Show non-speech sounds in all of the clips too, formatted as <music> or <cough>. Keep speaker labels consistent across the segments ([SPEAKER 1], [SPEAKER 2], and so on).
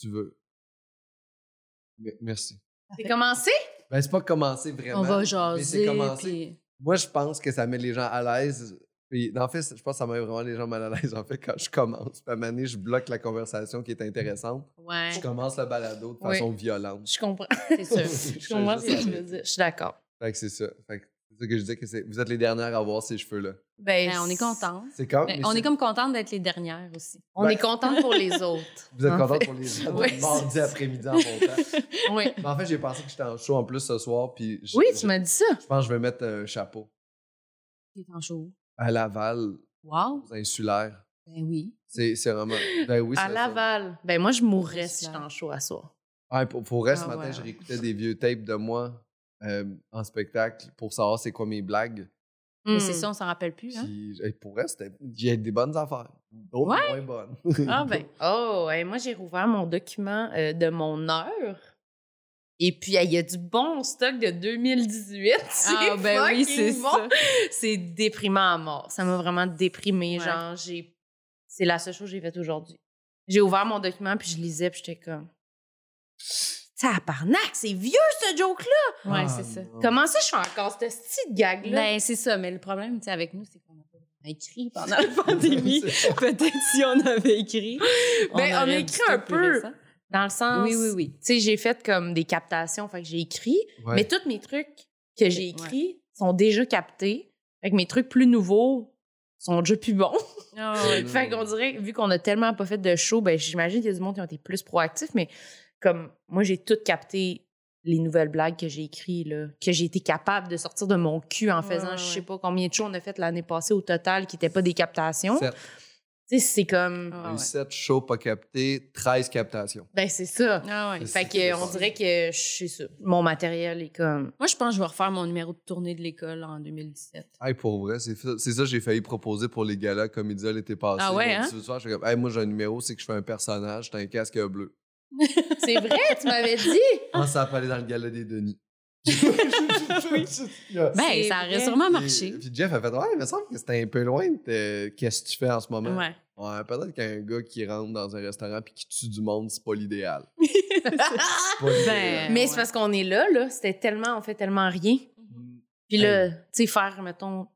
[SPEAKER 1] tu veux. Mais- merci.
[SPEAKER 2] C'est commencé?
[SPEAKER 1] Ben, c'est pas commencé vraiment.
[SPEAKER 3] On va
[SPEAKER 1] mais c'est
[SPEAKER 3] jaser.
[SPEAKER 1] commencé.
[SPEAKER 3] puis-
[SPEAKER 1] Moi, je pense que ça met les gens à l'aise. Puis, en fait, je pense que ça met vraiment les gens mal à l'aise. En fait, quand je commence, puis à un moment donné, je bloque la conversation qui est intéressante.
[SPEAKER 2] Ouais.
[SPEAKER 1] Je commence le balado de
[SPEAKER 2] Oui.
[SPEAKER 1] façon violente.
[SPEAKER 2] Je <laughs> comprends.
[SPEAKER 3] C'est sûr. <laughs>
[SPEAKER 1] <laughs> Je
[SPEAKER 2] Je
[SPEAKER 1] fais
[SPEAKER 2] comprends ce
[SPEAKER 1] juste
[SPEAKER 2] que tu
[SPEAKER 1] aller.
[SPEAKER 2] veux dire. Je suis d'accord.
[SPEAKER 1] Fait que c'est ça. Fait que c'est ça que je dis que c'est. Vous êtes les dernières à avoir ces cheveux-là.
[SPEAKER 2] Ben,
[SPEAKER 3] Ben, on est contente.
[SPEAKER 1] C'est comme.
[SPEAKER 3] Ben,
[SPEAKER 1] mais
[SPEAKER 3] on
[SPEAKER 1] c'est-
[SPEAKER 3] est comme contente d'être les dernières aussi.
[SPEAKER 2] On
[SPEAKER 1] Ben-
[SPEAKER 2] est contente pour les autres.
[SPEAKER 1] Vous êtes
[SPEAKER 2] en
[SPEAKER 1] contente
[SPEAKER 2] fait.
[SPEAKER 1] pour les
[SPEAKER 2] <laughs>
[SPEAKER 1] autres
[SPEAKER 2] Oui,
[SPEAKER 1] mardi
[SPEAKER 2] c'est-
[SPEAKER 1] après-midi en montant.
[SPEAKER 2] <laughs> Oui.
[SPEAKER 1] Mais en fait, j'ai pensé que j'étais en show en plus ce soir. Puis je-
[SPEAKER 2] Oui,
[SPEAKER 1] je-
[SPEAKER 2] tu m'as dit ça.
[SPEAKER 1] Je pense que je vais mettre un chapeau
[SPEAKER 3] C'est en chaud.
[SPEAKER 1] à Laval,
[SPEAKER 3] Wow!
[SPEAKER 1] aux insulaires.
[SPEAKER 3] Ben oui.
[SPEAKER 1] C'est c'est vraiment. Ben oui,
[SPEAKER 2] à
[SPEAKER 1] c'est-
[SPEAKER 2] Laval. Ben, moi, je mourrais si
[SPEAKER 3] Cela.
[SPEAKER 2] j'étais en chaud à soir.
[SPEAKER 1] Ouais, pour, pour vrai, ce
[SPEAKER 2] Ah
[SPEAKER 1] matin,
[SPEAKER 2] ouais.
[SPEAKER 1] je réécoutais des vieux tapes de moi euh, en spectacle pour savoir c'est quoi mes blagues.
[SPEAKER 3] Mais
[SPEAKER 2] Hmm.
[SPEAKER 3] c'est ça, on s'en rappelle plus. Hein?
[SPEAKER 1] Puis hey, pour vrai, c'était- j'ai des bonnes affaires. D'autres moins bonnes.
[SPEAKER 2] Ah, ben. Oh, hey, moi, j'ai rouvert mon document euh, de mon heure. Et puis, hey, il y a du bon stock de 2018. <laughs> Ah,
[SPEAKER 3] Ah,
[SPEAKER 2] ben C'est
[SPEAKER 3] ben
[SPEAKER 2] fucking bon. C'est déprimant à mort. Ça m'a vraiment déprimé.
[SPEAKER 3] Ouais.
[SPEAKER 2] Genre, j'ai. C'est la seule chose que j'ai faite aujourd'hui. J'ai ouvert mon document, puis je lisais, puis j'étais comme. Tabarnak, c'est vieux ce joke-là!
[SPEAKER 3] Ouais,
[SPEAKER 1] Ah,
[SPEAKER 3] c'est ça.
[SPEAKER 1] non.
[SPEAKER 2] Comment ça, je suis encore cette petite gag-là?
[SPEAKER 3] Ben, c'est ça. Mais le problème, tu sais, avec nous, c'est qu'on n'a pas vraiment écrit pendant la
[SPEAKER 2] <laughs>
[SPEAKER 3] pandémie.
[SPEAKER 1] <laughs> C'est ça.
[SPEAKER 3] Peut-être si on avait écrit.
[SPEAKER 2] Ben, on
[SPEAKER 3] aurait
[SPEAKER 2] a
[SPEAKER 3] du
[SPEAKER 2] écrit
[SPEAKER 3] stock
[SPEAKER 2] un
[SPEAKER 3] plus
[SPEAKER 2] peu.
[SPEAKER 3] récent.
[SPEAKER 2] Dans le sens.
[SPEAKER 3] Oui, oui, oui.
[SPEAKER 2] Tu sais, j'ai fait comme des captations, fait que j'ai écrit.
[SPEAKER 1] Ouais.
[SPEAKER 2] Mais tous mes trucs que j'ai écrits sont déjà captés. Fait que mes trucs plus nouveaux sont déjà plus bons.
[SPEAKER 3] Ah,
[SPEAKER 1] ouais.
[SPEAKER 3] Mm.
[SPEAKER 2] Fait qu'on dirait, vu qu'on a tellement pas fait de show, ben j'imagine qu'il y a du monde qui ont été plus proactifs, mais comme moi, j'ai tout capté les nouvelles blagues que j'ai écrites, là, que j'ai été capable de sortir de mon cul en
[SPEAKER 3] Ouais,
[SPEAKER 2] faisant
[SPEAKER 3] ouais,
[SPEAKER 2] je
[SPEAKER 3] ouais.
[SPEAKER 2] sais pas combien de shows on a fait l'année passée au total qui n'étaient pas des captations.
[SPEAKER 1] Sept.
[SPEAKER 2] Tu sais, c'est comme...
[SPEAKER 3] Ah
[SPEAKER 1] Il y a eu
[SPEAKER 3] ouais.
[SPEAKER 1] 7 shows pas captés, 13 captations.
[SPEAKER 2] Ben, c'est ça.
[SPEAKER 3] Ah ouais.
[SPEAKER 1] C'est
[SPEAKER 2] Fait
[SPEAKER 1] c'est
[SPEAKER 2] que on
[SPEAKER 1] ça.
[SPEAKER 2] dirait que, je sais ça, mon matériel est comme...
[SPEAKER 3] Moi, je pense que je vais refaire mon numéro de tournée de l'école en 2017.
[SPEAKER 1] Hey, pour vrai, c'est fa- c'est ça que j'ai failli proposer pour les galas Comédia l'été passé.
[SPEAKER 3] Ah ouais,
[SPEAKER 1] Ils m'ont dit
[SPEAKER 3] hein?
[SPEAKER 1] Ce soir, je suis comme, hey, moi j'ai un numéro, c'est que je fais un personnage, t'as un casque bleu.
[SPEAKER 2] C'est vrai, tu m'avais dit!
[SPEAKER 1] Ah, ça va pas aller dans le gala des
[SPEAKER 3] <laughs>
[SPEAKER 1] Denis.
[SPEAKER 3] Ben,
[SPEAKER 2] C'est
[SPEAKER 3] ça aurait
[SPEAKER 2] vrai.
[SPEAKER 3] sûrement
[SPEAKER 1] Puis,
[SPEAKER 3] marché.
[SPEAKER 1] puis Jeff a fait Ouais, il me semble que c'était un peu loin de te- qu'est-ce que tu fais en ce moment.
[SPEAKER 3] Ouais.
[SPEAKER 1] Ouais, peut-être qu'un gars qui rentre dans un restaurant puis qui tue du monde, c'est pas
[SPEAKER 3] <laughs>
[SPEAKER 1] l'idéal. C'est pas l'idéal.
[SPEAKER 3] Ben,
[SPEAKER 2] Mais
[SPEAKER 3] ouais.
[SPEAKER 2] c'est parce qu'on est là, là. C'était tellement, on fait tellement rien. Puis là, tu sais, faire, mettons,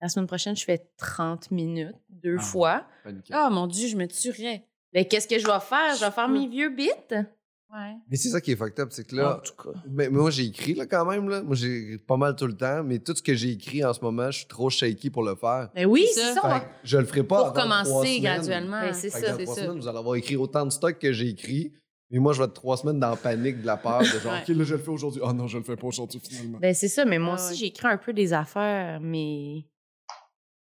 [SPEAKER 2] la semaine prochaine, je fais 30 minutes, deux
[SPEAKER 1] Ah.
[SPEAKER 2] fois.
[SPEAKER 1] Paniquant.
[SPEAKER 3] Ah, mon Dieu, je me tuerais.
[SPEAKER 2] Mais qu'est-ce que je vais faire? Je vais
[SPEAKER 3] Je
[SPEAKER 2] faire
[SPEAKER 3] peux.
[SPEAKER 2] mes vieux bits?
[SPEAKER 3] Ouais.
[SPEAKER 1] Mais c'est ça qui est fucked up, c'est que là.
[SPEAKER 2] en tout cas.
[SPEAKER 1] Mais, mais moi, j'ai écrit là, quand même. Là. Moi, j'ai pas mal tout le temps. Mais tout ce que j'ai écrit en ce moment, je suis trop shaky pour le faire.
[SPEAKER 2] Ben oui,
[SPEAKER 3] C'est
[SPEAKER 2] c'est
[SPEAKER 3] ça.
[SPEAKER 2] ça.
[SPEAKER 1] Fait que je le ferai pas.
[SPEAKER 3] Ah, Pour
[SPEAKER 1] avant trois
[SPEAKER 3] commencer
[SPEAKER 1] semaines.
[SPEAKER 3] graduellement.
[SPEAKER 2] Ben, c'est
[SPEAKER 1] Fait
[SPEAKER 2] ça,
[SPEAKER 1] que dans
[SPEAKER 3] c'est
[SPEAKER 1] trois
[SPEAKER 3] ça.
[SPEAKER 1] semaines, vous allez avoir écrit autant de stock que j'ai écrit. Mais moi, je vais être trois semaines dans la panique de la
[SPEAKER 3] <laughs>
[SPEAKER 1] peur de genre,
[SPEAKER 3] Ouais.
[SPEAKER 1] OK, là, je le fais aujourd'hui. Oh non, je le fais pas aujourd'hui finalement.
[SPEAKER 2] Ben c'est ça, mais moi
[SPEAKER 3] Ah
[SPEAKER 2] aussi,
[SPEAKER 3] ouais.
[SPEAKER 2] j'ai écrit un peu des affaires, mais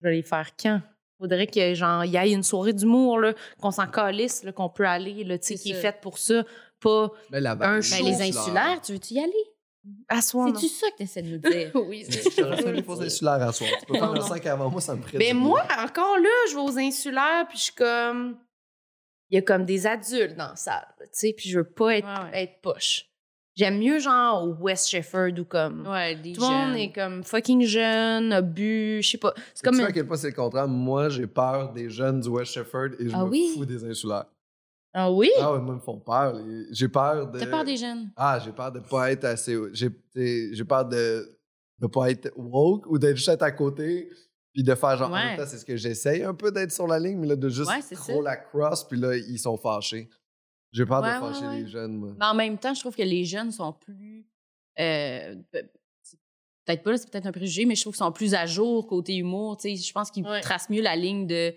[SPEAKER 2] je vais les faire quand? Faudrait que genre il y ait une soirée d'humour, là, qu'on s'en calisse, là, qu'on peut aller, là, tu sais,
[SPEAKER 3] C'est
[SPEAKER 2] qui est
[SPEAKER 3] ça.
[SPEAKER 2] faite pour ça, pas
[SPEAKER 1] Ben, la
[SPEAKER 2] un
[SPEAKER 1] vache,
[SPEAKER 2] show.
[SPEAKER 3] Ben,
[SPEAKER 1] là.
[SPEAKER 3] les insulaires, tu veux-tu y aller?
[SPEAKER 2] à soi. non.
[SPEAKER 3] C'est-tu ça que tu essaies de nous <laughs> dire?
[SPEAKER 2] Oui,
[SPEAKER 1] Je te refais les fausses insulaires à soir. Tu peux faire le 5 avant moi, ça me ferait
[SPEAKER 2] Ben
[SPEAKER 1] du
[SPEAKER 2] moi, encore là, je vais aux insulaires, puis je suis comme... Il y a comme des adultes dans la salle, tu sais, puis je veux pas être,
[SPEAKER 3] Ouais, ouais.
[SPEAKER 2] être poche. J'aime mieux, genre, au West Shefford ou comme...
[SPEAKER 3] Ouais, des
[SPEAKER 2] Tout le monde
[SPEAKER 3] jeunes.
[SPEAKER 2] est comme fucking jeune, a bu, je sais pas. C'est
[SPEAKER 1] Comme
[SPEAKER 2] comme...
[SPEAKER 1] tu sais à
[SPEAKER 2] une-
[SPEAKER 1] quel point c'est le contraire. Moi, j'ai peur des jeunes du West Shefford et je
[SPEAKER 3] Ah
[SPEAKER 1] me
[SPEAKER 3] oui?
[SPEAKER 1] fous des insulaires.
[SPEAKER 2] Ah oui?
[SPEAKER 1] Ah ouais, moi, ils me font peur. les- J'ai peur de.
[SPEAKER 3] T'as peur des jeunes?
[SPEAKER 1] Ah, j'ai peur de pas être assez. J'ai t'sais, j'ai peur de de pas être woke ou d'être juste à côté puis de faire genre en
[SPEAKER 3] Ouais.
[SPEAKER 1] même temps, c'est ce que j'essaye un peu d'être sur la ligne mais là de juste
[SPEAKER 3] Ouais, c'est
[SPEAKER 1] trop
[SPEAKER 3] ça.
[SPEAKER 1] la cross puis là ils sont fâchés. J'ai peur
[SPEAKER 3] Ouais,
[SPEAKER 1] de
[SPEAKER 3] ouais,
[SPEAKER 1] fâcher
[SPEAKER 3] ouais.
[SPEAKER 1] les jeunes moi.
[SPEAKER 3] Mais en même temps, je trouve que les jeunes sont plus. euh, pe- c'est peut-être pas, là, c'est peut-être un préjugé, mais je trouve qu'ils sont plus à jour côté humour. tu sais. Je pense qu'ils
[SPEAKER 2] Ouais.
[SPEAKER 3] tracent mieux la ligne de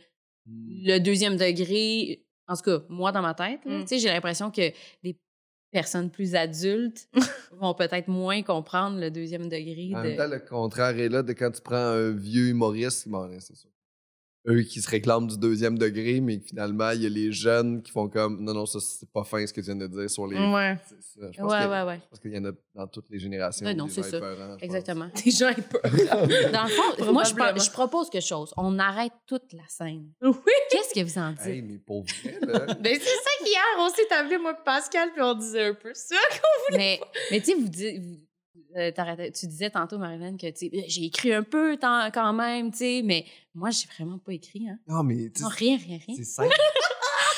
[SPEAKER 1] Mm.
[SPEAKER 3] le deuxième degré. En tout cas, moi, dans ma tête, là,
[SPEAKER 2] Mm.
[SPEAKER 3] tu sais, j'ai l'impression que des personnes plus adultes <laughs> vont peut-être moins comprendre le deuxième degré.
[SPEAKER 1] En
[SPEAKER 3] de-
[SPEAKER 1] même temps le contraire est là de quand tu prends un vieux humoriste bon, là, c'est ça. Eux qui se réclament du deuxième degré mais que finalement il y a les jeunes qui font comme non non ça c'est pas fin ce que tu viens de dire sur les
[SPEAKER 2] Ouais.
[SPEAKER 1] C'est ça. Je pense
[SPEAKER 3] Ouais,
[SPEAKER 1] que-
[SPEAKER 3] ouais, ouais.
[SPEAKER 1] je pense qu'il y en a dans toutes les générations.
[SPEAKER 3] Ben non,
[SPEAKER 1] des
[SPEAKER 3] c'est
[SPEAKER 1] gens
[SPEAKER 3] ça.
[SPEAKER 1] épeurants, je pense.
[SPEAKER 3] Exactement.
[SPEAKER 2] <laughs> Les gens, ils peuvent.
[SPEAKER 3] Dans le fond, moi, je,
[SPEAKER 2] Probablement.
[SPEAKER 3] pense- je propose quelque chose. On arrête toute la scène.
[SPEAKER 2] oui!
[SPEAKER 3] Qu'est-ce que vous en dites?
[SPEAKER 1] Hey, mais pour vrai, là.
[SPEAKER 2] Ben c'est ça qu'hier, on s'est appelé, moi et Pascal, puis on disait un peu ça.
[SPEAKER 3] mais mais tu sais, vous, dis- vous- euh, t'arrêtais- tu disais tantôt, Marilyn, que tu sais, euh, j'ai écrit un peu tant- quand même, tu sais, mais moi, j'ai vraiment pas écrit. Hein.
[SPEAKER 1] <laughs> Non, mais tu
[SPEAKER 3] Non,
[SPEAKER 1] sais,
[SPEAKER 3] <laughs> rien, rien, rien.
[SPEAKER 1] c'est simple.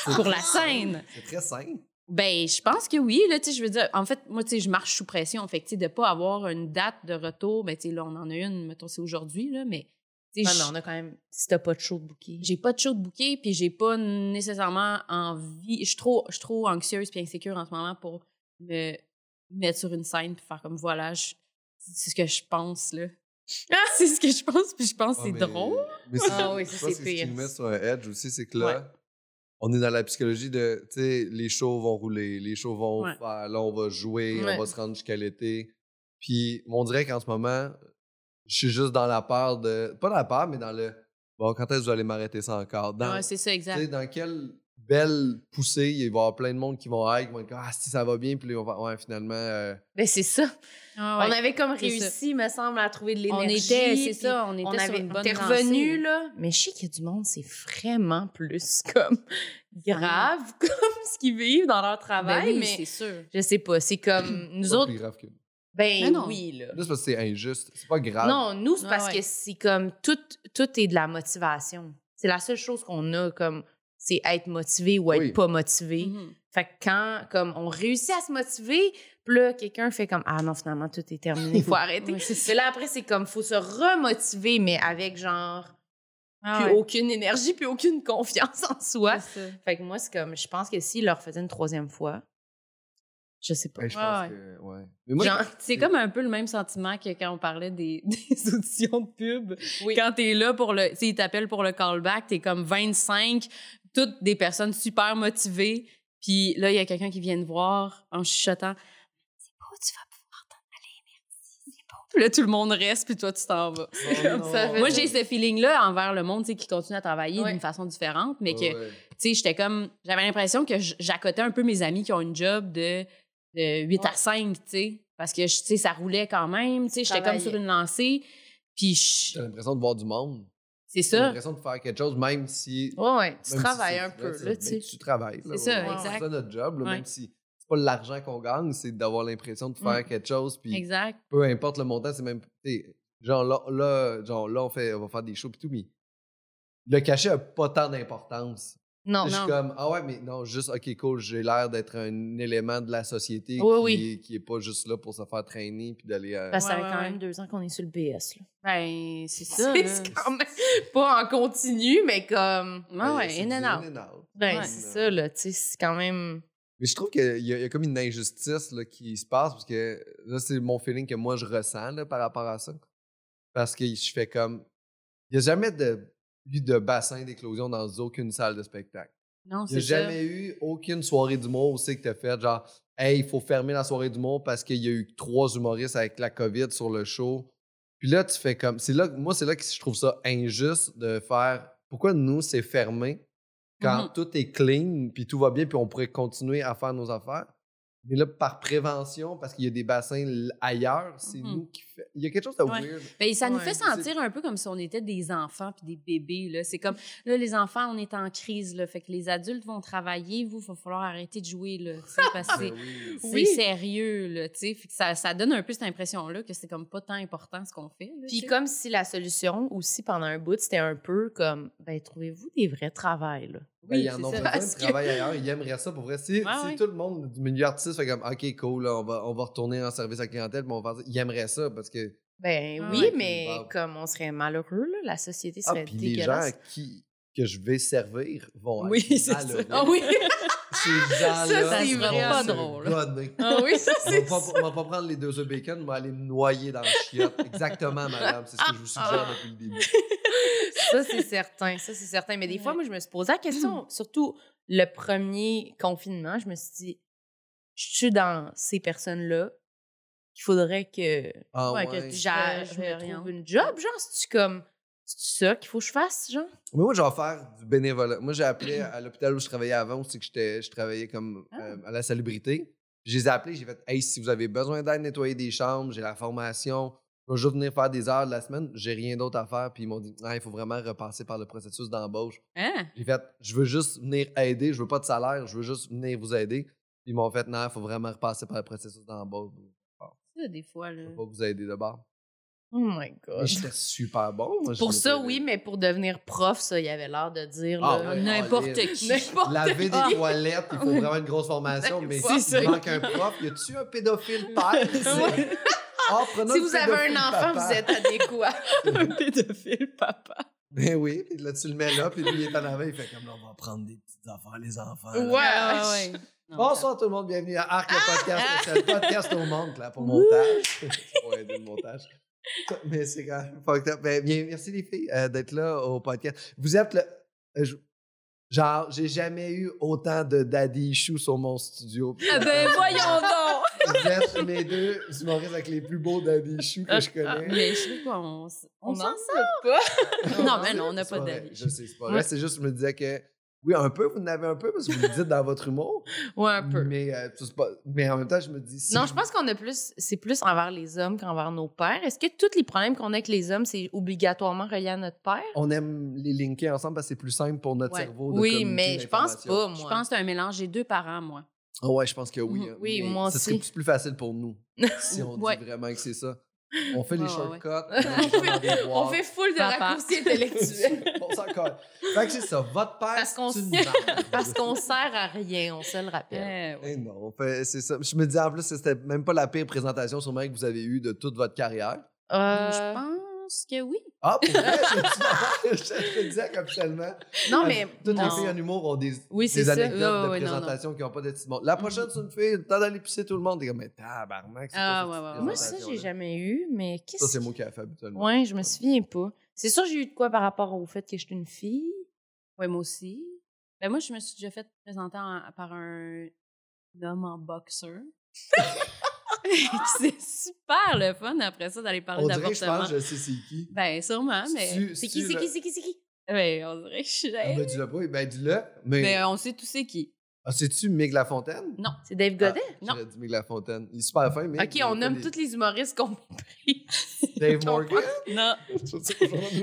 [SPEAKER 1] C'est
[SPEAKER 3] Pour
[SPEAKER 1] très
[SPEAKER 3] la
[SPEAKER 1] simple.
[SPEAKER 3] scène.
[SPEAKER 1] C'est très simple.
[SPEAKER 3] Ben, je pense que oui. Là, tu sais, je veux dire, en fait, moi, tu sais, je marche sous pression. Fait que, tu sais, de pas avoir une date de retour, ben, tu sais, là, on en a une, mettons, c'est aujourd'hui, là, mais. tu sais,
[SPEAKER 2] Ah Non,
[SPEAKER 3] je-
[SPEAKER 2] mais on a quand même. Si t'as pas de show de bouquet.
[SPEAKER 3] j'ai pas de show de bouquet, puis j'ai pas nécessairement envie. Je suis trop, je suis trop anxieuse puis insécure en ce moment pour me mettre sur une scène puis faire comme voilà, je- c'est ce que je pense là. <laughs> c'est ce que je pense, puis je pense que c'est drôle.
[SPEAKER 1] Ah, Mais c'est-
[SPEAKER 2] Ah oui,
[SPEAKER 1] je
[SPEAKER 2] ça,
[SPEAKER 1] pense
[SPEAKER 2] c'est
[SPEAKER 1] que Ce qui
[SPEAKER 2] pire.
[SPEAKER 1] nous met sur un edge aussi, c'est que là,
[SPEAKER 3] Ouais.
[SPEAKER 1] on est dans la psychologie de, tu sais, les shows vont rouler, les shows vont
[SPEAKER 3] Ouais.
[SPEAKER 1] faire, là, on va jouer,
[SPEAKER 3] Ouais.
[SPEAKER 1] on va se rendre jusqu'à l'été. Puis, on dirait qu'en ce moment, je suis juste dans la peur de. Pas dans la peur, mais dans le. Bon, quand est-ce que vous allez m'arrêter ça encore? Dans,
[SPEAKER 3] Ouais, c'est
[SPEAKER 1] tu
[SPEAKER 3] ça,
[SPEAKER 1] sais,
[SPEAKER 3] exact.
[SPEAKER 1] dans quelle belle poussée, il va y avoir plein de monde qui vont hype, qui vont être comme, Ah, si ça va bien, puis là, on va. Ouais, finalement. euh,
[SPEAKER 2] Ben, c'est ça.
[SPEAKER 3] Ah ouais.
[SPEAKER 2] On avait comme
[SPEAKER 3] c'est
[SPEAKER 2] réussi, me semble, à trouver de
[SPEAKER 3] On,
[SPEAKER 2] l'énergie.
[SPEAKER 3] était, c'est
[SPEAKER 2] puis
[SPEAKER 3] ça, on était
[SPEAKER 2] On
[SPEAKER 3] sur
[SPEAKER 2] avait
[SPEAKER 3] une bonne
[SPEAKER 2] t'es
[SPEAKER 3] lancée,
[SPEAKER 2] revenu, là. Mais je sais qu'il y a du monde, c'est vraiment plus <laughs> comme grave, <laughs> comme ce qu'ils vivent dans leur
[SPEAKER 3] Ben
[SPEAKER 2] travail.
[SPEAKER 3] oui,
[SPEAKER 2] mais
[SPEAKER 3] c'est sûr.
[SPEAKER 2] je sais pas,
[SPEAKER 1] <coughs>
[SPEAKER 2] c'est comme nous
[SPEAKER 1] pas
[SPEAKER 2] autres.
[SPEAKER 1] plus grave que
[SPEAKER 2] Ben
[SPEAKER 3] Mais non.
[SPEAKER 2] oui, là.
[SPEAKER 1] Là, c'est parce que c'est injuste. C'est pas grave.
[SPEAKER 2] Non, nous, c'est
[SPEAKER 3] Ah
[SPEAKER 2] parce
[SPEAKER 3] ouais.
[SPEAKER 2] que c'est comme tout, tout est de la motivation. C'est la seule chose qu'on a comme c'est être motivé ou être
[SPEAKER 1] Oui.
[SPEAKER 2] pas motivé.
[SPEAKER 3] Mhm.
[SPEAKER 2] Fait que quand comme on réussit à se motiver, puis là quelqu'un fait comme ah non finalement tout est terminé,
[SPEAKER 3] <laughs>
[SPEAKER 2] faut arrêter.
[SPEAKER 3] Ouais, c'est ça.
[SPEAKER 2] Mais là après c'est comme faut se remotiver mais avec genre
[SPEAKER 3] Ah
[SPEAKER 2] plus
[SPEAKER 3] ouais,
[SPEAKER 2] aucune énergie, puis aucune confiance en soi.
[SPEAKER 3] c'est ça.
[SPEAKER 2] Fait que moi c'est comme je pense que s'il leur faisait une troisième fois, je sais pas.
[SPEAKER 1] Ben, je
[SPEAKER 3] Ouais,
[SPEAKER 1] pense
[SPEAKER 3] ouais.
[SPEAKER 1] que. Ouais. Mais moi,
[SPEAKER 2] Genre,
[SPEAKER 3] C'est comme un peu le même sentiment que quand on parlait des, <laughs> des auditions de pub.
[SPEAKER 2] Oui.
[SPEAKER 3] Quand t'es là pour le, tu sais, ils t'appellent pour le callback, t'es comme 25, toutes des personnes super motivées. Puis là, il y a quelqu'un qui vient te voir en chuchotant. C'est beau, tu vas pouvoir t'en aller, merci, c'est beau. Puis là, tout le monde reste, puis toi, tu t'en vas.
[SPEAKER 2] <laughs> ça fait-
[SPEAKER 3] Moi, j'ai ce feeling-là envers le monde, tu sais, qui continue à travailler
[SPEAKER 2] Ouais.
[SPEAKER 3] d'une façon différente, mais que
[SPEAKER 1] Ouais.
[SPEAKER 3] tu sais, j'étais comme, j'avais l'impression que j- j'accotais un peu mes amis qui ont une job de, de 8 à
[SPEAKER 2] Ouais.
[SPEAKER 3] 5, tu sais, parce que, je- tu sais, ça roulait quand même, tu sais, j'étais comme
[SPEAKER 2] Travaillais.
[SPEAKER 3] sur une lancée, puis je-
[SPEAKER 1] T'as l'impression de voir du monde.
[SPEAKER 3] c'est
[SPEAKER 1] T'as
[SPEAKER 3] ça.
[SPEAKER 1] l'impression de faire quelque chose, même si.
[SPEAKER 2] Ouais, ouais, tu
[SPEAKER 1] même si
[SPEAKER 2] travailles
[SPEAKER 1] c'est-
[SPEAKER 2] un peu
[SPEAKER 1] c'est-
[SPEAKER 2] là,
[SPEAKER 1] ben,
[SPEAKER 2] tu sais.
[SPEAKER 1] Tu travailles. là,
[SPEAKER 3] C'est ça,
[SPEAKER 1] ouais.
[SPEAKER 3] exact.
[SPEAKER 1] C'est ça notre job, là,
[SPEAKER 3] Ouais.
[SPEAKER 1] même si c'est pas l'argent qu'on gagne, c'est d'avoir l'impression de faire
[SPEAKER 3] Mm.
[SPEAKER 1] quelque chose. Puis
[SPEAKER 3] Exact.
[SPEAKER 1] peu importe le montant, c'est même. t'sais, Genre là, là, genre là, on fait, on va faire des shows pis tout, mais le cachet a pas tant d'importance.
[SPEAKER 2] Non,
[SPEAKER 1] je suis
[SPEAKER 3] non.
[SPEAKER 1] comme ah ouais, mais non, juste ok cool, j'ai l'air d'être un élément de la société
[SPEAKER 3] Oui,
[SPEAKER 1] qui,
[SPEAKER 3] oui.
[SPEAKER 1] Est, qui est pas juste là pour se faire traîner puis d'aller. euh, à...
[SPEAKER 2] Parce que ça
[SPEAKER 3] Ouais,
[SPEAKER 2] fait
[SPEAKER 3] ouais,
[SPEAKER 2] quand
[SPEAKER 3] ouais.
[SPEAKER 2] même deux ans qu'on est sur le BS. Là.
[SPEAKER 3] Ben, c'est ça. là.
[SPEAKER 2] <laughs> C'est quand même pas en continu, mais comme.
[SPEAKER 3] Ouais, ouais,
[SPEAKER 1] c'est
[SPEAKER 3] in and
[SPEAKER 1] du in
[SPEAKER 3] out.
[SPEAKER 1] and out.
[SPEAKER 2] Ben,
[SPEAKER 3] Ouais.
[SPEAKER 2] c'est ça, là. Tu sais, c'est quand même.
[SPEAKER 1] Mais je trouve qu'il y, a- il y a comme une injustice là, qui se passe, parce que là, c'est mon feeling que moi, je ressens là, par rapport à ça. Parce que je fais comme... Il n'y a jamais de, eu de bassin d'éclosion dans aucune salle de spectacle.
[SPEAKER 3] Non,
[SPEAKER 1] Il n'y
[SPEAKER 3] c'est
[SPEAKER 1] a
[SPEAKER 3] ça.
[SPEAKER 1] jamais eu aucune soirée d'humour aussi que tu as fait, genre, « Hey, il faut fermer la soirée d'humour parce qu'il y a eu trois humoristes avec la COVID sur le show. » Puis là, tu fais comme... c'est là Moi, c'est là que je trouve ça injuste de faire... Pourquoi nous, c'est fermé? quand
[SPEAKER 3] Mhm.
[SPEAKER 1] tout est clean, puis tout va bien, puis on pourrait continuer à faire nos affaires. Mais là, par prévention, parce qu'il y a des bassins l- ailleurs, c'est
[SPEAKER 3] Mhm.
[SPEAKER 1] nous qui fait. Il y a quelque chose de
[SPEAKER 3] Ouais.
[SPEAKER 1] weird.
[SPEAKER 3] Ben, ça nous
[SPEAKER 2] Ouais.
[SPEAKER 3] fait sentir un peu comme si on était des enfants puis des bébés. Là. C'est comme, là, les enfants, on est en crise. Là. Fait que les adultes vont travailler. Vous, il va falloir arrêter de jouer. Là, tu sais, parce que Ah, c'est-
[SPEAKER 1] Ben oui.
[SPEAKER 3] c'est
[SPEAKER 2] Oui.
[SPEAKER 3] sérieux, là, tu sais. Fait que Ça, ça donne un peu cette impression-là que c'est comme pas tant important ce qu'on fait. là, tu
[SPEAKER 2] Puis
[SPEAKER 3] sais.
[SPEAKER 2] comme si la solution aussi pendant un bout, c'était un peu comme. Ben, trouvez-vous des vrais travails, là.
[SPEAKER 1] Ben,
[SPEAKER 3] oui,
[SPEAKER 1] ils en
[SPEAKER 3] c'est
[SPEAKER 1] ont
[SPEAKER 3] ça.
[SPEAKER 1] besoin,
[SPEAKER 2] Parce
[SPEAKER 1] ils
[SPEAKER 2] que-
[SPEAKER 1] travaillent ailleurs, ils aimeraient ça pour vrai. Si,
[SPEAKER 3] Ouais,
[SPEAKER 1] si
[SPEAKER 3] ouais.
[SPEAKER 1] tout le monde du milieu artiste fait comme OK, cool, là, on, va, on va retourner en service à clientèle, mais on va ils aimeraient ça parce que.
[SPEAKER 2] Ben
[SPEAKER 3] Ah
[SPEAKER 2] oui,
[SPEAKER 1] ouais.
[SPEAKER 2] mais
[SPEAKER 1] Wow.
[SPEAKER 2] comme on serait malheureux, là, la société
[SPEAKER 1] Ah,
[SPEAKER 2] serait
[SPEAKER 1] puis les gens
[SPEAKER 2] dégueulasse.
[SPEAKER 1] à qui que je vais servir vont
[SPEAKER 3] Oui,
[SPEAKER 1] être
[SPEAKER 3] c'est ça.
[SPEAKER 1] malheureux.
[SPEAKER 2] Ah
[SPEAKER 3] <laughs>
[SPEAKER 2] oui!
[SPEAKER 1] Ces gens-là,
[SPEAKER 2] Ça,
[SPEAKER 3] c'est
[SPEAKER 1] vont
[SPEAKER 3] vraiment
[SPEAKER 1] se
[SPEAKER 3] drôle.
[SPEAKER 1] gonner.
[SPEAKER 2] ah oui, ça,
[SPEAKER 1] <laughs>
[SPEAKER 2] <laughs>
[SPEAKER 1] On
[SPEAKER 2] c'est
[SPEAKER 1] va, pas, on va pas prendre les deux œufs bacon, on va aller me noyer dans le chiotte. Exactement, madame. C'est ce que je vous suggère depuis le début.
[SPEAKER 2] Ça, c'est certain. Ça, c'est certain. Mais des fois,
[SPEAKER 3] Ouais.
[SPEAKER 2] moi, je me suis posé la question, surtout le premier confinement, je me suis dit, je suis dans ces personnes-là qu'il faudrait que,
[SPEAKER 1] Ah
[SPEAKER 2] ouais,
[SPEAKER 1] ouais.
[SPEAKER 2] que j'a- je
[SPEAKER 3] Ouais,
[SPEAKER 2] me
[SPEAKER 3] rien.
[SPEAKER 2] trouve une job, genre, c'est-tu comme, c'est ça qu'il faut que je fasse, genre?
[SPEAKER 1] Mais moi, je vais faire du bénévolat. Moi, j'ai appelé à l'hôpital où je travaillais avant, c'est que j'étais- je travaillais comme
[SPEAKER 2] Ah.
[SPEAKER 1] euh, à la salubrité. Je les ai appelés, j'ai fait Hey, si vous avez besoin d'aide, nettoyer des chambres, j'ai la formation, je vais juste venir faire des heures de la semaine, j'ai rien d'autre à faire. Puis ils m'ont dit Ah, il faut vraiment repasser par le processus d'embauche.
[SPEAKER 3] Hein?
[SPEAKER 1] J'ai fait, je veux juste venir aider, je veux pas de salaire, je veux juste venir vous aider. Ils m'ont fait, non, il faut vraiment repasser par le processus d'embauche.
[SPEAKER 3] Ça, des fois, là.
[SPEAKER 1] Je peux pas vous aider de bord.
[SPEAKER 2] Oh my God.
[SPEAKER 1] Mais J'étais super bon. moi, je
[SPEAKER 2] Pour
[SPEAKER 1] m'étais-
[SPEAKER 2] ça, oui, mais pour devenir prof, ça, il avait l'air de dire.
[SPEAKER 1] Ah,
[SPEAKER 2] là,
[SPEAKER 1] ouais.
[SPEAKER 3] N'importe
[SPEAKER 1] Olive.
[SPEAKER 3] qui.
[SPEAKER 2] N'importe
[SPEAKER 3] <laughs>
[SPEAKER 1] Laver
[SPEAKER 2] quoi.
[SPEAKER 1] des toilettes, il faut vraiment une grosse formation, mais
[SPEAKER 2] C'est
[SPEAKER 1] si
[SPEAKER 2] ça.
[SPEAKER 1] il manque un prof, y a-tu un pédophile père? ici? Ah, prenons
[SPEAKER 2] Si
[SPEAKER 1] le
[SPEAKER 2] vous avez un
[SPEAKER 1] pédophile
[SPEAKER 2] enfant,
[SPEAKER 1] papa.
[SPEAKER 2] vous êtes adéquat.
[SPEAKER 3] Un pédophile, papa.
[SPEAKER 1] Ben oui, puis là, tu le mets là, puis lui, il est en avant, il fait comme là, on va prendre des petites affaires, les enfants. là.
[SPEAKER 2] Ouais,
[SPEAKER 3] Ah
[SPEAKER 2] Ah!
[SPEAKER 3] Ouais, ouais.
[SPEAKER 1] Bonsoir tout le monde, bienvenue à Arc, le podcast, le seul
[SPEAKER 2] <laughs>
[SPEAKER 1] podcast au monde, là, pour montage. <laughs> pour aider le montage. Mais c'est quand même fucked up. Ben, bien, merci les filles euh, d'être là au podcast. Vous êtes le. euh, je- Genre, j'ai jamais eu autant de daddy issues sur mon studio. <laughs>
[SPEAKER 3] Ah ben voyons donc!
[SPEAKER 1] Vous êtes mes deux humoristes avec les plus beaux daddy issues que je
[SPEAKER 2] Ah,
[SPEAKER 1] connais.
[SPEAKER 3] Mais je sais quoi, on, s- on s'en sort.
[SPEAKER 2] pas.
[SPEAKER 3] Non, mais non, on n'a
[SPEAKER 1] C'est
[SPEAKER 3] pas
[SPEAKER 1] vrai,
[SPEAKER 3] d'avis.
[SPEAKER 1] Je sais, c'est pas vrai. C'est juste, je me disais que, oui, un peu, vous en avez un peu parce que vous le dites dans votre humour.
[SPEAKER 2] Ouais, un peu.
[SPEAKER 1] Mais, euh, c'est pas- mais en même temps, je me dis. si
[SPEAKER 2] Non,
[SPEAKER 1] vous-
[SPEAKER 2] je pense qu'on a plus. C'est plus envers les hommes qu'envers nos pères. Est-ce que tous les problèmes qu'on a avec les hommes, c'est obligatoirement relié à notre père?
[SPEAKER 1] On aime les linker ensemble parce que c'est plus simple pour notre
[SPEAKER 2] Ouais.
[SPEAKER 1] cerveau. De
[SPEAKER 2] oui,
[SPEAKER 1] communiquer
[SPEAKER 2] mais je pense
[SPEAKER 1] l'information.
[SPEAKER 2] pas, moi.
[SPEAKER 3] Je pense que c'est un mélange. J'ai deux parents, moi.
[SPEAKER 1] Ah ouais, je pense que oui. hein.
[SPEAKER 2] Mm-hmm. Oui,
[SPEAKER 1] Mais
[SPEAKER 2] moi
[SPEAKER 1] Ça serait
[SPEAKER 2] aussi.
[SPEAKER 1] plus, plus facile pour
[SPEAKER 2] <laughs>
[SPEAKER 1] nous si on
[SPEAKER 3] Ouais.
[SPEAKER 1] dit vraiment que c'est ça. On fait
[SPEAKER 2] Ah,
[SPEAKER 3] Ouais,
[SPEAKER 1] les
[SPEAKER 3] ouais, ouais.
[SPEAKER 1] shortcuts.
[SPEAKER 2] <laughs>
[SPEAKER 1] On, va dans des boîtes.
[SPEAKER 2] full
[SPEAKER 3] Papa.
[SPEAKER 1] <laughs>
[SPEAKER 2] <laughs> intellectuels.
[SPEAKER 1] On s'en colle. Fait que c'est ça. Votre père,
[SPEAKER 2] Parce qu'on
[SPEAKER 1] c'est une
[SPEAKER 2] sait-
[SPEAKER 1] merde.
[SPEAKER 2] <laughs> Parce qu'on sert à rien, on se le rappelle.
[SPEAKER 3] Euh, ouais.
[SPEAKER 1] Eh non, on fait- c'est ça. Je me dis en plus, c'était même pas la pire présentation sûrement que vous avez eue de toute votre carrière.
[SPEAKER 2] Euh,
[SPEAKER 3] Je pense que oui.
[SPEAKER 1] Ah, pour
[SPEAKER 3] <laughs>
[SPEAKER 1] vrai, je, je te disais qu'officiellement, Euh,
[SPEAKER 2] non, mais.
[SPEAKER 1] toutes les
[SPEAKER 3] non.
[SPEAKER 1] filles en humour ont des,
[SPEAKER 3] Oui,
[SPEAKER 1] des
[SPEAKER 3] c'est ça.
[SPEAKER 1] anecdotes
[SPEAKER 3] Ouais,
[SPEAKER 1] de
[SPEAKER 3] ouais, non, Mm. non.
[SPEAKER 1] présentation qui n'ont pas d'être si bon. La prochaine, c'est une fille, le temps d'aller pisser tout le monde. T'es comme, mais tabarnak, c'est
[SPEAKER 3] Ah,
[SPEAKER 1] pas cette
[SPEAKER 3] ouais, ouais, ouais.
[SPEAKER 2] Moi, ça, j'ai
[SPEAKER 1] présentation-là.
[SPEAKER 2] jamais eu, mais
[SPEAKER 1] Ça,
[SPEAKER 2] qu'est-ce
[SPEAKER 1] c'est
[SPEAKER 2] que.
[SPEAKER 1] moi qui ai fait habituellement.
[SPEAKER 2] Ouais, je me souviens pas. C'est sûr, j'ai eu de quoi par rapport au fait que je suis une fille.
[SPEAKER 3] Ouais, moi aussi. Ben moi, je me suis déjà fait présenter en- par un homme en boxeur.
[SPEAKER 1] <laughs>
[SPEAKER 3] <laughs> c'est super le fun après ça d'aller parler
[SPEAKER 1] On dirait, je
[SPEAKER 3] d'avortement.
[SPEAKER 1] pense, je sais c'est qui.
[SPEAKER 3] Ben sûrement, mais.
[SPEAKER 1] Tu-
[SPEAKER 2] C'est
[SPEAKER 1] tu
[SPEAKER 2] qui, c'est
[SPEAKER 1] le-
[SPEAKER 2] qui, c'est qui, c'est qui?
[SPEAKER 3] Ouais, on dirait que je suis
[SPEAKER 1] Ah,
[SPEAKER 3] gênée.
[SPEAKER 1] ben, dis-le pas. Ben, dis-le. Mais,
[SPEAKER 3] Mais on sait tous c'est qui.
[SPEAKER 1] Ah, c'est-tu Mig Lafontaine?
[SPEAKER 2] C'est Dave Godet?
[SPEAKER 3] Non.
[SPEAKER 1] J'aurais dit Mig Lafontaine. Il est super fin, Ah, mais.
[SPEAKER 2] ok, on nomme tous les humoristes qu'on méprise.
[SPEAKER 1] Dave
[SPEAKER 3] <laughs>
[SPEAKER 1] Morgan.
[SPEAKER 3] Non.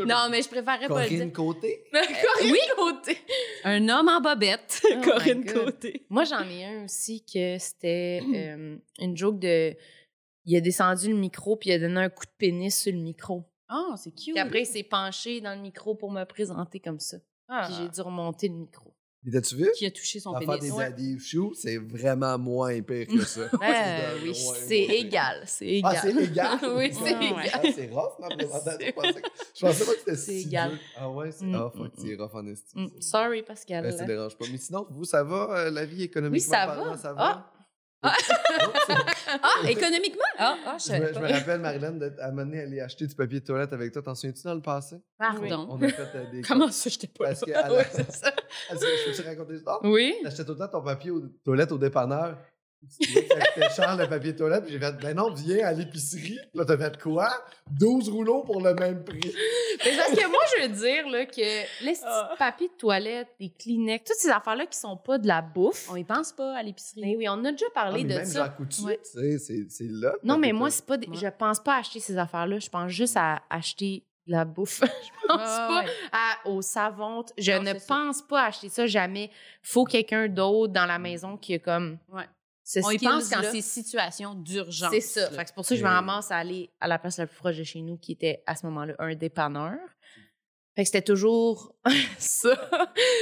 [SPEAKER 3] Non, mais je préférerais pas le
[SPEAKER 1] Corinne
[SPEAKER 3] dire.
[SPEAKER 1] Côté.
[SPEAKER 2] Corinne Côté.
[SPEAKER 3] <laughs> Un homme en bobette,
[SPEAKER 2] my
[SPEAKER 3] Corinne
[SPEAKER 2] God.
[SPEAKER 3] Côté.
[SPEAKER 2] Moi, j'en ai un aussi que c'était euh, une joke de. Il a descendu le micro puis il a donné un coup de pénis sur le micro.
[SPEAKER 3] Oh, c'est cute.
[SPEAKER 2] Puis après, il s'est penché dans le micro pour me présenter comme ça.
[SPEAKER 3] Ah.
[SPEAKER 2] Puis j'ai dû remonter le micro.
[SPEAKER 1] T'as-tu vu?
[SPEAKER 3] qui a touché son
[SPEAKER 1] L'affaire des
[SPEAKER 3] pénis. Ouais.
[SPEAKER 1] Daddy Issues, c'est vraiment moins pire que ça.
[SPEAKER 2] <laughs> Ah,
[SPEAKER 1] C'est de
[SPEAKER 2] oui,
[SPEAKER 1] loin
[SPEAKER 2] c'est
[SPEAKER 1] moins pire.
[SPEAKER 2] égal, c'est
[SPEAKER 1] Ah,
[SPEAKER 2] égal.
[SPEAKER 1] c'est légal?
[SPEAKER 2] <laughs> Oui, c'est
[SPEAKER 1] Ah,
[SPEAKER 2] égal.
[SPEAKER 1] Ah, c'est rough, ma présentation. Je pensais, que- je pensais pas que c'était
[SPEAKER 2] C'est
[SPEAKER 1] si
[SPEAKER 2] égal.
[SPEAKER 1] dur. Ah ouais, c'est
[SPEAKER 2] Mm,
[SPEAKER 1] ah, fuck,
[SPEAKER 2] mm,
[SPEAKER 1] c'est rough en esti.
[SPEAKER 2] Mm, Sorry, Pascal.
[SPEAKER 1] Ben, ça dérange pas. Mais sinon, vous, ça va? euh, la vie économiquement
[SPEAKER 2] Oui, ça
[SPEAKER 1] parlant,
[SPEAKER 2] va. Ah,
[SPEAKER 1] ça va? Non, c'est-
[SPEAKER 3] Ah, économiquement? Ah, ah, je
[SPEAKER 1] je, me, je
[SPEAKER 3] savais pas.
[SPEAKER 1] me
[SPEAKER 2] <laughs>
[SPEAKER 1] rappelle, Marilyn, d'être amenée à aller acheter du papier de toilette avec toi. T'en souviens-tu dans le passé?
[SPEAKER 3] Pardon.
[SPEAKER 1] On a fait euh, des...
[SPEAKER 3] Comment ça, j'étais pas
[SPEAKER 2] <laughs>
[SPEAKER 3] là?
[SPEAKER 1] Parce que, à la-
[SPEAKER 3] Ouais, c'est ça.
[SPEAKER 1] <laughs> Est-ce que je peux te raconter l'histoire?
[SPEAKER 3] Oui.
[SPEAKER 1] T'achetais tout le temps ton papier aux toilettes au dépanneur. T'achetais cher le papier toilette, puis j'ai fait, ben non, viens à l'épicerie. Là, t'as fait quoi? 12 rouleaux pour le même prix.
[SPEAKER 2] Mais parce que moi, je veux dire là, que les
[SPEAKER 3] Ah.
[SPEAKER 2] petits papiers de toilette, les Kleenex, toutes ces affaires-là qui sont pas de la bouffe.
[SPEAKER 3] On y pense pas à
[SPEAKER 2] Mais
[SPEAKER 3] l'épicerie.
[SPEAKER 2] Ben oui, on en a déjà
[SPEAKER 1] Ah,
[SPEAKER 2] parlé
[SPEAKER 1] mais
[SPEAKER 2] de
[SPEAKER 1] même
[SPEAKER 2] ça.
[SPEAKER 1] Jean Coutu,
[SPEAKER 2] Ouais.
[SPEAKER 1] tu sais, c'est, c'est là.
[SPEAKER 2] Non, mais
[SPEAKER 1] T'as-
[SPEAKER 2] moi, c'est pas des-
[SPEAKER 3] Ouais.
[SPEAKER 2] je pense pas à acheter ces affaires-là. Je pense juste à acheter de la bouffe. <laughs>
[SPEAKER 3] Ah,
[SPEAKER 2] je pense pas à, aux savons. Je
[SPEAKER 3] Non,
[SPEAKER 2] ne
[SPEAKER 3] c'est ça.
[SPEAKER 2] pense pas acheter ça jamais. Faut quelqu'un d'autre dans la maison qui est comme.
[SPEAKER 3] Ouais.
[SPEAKER 2] ce
[SPEAKER 3] On y pense quand
[SPEAKER 2] skills-là.
[SPEAKER 3] c'est situation d'urgence.
[SPEAKER 2] C'est ça.
[SPEAKER 3] là.
[SPEAKER 2] Fait que c'est pour ça que je me
[SPEAKER 1] Mais-
[SPEAKER 2] ramasse à aller à la place la plus proche de chez nous, qui était à ce moment-là un dépanneur. Fait que c'était toujours <laughs> ça.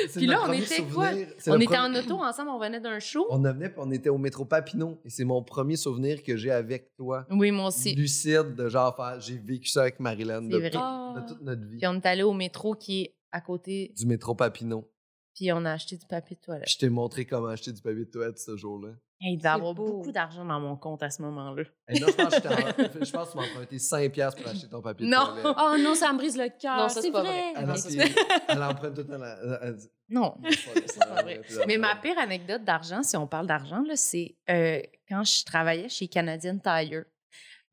[SPEAKER 1] c'est
[SPEAKER 2] puis
[SPEAKER 1] notre
[SPEAKER 2] là, on
[SPEAKER 1] premier
[SPEAKER 2] était quoi?
[SPEAKER 1] souvenir. C'est
[SPEAKER 2] On
[SPEAKER 1] le
[SPEAKER 2] était
[SPEAKER 1] premier-
[SPEAKER 2] en auto ensemble, on venait d'un show.
[SPEAKER 1] On venait, puis on était au métro Papineau. Et c'est mon premier souvenir que j'ai avec toi.
[SPEAKER 2] Oui, moi aussi.
[SPEAKER 1] Lucide, de genre, faire, j'ai vécu ça avec Marilyn
[SPEAKER 2] C'est
[SPEAKER 1] de,
[SPEAKER 2] vrai.
[SPEAKER 1] tout-
[SPEAKER 3] Ah.
[SPEAKER 1] de toute notre vie.
[SPEAKER 2] Puis on est allé au métro qui est à côté,
[SPEAKER 1] Du métro Papineau.
[SPEAKER 2] puis on a acheté du papier de toilette.
[SPEAKER 1] Je t'ai montré comment acheter du papier de toilette ce jour-là.
[SPEAKER 2] Hey, il devait
[SPEAKER 3] C'est
[SPEAKER 2] avoir
[SPEAKER 3] beau.
[SPEAKER 2] beaucoup d'argent dans mon compte à ce moment-là.
[SPEAKER 1] Eh non, je pense que je t'ai- je pense que tu m'as emprunté 5$ piastres pour acheter ton papier de
[SPEAKER 2] Non. <laughs>
[SPEAKER 1] toilette.
[SPEAKER 3] Oh non, ça me brise le cœur.
[SPEAKER 2] Non, ça, c'est
[SPEAKER 3] c'est
[SPEAKER 2] pas
[SPEAKER 3] vrai.
[SPEAKER 2] vrai.
[SPEAKER 1] Elle, en-
[SPEAKER 2] Non, ça,
[SPEAKER 1] puis- elle emprunte tout le temps la. la-
[SPEAKER 2] <laughs>
[SPEAKER 1] elle dit,
[SPEAKER 2] Non.
[SPEAKER 1] c'est
[SPEAKER 2] pas vrai. Mais ma pire anecdote d'argent, si on parle d'argent, là, c'est euh, quand je travaillais chez Canadian Tire.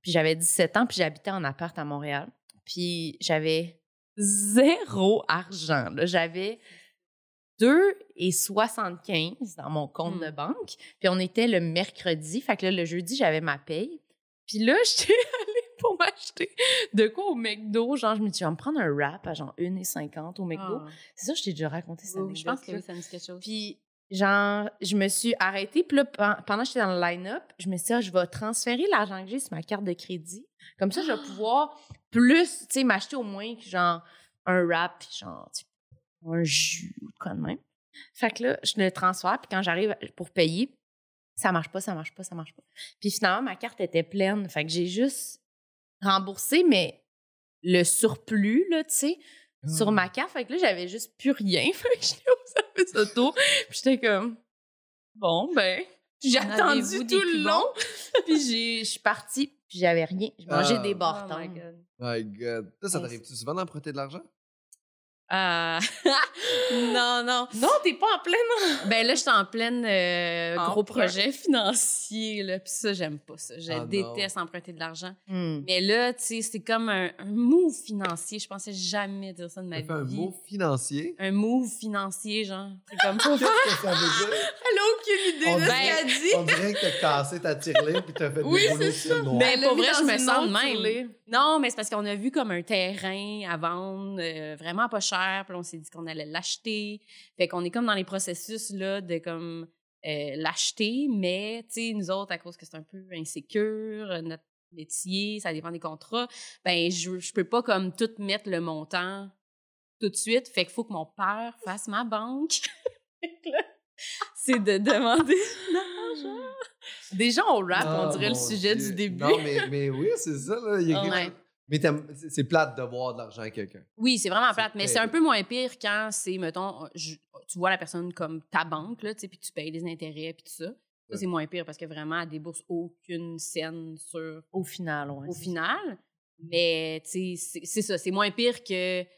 [SPEAKER 2] Puis j'avais 17 ans, puis j'habitais en appart à Montréal. Puis j'avais zéro argent. là. J'avais 2,75 dans mon compte
[SPEAKER 3] Hmm.
[SPEAKER 2] de banque. Puis on était le mercredi. Fait que là, le jeudi, j'avais ma paye. Puis là, <laughs> j'étais allée pour m'acheter de quoi au McDo. Genre, je me suis dit, je vais me prendre un wrap à genre 1,50 au McDo. C'est sûr, je t'ai déjà raconté ça.
[SPEAKER 3] Je pense que Ah. oui, ça me dit quelque chose. Oh
[SPEAKER 2] Puis, genre, je me suis arrêtée. Puis là, pen- pendant que j'étais dans le line-up, je me suis dit, Ah, je vais transférer l'argent que j'ai sur ma carte de crédit. Comme ça, je vais pouvoir plus, tu sais, m'acheter au moins genre un wrap, puis genre tu sais, un jus ou de quoi de même. Fait que là, je le transfère, puis quand j'arrive pour payer, ça marche pas, ça marche pas, ça marche pas. Puis finalement, ma carte était pleine. Fait que j'ai juste remboursé, mais le surplus, là, tu sais,
[SPEAKER 1] Ah.
[SPEAKER 2] sur ma carte. Fait que là, j'avais juste plus rien. <laughs> Fait que j'étais au service auto. Puis j'étais comme, bon, ben, <laughs> j'ai
[SPEAKER 3] En
[SPEAKER 2] attendu
[SPEAKER 3] avez-vous des
[SPEAKER 2] tout
[SPEAKER 3] plus
[SPEAKER 2] le
[SPEAKER 3] bons?
[SPEAKER 2] long. <laughs> puis j'ai- je suis partie, puis j'avais rien. Je mangeais
[SPEAKER 1] Ah.
[SPEAKER 2] des
[SPEAKER 3] Oh
[SPEAKER 2] bartons.
[SPEAKER 3] my God.
[SPEAKER 1] My God. Ça, ça
[SPEAKER 2] Ouais,
[SPEAKER 1] t'arrive-tu souvent d'emprunter de l'argent?
[SPEAKER 3] Ah. non, non.
[SPEAKER 2] <laughs> non, t'es pas en plein
[SPEAKER 3] Ben là, je suis en pleine euh,
[SPEAKER 2] En
[SPEAKER 3] gros
[SPEAKER 2] plein.
[SPEAKER 3] projet financier, là. Puis ça, j'aime pas ça. Je
[SPEAKER 1] Ah, non.
[SPEAKER 3] déteste emprunter de l'argent.
[SPEAKER 2] Hmm.
[SPEAKER 3] Mais là, tu sais, c'est comme un, un move financier. Je pensais jamais dire ça de ma
[SPEAKER 1] T'as
[SPEAKER 3] vie.
[SPEAKER 1] fait un mot financier.
[SPEAKER 3] Un move financier, genre. C'est comme ça.
[SPEAKER 1] Qu'est-ce que ça veut
[SPEAKER 2] <laughs>
[SPEAKER 1] dire?
[SPEAKER 2] Elle a aucune
[SPEAKER 3] Oh,
[SPEAKER 2] idée
[SPEAKER 1] On
[SPEAKER 2] de
[SPEAKER 3] ben,
[SPEAKER 1] dirait-
[SPEAKER 2] ce qu'elle dit.
[SPEAKER 1] On dirait que t'as cassé ta tirelire puis t'as fait
[SPEAKER 2] Oui,
[SPEAKER 1] des rouleaux
[SPEAKER 2] c'est
[SPEAKER 1] de fil noir.
[SPEAKER 3] Ben,
[SPEAKER 2] Elle
[SPEAKER 3] pour
[SPEAKER 2] l'a mis
[SPEAKER 3] vrai, je
[SPEAKER 2] dans
[SPEAKER 3] me
[SPEAKER 2] une
[SPEAKER 3] sens de
[SPEAKER 2] autre
[SPEAKER 3] même.
[SPEAKER 2] tournée.
[SPEAKER 3] Non, mais c'est parce qu'on a vu comme un terrain à vendre, euh, vraiment pas cher, puis on s'est dit qu'on allait l'acheter. Fait qu'on est comme dans les processus là de comme euh, l'acheter, mais tu sais nous autres à cause que c'est un peu insécure, euh, notre métier, ça dépend des contrats, ben je je peux pas comme tout mettre le montant tout de suite, fait qu'il faut que mon père fasse ma banque. <laughs> Fait que là, c'est de demander
[SPEAKER 2] Déjà, on rap,
[SPEAKER 1] Ah,
[SPEAKER 2] on dirait le
[SPEAKER 1] mon
[SPEAKER 2] sujet
[SPEAKER 1] Dieu.
[SPEAKER 2] du début.
[SPEAKER 1] Non, mais, mais oui, c'est ça. Là. Il y a
[SPEAKER 3] Ouais.
[SPEAKER 1] quelque chose- Mais t'aimes- c'est- c'est plate de voir de l'argent à quelqu'un.
[SPEAKER 3] Oui, c'est vraiment
[SPEAKER 1] C'est
[SPEAKER 3] plate, mais c'est un
[SPEAKER 1] terrible.
[SPEAKER 3] peu moins pire quand c'est, mettons, je- tu vois la personne comme ta banque, là, tu sais, puis tu payes les intérêts, puis tout ça. Ça, c'est moins pire parce que vraiment, elle débourse aucune scène sur,
[SPEAKER 2] Au final, ouais.
[SPEAKER 3] au final. Mais, tu sais, c'est- c'est ça, c'est moins pire que, tu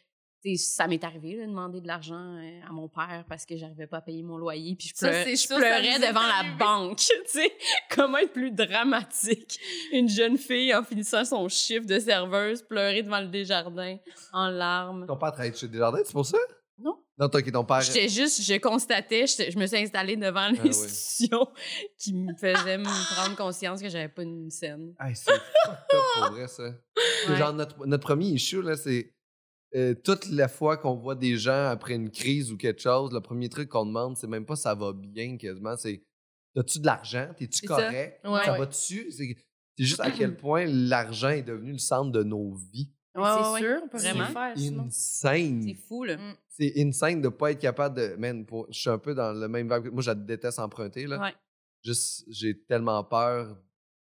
[SPEAKER 3] sais, ça m'est arrivé, là, de demander de l'argent euh, à mon père parce que j'arrivais pas à payer mon loyer, puis je,
[SPEAKER 2] Ça,
[SPEAKER 3] pleu-
[SPEAKER 2] c'est
[SPEAKER 3] je
[SPEAKER 2] sûr, ça
[SPEAKER 3] pleurais
[SPEAKER 2] nous est
[SPEAKER 3] devant la
[SPEAKER 2] arrivé.
[SPEAKER 3] banque, <laughs> tu sais. Comment être plus dramatique? Une jeune fille, en finissant son chiffre de serveuse, pleurer devant le Desjardins en larmes.
[SPEAKER 1] Ton père travaille chez Desjardins, c'est pour ça?
[SPEAKER 3] Non.
[SPEAKER 1] Non, toi qui ton père.
[SPEAKER 3] J'étais juste, je constatais, j'étais- je me suis installée devant
[SPEAKER 1] ouais.
[SPEAKER 3] l'institution <laughs> qui me faisait me prendre conscience que j'avais pas une scène.
[SPEAKER 1] Hey, c'est fucked up pour vrai, ça. C'est
[SPEAKER 3] Ouais.
[SPEAKER 1] genre notre, notre premier issue, là, c'est euh, toute la fois qu'on voit des gens après une crise ou quelque chose, le premier truc qu'on demande, c'est même pas ça va bien quasiment, c'est as-tu de l'argent? T'es-tu
[SPEAKER 3] C'est ça.
[SPEAKER 1] correct?
[SPEAKER 3] Ouais,
[SPEAKER 1] ça
[SPEAKER 3] ouais.
[SPEAKER 1] va-tu? C'est c'est juste à
[SPEAKER 3] <clears throat>
[SPEAKER 1] quel point l'argent est devenu le centre de nos vies.
[SPEAKER 2] c'est sûr, on peut
[SPEAKER 3] Vraiment.
[SPEAKER 2] rien faire, sinon.
[SPEAKER 1] Insane.
[SPEAKER 3] C'est fou, là.
[SPEAKER 2] Mm.
[SPEAKER 1] C'est insane de pas être capable de. Man, pour- je suis un peu dans le même vibe que. Moi, je déteste emprunter, là.
[SPEAKER 3] Ouais.
[SPEAKER 1] Juste, j'ai tellement peur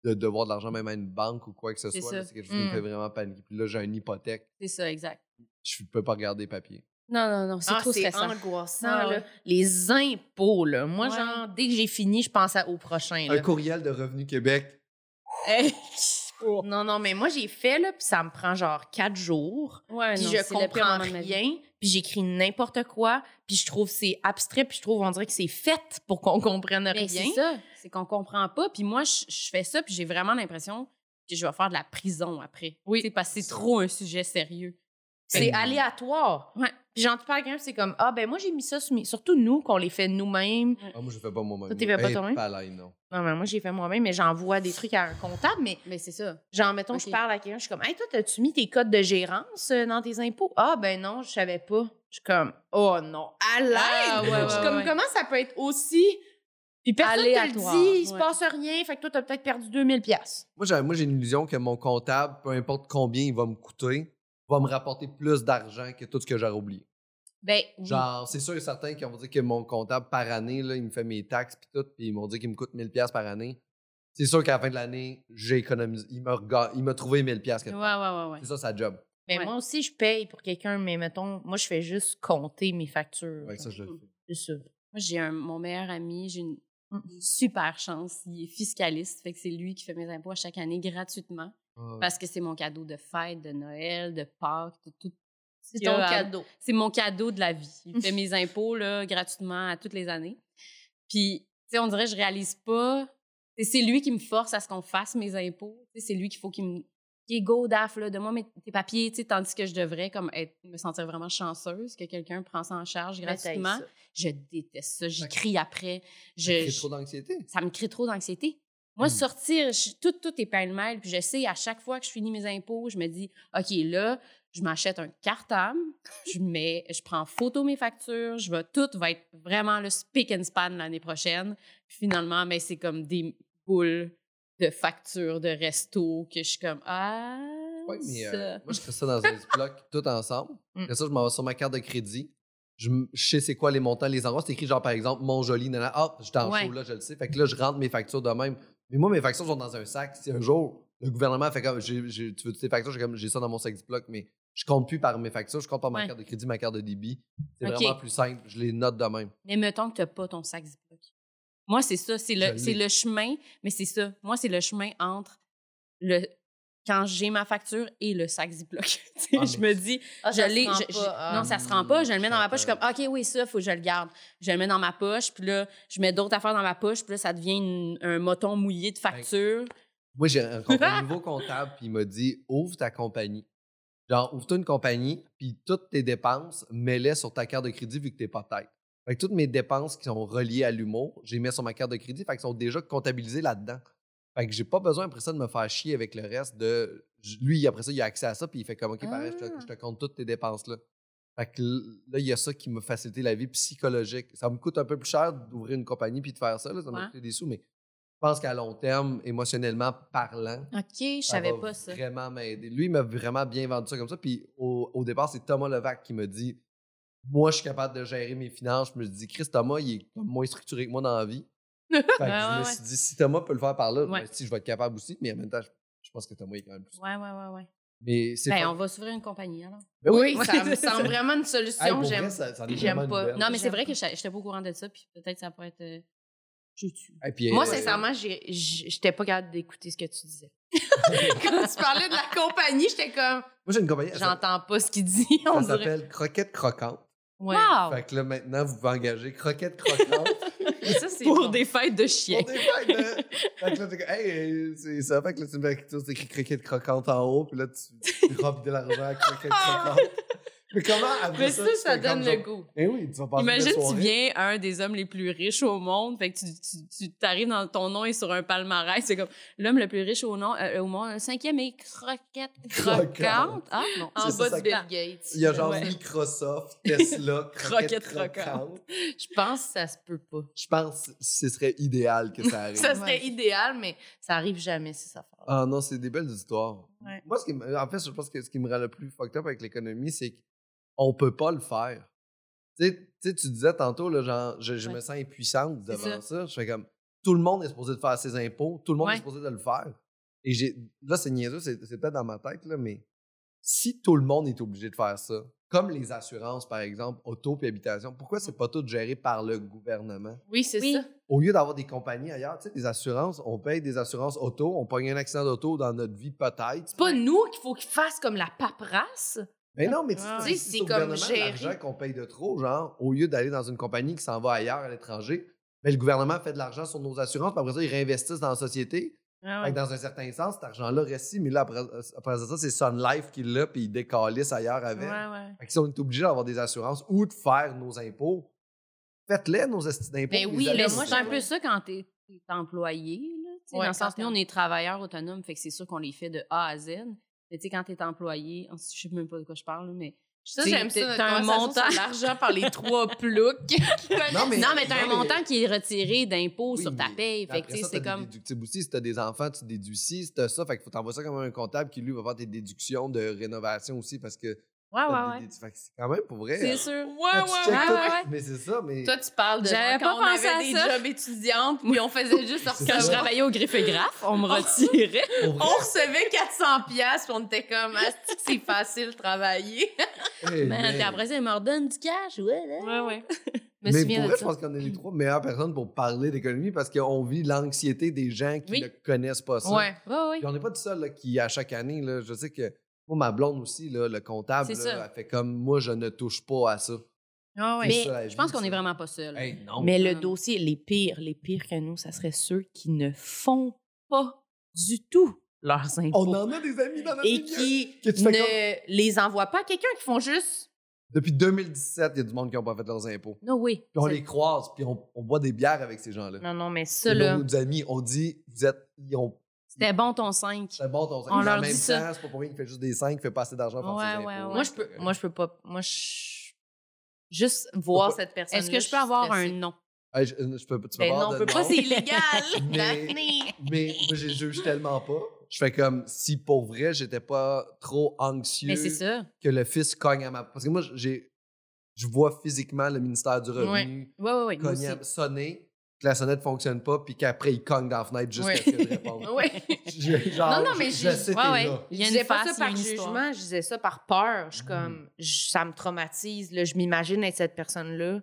[SPEAKER 1] de devoir de l'argent, même à une banque ou quoi que ce
[SPEAKER 3] Mmh. C'est
[SPEAKER 1] soit.
[SPEAKER 3] ça. Mmh.
[SPEAKER 1] là. C'est quelque chose qui me
[SPEAKER 2] Mm.
[SPEAKER 1] fait vraiment paniquer. Puis là, j'ai une hypothèque.
[SPEAKER 3] C'est ça, exact.
[SPEAKER 1] Je peux pas regarder les papiers.
[SPEAKER 3] Non, non, non, c'est
[SPEAKER 2] Ah,
[SPEAKER 3] trop
[SPEAKER 2] c'est
[SPEAKER 3] stressant.
[SPEAKER 2] angoissant,
[SPEAKER 3] Ah,
[SPEAKER 2] là.
[SPEAKER 3] ouais.
[SPEAKER 2] Les impôts, là. Moi,
[SPEAKER 3] Ouais.
[SPEAKER 2] genre, dès que j'ai fini, je pense à- au prochain,
[SPEAKER 1] Un
[SPEAKER 2] là.
[SPEAKER 1] courriel de Revenu Québec.
[SPEAKER 3] <laughs> Hey.
[SPEAKER 2] Non, non, mais moi, j'ai fait, là, puis ça me prend genre quatre jours.
[SPEAKER 3] Ouais,
[SPEAKER 2] Puis
[SPEAKER 3] Ah non,
[SPEAKER 2] je
[SPEAKER 3] c'est le pire
[SPEAKER 2] comprends
[SPEAKER 3] moment de ma vie.
[SPEAKER 2] rien, puis j'écris n'importe quoi, puis je trouve c'est abstrait, puis je trouve, on dirait que c'est fait pour qu'on <laughs> comprenne
[SPEAKER 3] Mais
[SPEAKER 2] rien.
[SPEAKER 3] Ben, C'est ça, c'est qu'on comprend pas. Puis moi, je, je fais ça, puis j'ai vraiment l'impression que je vais faire de la prison après.
[SPEAKER 2] Oui.
[SPEAKER 3] C'est parce que c'est trop un sujet sérieux.
[SPEAKER 2] C'est aléatoire.
[SPEAKER 3] Ouais.
[SPEAKER 2] Puis j'en parle à quelqu'un, c'est comme, ah, ben moi, j'ai mis ça sur mes- Surtout nous, qu'on les fait nous-mêmes.
[SPEAKER 1] Ah, moi, je fais pas moi-même.
[SPEAKER 2] Toi, t'y fais pas
[SPEAKER 1] Hey,
[SPEAKER 2] toi-même?
[SPEAKER 1] palais, non.
[SPEAKER 2] Non, mais moi, j'ai fait moi-même, mais j'envoie des trucs à un comptable, mais
[SPEAKER 3] Mais c'est ça.
[SPEAKER 2] Genre, mettons,
[SPEAKER 3] Ok.
[SPEAKER 2] je parle à quelqu'un, je suis comme, hey, toi, t'as-tu mis tes codes de gérance euh, dans tes impôts? Ah, ben non, je savais pas. Je suis comme, oh non, à l'aide!
[SPEAKER 3] Ah, ouais, ouais,
[SPEAKER 2] je suis comme,
[SPEAKER 3] ouais.
[SPEAKER 2] comment ça peut être aussi. Puis personne te le
[SPEAKER 3] Aléatoire,
[SPEAKER 2] dit, il se
[SPEAKER 3] ouais.
[SPEAKER 2] passe rien, fait que toi, t'as peut-être perdu 2000$. piastres.
[SPEAKER 1] Moi, j'ai, moi, j'ai une illusion que mon comptable, peu importe combien il va me coûter, va me rapporter plus d'argent que tout ce que j'aurais oublié.
[SPEAKER 3] Ben, oui.
[SPEAKER 1] Genre, c'est sûr et certain qu'on va dire que mon comptable par année, là, il me fait mes taxes puis tout, puis ils m'ont dit qu'il me coûte 1000 pièces par année. C'est sûr qu'à la fin de l'année, j'ai économisé. Il m'a, rega- il m'a trouvé 1000 pièces.
[SPEAKER 3] Ouais, ouais, ouais, ouais.
[SPEAKER 1] C'est ça sa job.
[SPEAKER 2] Mais
[SPEAKER 3] Ouais.
[SPEAKER 2] Ben, moi aussi, je paye pour quelqu'un, mais mettons, moi, je fais juste compter mes factures.
[SPEAKER 1] Avec ça, je le fais.
[SPEAKER 2] C'est ça.
[SPEAKER 3] Moi, j'ai un, mon meilleur ami, j'ai une,
[SPEAKER 2] Mm.
[SPEAKER 3] une super chance. Il est fiscaliste, fait que c'est lui qui fait mes impôts à chaque année gratuitement
[SPEAKER 1] Ah.
[SPEAKER 3] parce que c'est mon cadeau de fête, de Noël, de Pâques, de tout.
[SPEAKER 2] C'est
[SPEAKER 3] Il y a
[SPEAKER 2] ton
[SPEAKER 3] un-
[SPEAKER 2] cadeau.
[SPEAKER 3] C'est mon cadeau de la vie.
[SPEAKER 2] <laughs>
[SPEAKER 3] Il fait mes impôts là, gratuitement à toutes les années. Puis, tu sais, on dirait que je réalise pas. C'est- C'est lui qui me force à ce qu'on fasse mes impôts. Tu sais, C'est lui qu'il faut qu'il me. Qui est go daf, là, donne-moi mes- tes papiers, tu sais, tandis que je devrais comme être, me sentir vraiment chanceuse que quelqu'un prend ça en charge
[SPEAKER 2] Mais t'haïs
[SPEAKER 3] gratuitement.
[SPEAKER 2] ça.
[SPEAKER 3] Je déteste ça. J'y
[SPEAKER 1] Ok.
[SPEAKER 3] crie après.
[SPEAKER 1] Ça
[SPEAKER 3] Je,
[SPEAKER 1] crée trop d'anxiété.
[SPEAKER 3] ça me crée trop d'anxiété. Moi,
[SPEAKER 1] Mm.
[SPEAKER 3] sortir, je, suis- tout, tout est pêle-mêle. Puis je sais, à chaque fois que je finis mes impôts, je me dis, OK, là, je m'achète un cartable, je, mets, je prends en photo mes factures, je vais, tout va être vraiment le speak and span l'année prochaine. Puis finalement, ben, mais c'est comme des boules de factures de resto que je suis comme, ah.
[SPEAKER 1] pas, mais euh,
[SPEAKER 3] Ça.
[SPEAKER 1] moi, je fais ça dans un bloc tout ensemble.
[SPEAKER 2] Mm.
[SPEAKER 1] Après ça, je m'en vais sur ma carte de crédit. Je, m- je sais c'est quoi les montants, les endroits. C'est écrit genre, par exemple, Montjoli, nanana. Ah, j'étais en
[SPEAKER 3] Ouais.
[SPEAKER 1] chaud, là, je le sais. Fait que là, je rentre mes factures de même. Mais moi, mes factures sont dans un sac. Si un jour, le gouvernement fait comme, j'ai- j'ai- tu veux tes factures? J'ai comme, j'ai ça dans mon sac du bloc, mais je compte plus par mes factures. Je compte par ma
[SPEAKER 3] Ouais.
[SPEAKER 1] carte de crédit, ma carte de débit. C'est
[SPEAKER 3] Ok.
[SPEAKER 1] vraiment plus simple. Je les note de même.
[SPEAKER 3] Mais mettons que tu n'as pas ton sac Ziploc. Moi, c'est ça. C'est
[SPEAKER 1] Je
[SPEAKER 3] le,
[SPEAKER 1] l'ai.
[SPEAKER 3] c'est le chemin, mais c'est ça. Moi, c'est le chemin entre le quand j'ai ma facture et le sac Ziploc. <laughs> Tu sais,
[SPEAKER 1] Ah,
[SPEAKER 3] je
[SPEAKER 1] mais-
[SPEAKER 3] me dis,
[SPEAKER 2] Ah,
[SPEAKER 3] je
[SPEAKER 2] ça
[SPEAKER 3] l'ai.
[SPEAKER 2] se rend
[SPEAKER 3] je- je-
[SPEAKER 2] pas, ah.
[SPEAKER 3] non, ça se rend pas. Je le mets dans ma poche. Je suis
[SPEAKER 1] J'entends.
[SPEAKER 3] comme, OK, oui, ça, faut que je le garde. Je le mets dans ma poche, puis là, je mets d'autres affaires dans ma poche, puis là, ça devient une- un moton mouillé de facture.
[SPEAKER 1] Moi, j'ai rencontré un nouveau comptable, puis il m'a dit ouvre ta compagnie. Genre, ouvre-toi une compagnie, puis toutes tes dépenses, mets-les sur ta carte de crédit vu que t'es pas tête. Fait que toutes mes dépenses qui sont reliées à l'humour, j'ai mis sur ma carte de crédit, fait qu'elles sont déjà comptabilisées là-dedans. Fait que j'ai pas besoin après ça de me faire chier avec le reste de. j- Lui, après ça, il a accès à ça, puis il fait comme OK, pareil, je,
[SPEAKER 2] Ah.
[SPEAKER 1] te, je te compte toutes tes dépenses-là. Fait que l- là, il y a ça qui me facilité la vie psychologique. Ça me coûte un peu plus cher d'ouvrir une compagnie puis de faire ça, là, ça m'a
[SPEAKER 3] Ouais.
[SPEAKER 1] coûté des sous, mais je pense qu'à long terme, émotionnellement parlant,
[SPEAKER 3] OK, je
[SPEAKER 1] ça
[SPEAKER 3] savais
[SPEAKER 1] va
[SPEAKER 3] pas ça.
[SPEAKER 1] vraiment m'aider. Lui, il m'a vraiment bien vendu ça comme ça. Puis au, au départ, c'est Thomas Levac qui me dit Moi, je suis capable de gérer mes finances. Je me dis Chris, Thomas, il est comme moins structuré que moi dans la vie. Fait que
[SPEAKER 3] <laughs> Ouais,
[SPEAKER 1] je me
[SPEAKER 3] ouais,
[SPEAKER 1] suis dit Si Thomas peut le faire par là,
[SPEAKER 3] Ouais.
[SPEAKER 1] ben, si je vais être capable aussi. Mais en même temps, je, je pense que Thomas est quand même plus.
[SPEAKER 3] Ouais, ouais, ouais, ouais.
[SPEAKER 1] Mais c'est.
[SPEAKER 3] Ben,
[SPEAKER 1] fun.
[SPEAKER 3] on va s'ouvrir une compagnie, alors.
[SPEAKER 1] Ben
[SPEAKER 2] Oui, <laughs> ça
[SPEAKER 1] <laughs> Hey,
[SPEAKER 2] me semble vraiment une
[SPEAKER 1] pour
[SPEAKER 2] solution.
[SPEAKER 1] vrai,
[SPEAKER 2] J'aime.
[SPEAKER 1] ça- ça en est
[SPEAKER 2] j'aime
[SPEAKER 1] vraiment
[SPEAKER 2] pas.
[SPEAKER 1] une belle.
[SPEAKER 3] Non, mais c'est
[SPEAKER 2] J'aime
[SPEAKER 3] vrai
[SPEAKER 2] pas.
[SPEAKER 3] que je n'étais pas au courant de ça, puis peut-être ça pourrait être. euh, joutu.
[SPEAKER 1] Hey, puis,
[SPEAKER 2] Moi,
[SPEAKER 1] euh,
[SPEAKER 2] sincèrement, j'ai- j- j'étais pas capable d'écouter ce que
[SPEAKER 1] <laughs>
[SPEAKER 2] tu disais. <laughs> Quand tu parlais de la compagnie, j'étais comme,
[SPEAKER 1] moi, j'ai une compagnie. elle s'appelle-
[SPEAKER 2] j'entends pas ce qu'il dit. <laughs> On
[SPEAKER 1] Ça
[SPEAKER 2] dirait. Ah,
[SPEAKER 1] s'appelle Croquette Croquante.
[SPEAKER 2] Ouais.
[SPEAKER 3] Wow!
[SPEAKER 1] Fait que là, maintenant, vous pouvez engager Croquette
[SPEAKER 3] <laughs>
[SPEAKER 1] Croquante.
[SPEAKER 2] Ça, c'est
[SPEAKER 3] Pour
[SPEAKER 2] bon.
[SPEAKER 3] des fêtes de chiens.
[SPEAKER 1] Pour des fêtes, hein? Fait que là, t'es comme, hey, euh, c'est ça. Fait que là, tu mets tu écrit croquette croquante en haut, puis là, tu, tu remplis de l'argent à croquette croquante. Mais comment après
[SPEAKER 2] Mais
[SPEAKER 1] ça?
[SPEAKER 2] ça,
[SPEAKER 1] tu
[SPEAKER 2] ça
[SPEAKER 1] fais comme
[SPEAKER 2] donne le
[SPEAKER 1] genre,
[SPEAKER 2] goût.
[SPEAKER 1] Eh oui, tu vas passer une
[SPEAKER 3] Imagine,
[SPEAKER 1] belle
[SPEAKER 3] tu
[SPEAKER 1] soirée.
[SPEAKER 3] viens un des hommes les plus riches au monde, fait que tu, tu, tu- t'arrives dans ton nom et sur un palmarès, c'est comme l'homme le plus riche au, nom, euh, au monde, le cinquième est croquette
[SPEAKER 1] <laughs> Croquante.
[SPEAKER 3] croquante. Ah non,
[SPEAKER 1] C'est
[SPEAKER 2] En
[SPEAKER 1] ça,
[SPEAKER 2] bas
[SPEAKER 1] ça
[SPEAKER 2] de Bill Gates.
[SPEAKER 1] Il y a genre
[SPEAKER 3] Ouais.
[SPEAKER 1] Microsoft, Tesla, croquette
[SPEAKER 3] Croquette
[SPEAKER 1] croquante.
[SPEAKER 3] croquante.
[SPEAKER 2] Je pense que ça se peut pas.
[SPEAKER 1] Je pense que ce serait idéal que ça arrive.
[SPEAKER 2] Ça serait
[SPEAKER 3] Ouais.
[SPEAKER 2] idéal, mais ça arrive jamais, ces affaires.
[SPEAKER 1] Ah non, c'est des belles histoires.
[SPEAKER 3] Euh, Ouais.
[SPEAKER 1] Moi, ce qui me- en fait, je pense que ce qui me rend le plus fucked up avec l'économie, c'est qu'on peut pas le faire. Tu sais- tu sais, tu disais tantôt, là, genre, je, je me
[SPEAKER 3] Ouais.
[SPEAKER 1] sens impuissante
[SPEAKER 3] C'est
[SPEAKER 1] devant ça.
[SPEAKER 3] ça.
[SPEAKER 1] Je fais comme, tout le monde est supposé de faire ses impôts, tout le monde est
[SPEAKER 3] Ouais.
[SPEAKER 1] supposé de le faire. Et j'ai, là, c'est niaiseux, c'est, c'est peut-être dans ma tête, là, mais si tout le monde est obligé de faire ça, comme les assurances, par exemple, auto et habitation, pourquoi c'est pas tout géré par le gouvernement?
[SPEAKER 2] Oui, c'est
[SPEAKER 3] Oui.
[SPEAKER 2] ça.
[SPEAKER 1] au lieu d'avoir des compagnies ailleurs, tu sais, des assurances, on paye des assurances auto, on pogne un accident d'auto dans notre vie peut-être.
[SPEAKER 2] C'est pas nous qu'il faut qu'ils fassent comme la paperasse.
[SPEAKER 1] Mais non, mais tu
[SPEAKER 3] Ah.
[SPEAKER 1] sais,
[SPEAKER 2] Tu sais,
[SPEAKER 1] c'est
[SPEAKER 2] c'est
[SPEAKER 1] au
[SPEAKER 2] comme
[SPEAKER 1] gouvernement
[SPEAKER 2] gérer.
[SPEAKER 1] l'argent qu'on paye de trop, genre, au lieu d'aller dans une compagnie qui s'en va ailleurs à l'étranger, mais le gouvernement fait de l'argent sur nos assurances, puis après ça, ils réinvestissent dans la société.
[SPEAKER 3] Ah ouais.
[SPEAKER 1] Fait que dans un certain sens, cet argent-là reste ici, mais là, après, après ça, c'est Sun Life qui l'a, puis ils décalissent ailleurs avec.
[SPEAKER 3] Ouais, ouais.
[SPEAKER 1] Fait que si on est obligé d'avoir des assurances ou de faire nos impôts, faites-les, nos estis d'impôts.
[SPEAKER 2] Ben
[SPEAKER 1] les
[SPEAKER 2] oui,
[SPEAKER 1] allez
[SPEAKER 3] Mais
[SPEAKER 2] là,
[SPEAKER 1] aux
[SPEAKER 3] moi,
[SPEAKER 2] moi,
[SPEAKER 3] c'est un
[SPEAKER 2] j'aime-
[SPEAKER 3] peu ça quand t'es, t'es employé, là, tu sais,
[SPEAKER 2] Ouais,
[SPEAKER 3] dans le sens,
[SPEAKER 2] quand
[SPEAKER 3] nous, on est travailleurs autonomes, fait que c'est sûr qu'on les fait de A à Z, mais tu sais, quand t'es employé, je sais même pas de quoi je parle, là, mais...
[SPEAKER 2] Ça,
[SPEAKER 3] Tu sais,
[SPEAKER 2] j'aime ça.
[SPEAKER 3] t'es-
[SPEAKER 2] notre
[SPEAKER 3] t'as un
[SPEAKER 2] conversation
[SPEAKER 3] montant.
[SPEAKER 2] sur L'argent par les <laughs> trois ploucs.
[SPEAKER 1] Non, mais-
[SPEAKER 3] Non, mais t'as un
[SPEAKER 1] non, mais-
[SPEAKER 3] montant qui est retiré d'impôts
[SPEAKER 1] Oui,
[SPEAKER 3] sur ta
[SPEAKER 1] mais
[SPEAKER 3] paye, fait que
[SPEAKER 1] Après
[SPEAKER 3] tu sais,
[SPEAKER 1] ça, t'as
[SPEAKER 3] c'est
[SPEAKER 1] des
[SPEAKER 3] comme...
[SPEAKER 1] déductibles aussi. Si t'as des enfants, tu déduis ci, si t'as ça. Fait qu'il faut t'envoyer ça comme un comptable qui, lui, va faire tes déductions de rénovation aussi parce que.
[SPEAKER 3] Ouais,
[SPEAKER 1] t'as
[SPEAKER 3] Ah, ouais,
[SPEAKER 1] des
[SPEAKER 3] ouais.
[SPEAKER 1] dédu- Fait que c'est quand même pour vrai.
[SPEAKER 3] C'est
[SPEAKER 1] euh,
[SPEAKER 3] sûr. Ouais,
[SPEAKER 1] quand tu checkes tout-
[SPEAKER 3] ouais.
[SPEAKER 1] Mais c'est ça, mais.
[SPEAKER 2] Toi, tu parles de
[SPEAKER 3] J'avais
[SPEAKER 2] genre
[SPEAKER 3] pas
[SPEAKER 2] quand on avait
[SPEAKER 3] pensé à
[SPEAKER 2] des
[SPEAKER 3] ça.
[SPEAKER 2] jobs étudiantes, puis on faisait juste
[SPEAKER 1] ça.
[SPEAKER 3] Quand je
[SPEAKER 2] recevoir.
[SPEAKER 3] travaillais au griffe et graphe, <laughs> on me retirait.
[SPEAKER 1] pour vrai,
[SPEAKER 2] On
[SPEAKER 3] oh,
[SPEAKER 2] recevait 400 pièces, on était comme Asti que c'est facile de travailler.
[SPEAKER 1] hey,
[SPEAKER 3] <laughs> Man,
[SPEAKER 1] mais-
[SPEAKER 3] puis après ça, ils me redonnent du cash. Ouais, là.
[SPEAKER 2] Ouais <laughs> ouais.
[SPEAKER 1] mais pour vrai, je pense qu'on est les trois meilleures personnes pour parler d'économie parce qu'on vit l'anxiété des gens qui
[SPEAKER 3] Oui.
[SPEAKER 1] ne connaissent pas ça.
[SPEAKER 2] Ouais.
[SPEAKER 3] Ouais,
[SPEAKER 1] Puis
[SPEAKER 3] ouais.
[SPEAKER 1] on n'est pas tout seul là, qui, à chaque année, là, je sais que moi, ma blonde aussi, là, le comptable,
[SPEAKER 3] C'est
[SPEAKER 1] là,
[SPEAKER 3] ça.
[SPEAKER 1] elle fait comme moi, je ne touche pas à ça.
[SPEAKER 3] ouais.
[SPEAKER 1] C'est ça, la
[SPEAKER 3] Mais
[SPEAKER 1] vie,
[SPEAKER 3] je pense qu'on
[SPEAKER 1] ça.
[SPEAKER 3] est vraiment pas seuls.
[SPEAKER 1] Hey, non.
[SPEAKER 2] Mais le
[SPEAKER 3] Hum.
[SPEAKER 2] dossier, les pires, les pires que nous, ça serait ceux qui ne font pas du tout leurs
[SPEAKER 1] On
[SPEAKER 2] impôts
[SPEAKER 1] en a des amis dans notre
[SPEAKER 2] et
[SPEAKER 1] milieu.
[SPEAKER 2] qui
[SPEAKER 1] Que tu fais
[SPEAKER 2] ne les envoient pas à quelqu'un qui font juste
[SPEAKER 1] Depuis 2017, il y a du monde qui n'a pas fait leurs impôts.
[SPEAKER 3] No way.
[SPEAKER 1] Puis on
[SPEAKER 3] C'est-
[SPEAKER 1] les croise, puis on, on boit des bières avec ces gens-là.
[SPEAKER 2] Non non, mais ça
[SPEAKER 1] C'est
[SPEAKER 2] là.
[SPEAKER 1] nos amis, on dit, vous êtes, ils ont,
[SPEAKER 3] C'était bon ton 5.
[SPEAKER 1] c'est bon ton
[SPEAKER 3] On leur
[SPEAKER 1] en même
[SPEAKER 3] dit ça.
[SPEAKER 1] temps, c'est pas pour rien qu'il fait juste des 5, il fait pas assez d'argent pour faire
[SPEAKER 3] Ouais,
[SPEAKER 1] ses
[SPEAKER 3] ouais,
[SPEAKER 1] impôts.
[SPEAKER 3] ouais.
[SPEAKER 2] Moi je peux moi je peux pas moi je juste voir
[SPEAKER 1] pas-
[SPEAKER 2] cette personne
[SPEAKER 3] Est-ce que je peux avoir un nom?
[SPEAKER 1] Hey, je, je peux, tu peux
[SPEAKER 2] Ben
[SPEAKER 1] avoir <laughs>
[SPEAKER 2] non, on
[SPEAKER 1] de
[SPEAKER 2] peut pas,
[SPEAKER 1] nom,
[SPEAKER 2] c'est illégal.
[SPEAKER 1] Mais-
[SPEAKER 2] Daphné.
[SPEAKER 1] Mais moi, je les juge tellement pas. Je fais comme si pour vrai, j'étais pas trop anxieux
[SPEAKER 3] Mais c'est ça.
[SPEAKER 1] que le fils cogne à ma. Parce que moi, j'ai, je vois physiquement le ministère du Revenu
[SPEAKER 3] Oui, oui, oui. moi
[SPEAKER 1] cogner à- sonner, que la sonnette fonctionne pas, puis qu'après, il cogne dans la fenêtre juste
[SPEAKER 2] <laughs> Ouais.
[SPEAKER 1] parce que je réponds. <laughs>
[SPEAKER 2] Oui.
[SPEAKER 1] Genre,
[SPEAKER 2] Non, non, mais
[SPEAKER 1] je,
[SPEAKER 2] j'ai-
[SPEAKER 1] je sais
[SPEAKER 3] aussi. Ouais,
[SPEAKER 1] t'es
[SPEAKER 3] ouais.
[SPEAKER 1] là.
[SPEAKER 3] Il y
[SPEAKER 2] Je
[SPEAKER 3] a
[SPEAKER 2] disais
[SPEAKER 3] une
[SPEAKER 2] pas
[SPEAKER 3] face,
[SPEAKER 2] ça
[SPEAKER 3] il y a
[SPEAKER 2] par
[SPEAKER 3] une histoire. Hmm.
[SPEAKER 2] jugement, je disais ça par peur. Je suis
[SPEAKER 1] Mm.
[SPEAKER 2] comme, je- ça me traumatise. Là, je m'imagine être cette personne-là.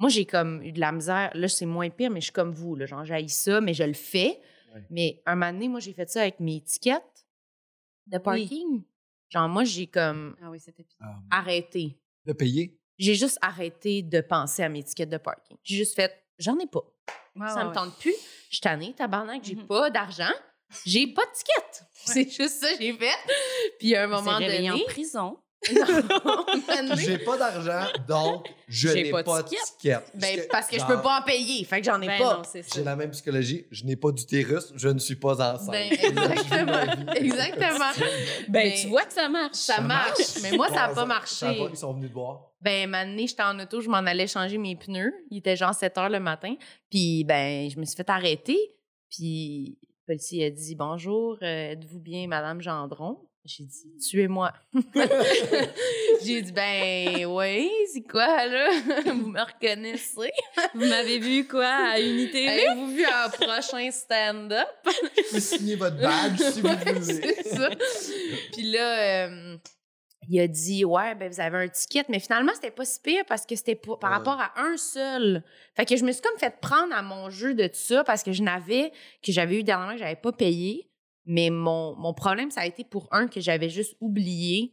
[SPEAKER 2] Moi, j'ai comme eu de la misère. Là, c'est moins pire, mais je suis comme vous. Là, genre, j'haïs ça, mais je le fais.
[SPEAKER 1] Ouais.
[SPEAKER 2] Mais un moment donné, moi, j'ai fait ça avec mes étiquettes de parking. Genre, moi, j'ai comme
[SPEAKER 3] Ah oui, c'était pire.
[SPEAKER 1] Ah,
[SPEAKER 2] arrêté.
[SPEAKER 1] Le payer.
[SPEAKER 2] J'ai juste arrêté de penser à mes étiquettes de parking. J'ai juste fait, j'en ai pas.
[SPEAKER 3] Ouais,
[SPEAKER 2] ça
[SPEAKER 3] ouais,
[SPEAKER 2] me
[SPEAKER 3] ouais.
[SPEAKER 2] tente plus. Je suis tannée, tabarnak, j'ai
[SPEAKER 3] Mhm.
[SPEAKER 2] pas d'argent, j'ai pas de ticket. C'est juste ça que j'ai fait. Puis à un
[SPEAKER 3] Il s'est
[SPEAKER 2] moment
[SPEAKER 3] réveillé
[SPEAKER 2] donné,
[SPEAKER 3] en prison.
[SPEAKER 2] <laughs> Non, à un moment donné,
[SPEAKER 1] J'ai pas d'argent, donc je
[SPEAKER 3] J'ai
[SPEAKER 1] n'ai
[SPEAKER 3] pas
[SPEAKER 1] pas, de
[SPEAKER 3] de ticket.
[SPEAKER 1] ticket.
[SPEAKER 2] ben,
[SPEAKER 1] J'étais-
[SPEAKER 2] parce que je
[SPEAKER 1] genre,
[SPEAKER 2] peux pas en payer, fait que j'en ai
[SPEAKER 3] Ben
[SPEAKER 2] pas.
[SPEAKER 3] non, c'est ça.
[SPEAKER 1] J'ai la même psychologie, je n'ai pas d'utérus, je ne suis pas enceinte.
[SPEAKER 2] Ben,
[SPEAKER 1] Je vis ma vie. <laughs>
[SPEAKER 2] exactement, exactement.
[SPEAKER 3] Ben,
[SPEAKER 2] Mais
[SPEAKER 3] tu vois que ça marche.
[SPEAKER 2] Ça marche, mais moi, ça a pas
[SPEAKER 1] Ça a
[SPEAKER 2] marché.
[SPEAKER 1] pas- Ils sont venus te voir.
[SPEAKER 2] Ben, mané, j'étais en auto, je m'en allais changer mes pneus. Il était genre 7 heures le matin. Puis, ben, je me suis fait arrêter. Puis, le policier a dit Bonjour, euh, êtes-vous bien, Madame Gendron J'ai dit Tuez-moi. <laughs> J'ai dit Ben, oui, c'est quoi, là <laughs> Vous me reconnaissez
[SPEAKER 3] <laughs> Vous m'avez vu, quoi, à Unité?
[SPEAKER 2] Avez-vous vu un prochain stand-up
[SPEAKER 1] Je peux signer votre badge si
[SPEAKER 2] <laughs>
[SPEAKER 1] vous
[SPEAKER 2] Ouais,
[SPEAKER 1] voulez.
[SPEAKER 2] c'est ça. Puis là, euh, il a dit Ouais, ben vous avez un ticket. Mais finalement, c'était pas si pire parce que c'était pour- par
[SPEAKER 1] Ouais.
[SPEAKER 2] rapport à un seul. Fait que je me suis comme fait prendre à mon jeu de tout ça parce que je n'avais, que j'avais eu dernièrement, que j'avais pas payé. Mais mon, mon problème, ça a été pour un que j'avais juste oublié,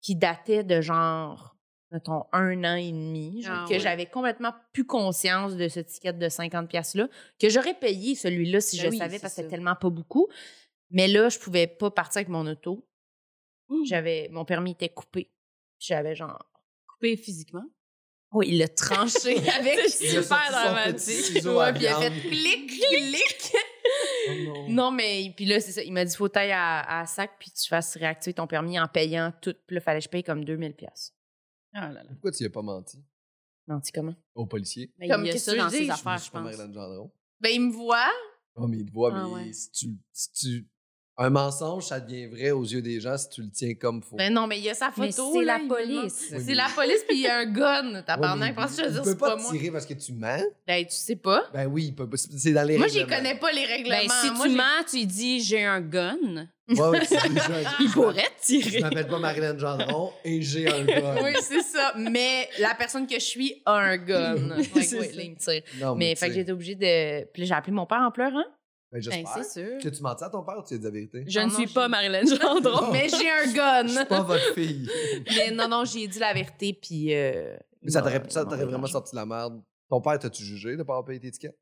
[SPEAKER 2] qui datait de genre, mettons, un an et demi, genre,
[SPEAKER 3] Ah
[SPEAKER 2] que
[SPEAKER 3] ouais.
[SPEAKER 2] j'avais complètement plus conscience de ce ticket de 50 pièces là que j'aurais payé celui-là si
[SPEAKER 3] Ben
[SPEAKER 2] je
[SPEAKER 3] oui,
[SPEAKER 2] le savais
[SPEAKER 3] c'est
[SPEAKER 2] parce que c'était
[SPEAKER 3] ça.
[SPEAKER 2] tellement pas beaucoup. Mais là, je pouvais pas partir avec mon auto.
[SPEAKER 3] Mmh.
[SPEAKER 2] J'avais mon permis était coupé. J'avais genre
[SPEAKER 3] coupé physiquement.
[SPEAKER 2] oui, Oh, <laughs> il l'a tranché avec
[SPEAKER 1] Il a sorti son
[SPEAKER 2] <laughs>
[SPEAKER 1] petit ciseau à
[SPEAKER 2] Ouais, puis il a fait
[SPEAKER 1] viande.
[SPEAKER 2] clic clic.
[SPEAKER 1] Oh non.
[SPEAKER 2] <laughs> non mais puis là c'est ça, il m'a dit faut tailler à, à sac puis tu fasses réactiver ton permis en payant tout. Puis là, fallait que je paye comme 2000 pièces.
[SPEAKER 3] Ah là là.
[SPEAKER 1] Pourquoi tu n'as pas menti
[SPEAKER 2] Non, tu comment
[SPEAKER 1] au policier?
[SPEAKER 3] Mais
[SPEAKER 2] Comme
[SPEAKER 3] Ben, il y a
[SPEAKER 2] qu'est-ce
[SPEAKER 3] ça
[SPEAKER 2] que
[SPEAKER 3] dans
[SPEAKER 2] je dis?
[SPEAKER 3] ses
[SPEAKER 2] Je
[SPEAKER 3] affaires,
[SPEAKER 1] suis
[SPEAKER 3] je
[SPEAKER 1] pas
[SPEAKER 3] pense.
[SPEAKER 1] Marilyn Gendron.
[SPEAKER 2] Ben il me voit.
[SPEAKER 1] Oh, mais il te voit, mais
[SPEAKER 3] Ah ouais.
[SPEAKER 1] si, tu, si tu- Un mensonge, ça devient vrai aux yeux des gens si tu le tiens comme faux.
[SPEAKER 2] Ben non, mais il y a sa
[SPEAKER 3] Mais
[SPEAKER 2] photo
[SPEAKER 3] c'est
[SPEAKER 2] là,
[SPEAKER 3] la
[SPEAKER 2] il me demande.
[SPEAKER 3] police.
[SPEAKER 1] Oui,
[SPEAKER 2] C'est
[SPEAKER 1] mais-
[SPEAKER 2] la police puis il y a un gun. T'as
[SPEAKER 1] Ouais,
[SPEAKER 2] pas
[SPEAKER 1] mais
[SPEAKER 2] parce que je veux
[SPEAKER 1] il
[SPEAKER 2] dire
[SPEAKER 1] peut
[SPEAKER 2] c'est
[SPEAKER 1] pas
[SPEAKER 2] pas
[SPEAKER 1] te
[SPEAKER 2] moi.
[SPEAKER 1] tirer parce que tu mens.
[SPEAKER 2] Ben tu sais pas.
[SPEAKER 1] Ben oui, il peut pas- c'est dans les
[SPEAKER 2] Moi, j'y
[SPEAKER 1] règlements.
[SPEAKER 2] connais pas les règlements.
[SPEAKER 3] Ben, si
[SPEAKER 2] Moi,
[SPEAKER 3] tu
[SPEAKER 2] j'ai-
[SPEAKER 3] mens, tu lui dis j'ai un gun, Ben,
[SPEAKER 1] Ouais, ouais, c'est
[SPEAKER 2] Ah.
[SPEAKER 1] déjà-
[SPEAKER 3] il pourrait te
[SPEAKER 1] Je
[SPEAKER 3] tirer.
[SPEAKER 1] m'appelle pas Marilyn Gendron et j'ai un gars.
[SPEAKER 2] <laughs> Oui, c'est ça. Mais la personne que je suis a un
[SPEAKER 3] <laughs>
[SPEAKER 2] gun. Fait que
[SPEAKER 1] C'est
[SPEAKER 2] oui,
[SPEAKER 1] ça.
[SPEAKER 2] là, il me tire.
[SPEAKER 1] Non,
[SPEAKER 2] Mais
[SPEAKER 1] tu
[SPEAKER 2] fait que
[SPEAKER 1] sais,
[SPEAKER 2] j'étais obligée de. Puis là, j'ai appelé mon père en pleurant.
[SPEAKER 1] ben,
[SPEAKER 3] Ben,
[SPEAKER 1] j'espère
[SPEAKER 3] c'est sûr.
[SPEAKER 1] que tu mentis à ton père ou tu dis la vérité.
[SPEAKER 3] Je
[SPEAKER 2] Oh
[SPEAKER 3] ne
[SPEAKER 2] non,
[SPEAKER 3] suis
[SPEAKER 2] j'ai-
[SPEAKER 3] pas
[SPEAKER 1] <laughs>
[SPEAKER 3] Marilyn Gendron.
[SPEAKER 2] Mais j'ai un
[SPEAKER 1] Oh. Je suis
[SPEAKER 2] gun.
[SPEAKER 1] pas
[SPEAKER 2] <laughs>
[SPEAKER 1] votre fille.
[SPEAKER 2] Mais non, non, j'ai dit la vérité. Puis. euh,
[SPEAKER 1] Mais ça
[SPEAKER 2] non,
[SPEAKER 1] t'aurait ça
[SPEAKER 2] non,
[SPEAKER 1] t'aurait
[SPEAKER 2] non.
[SPEAKER 1] vraiment sorti de la merde. Ton père, t'as-tu jugé de pas avoir payé tes tickets?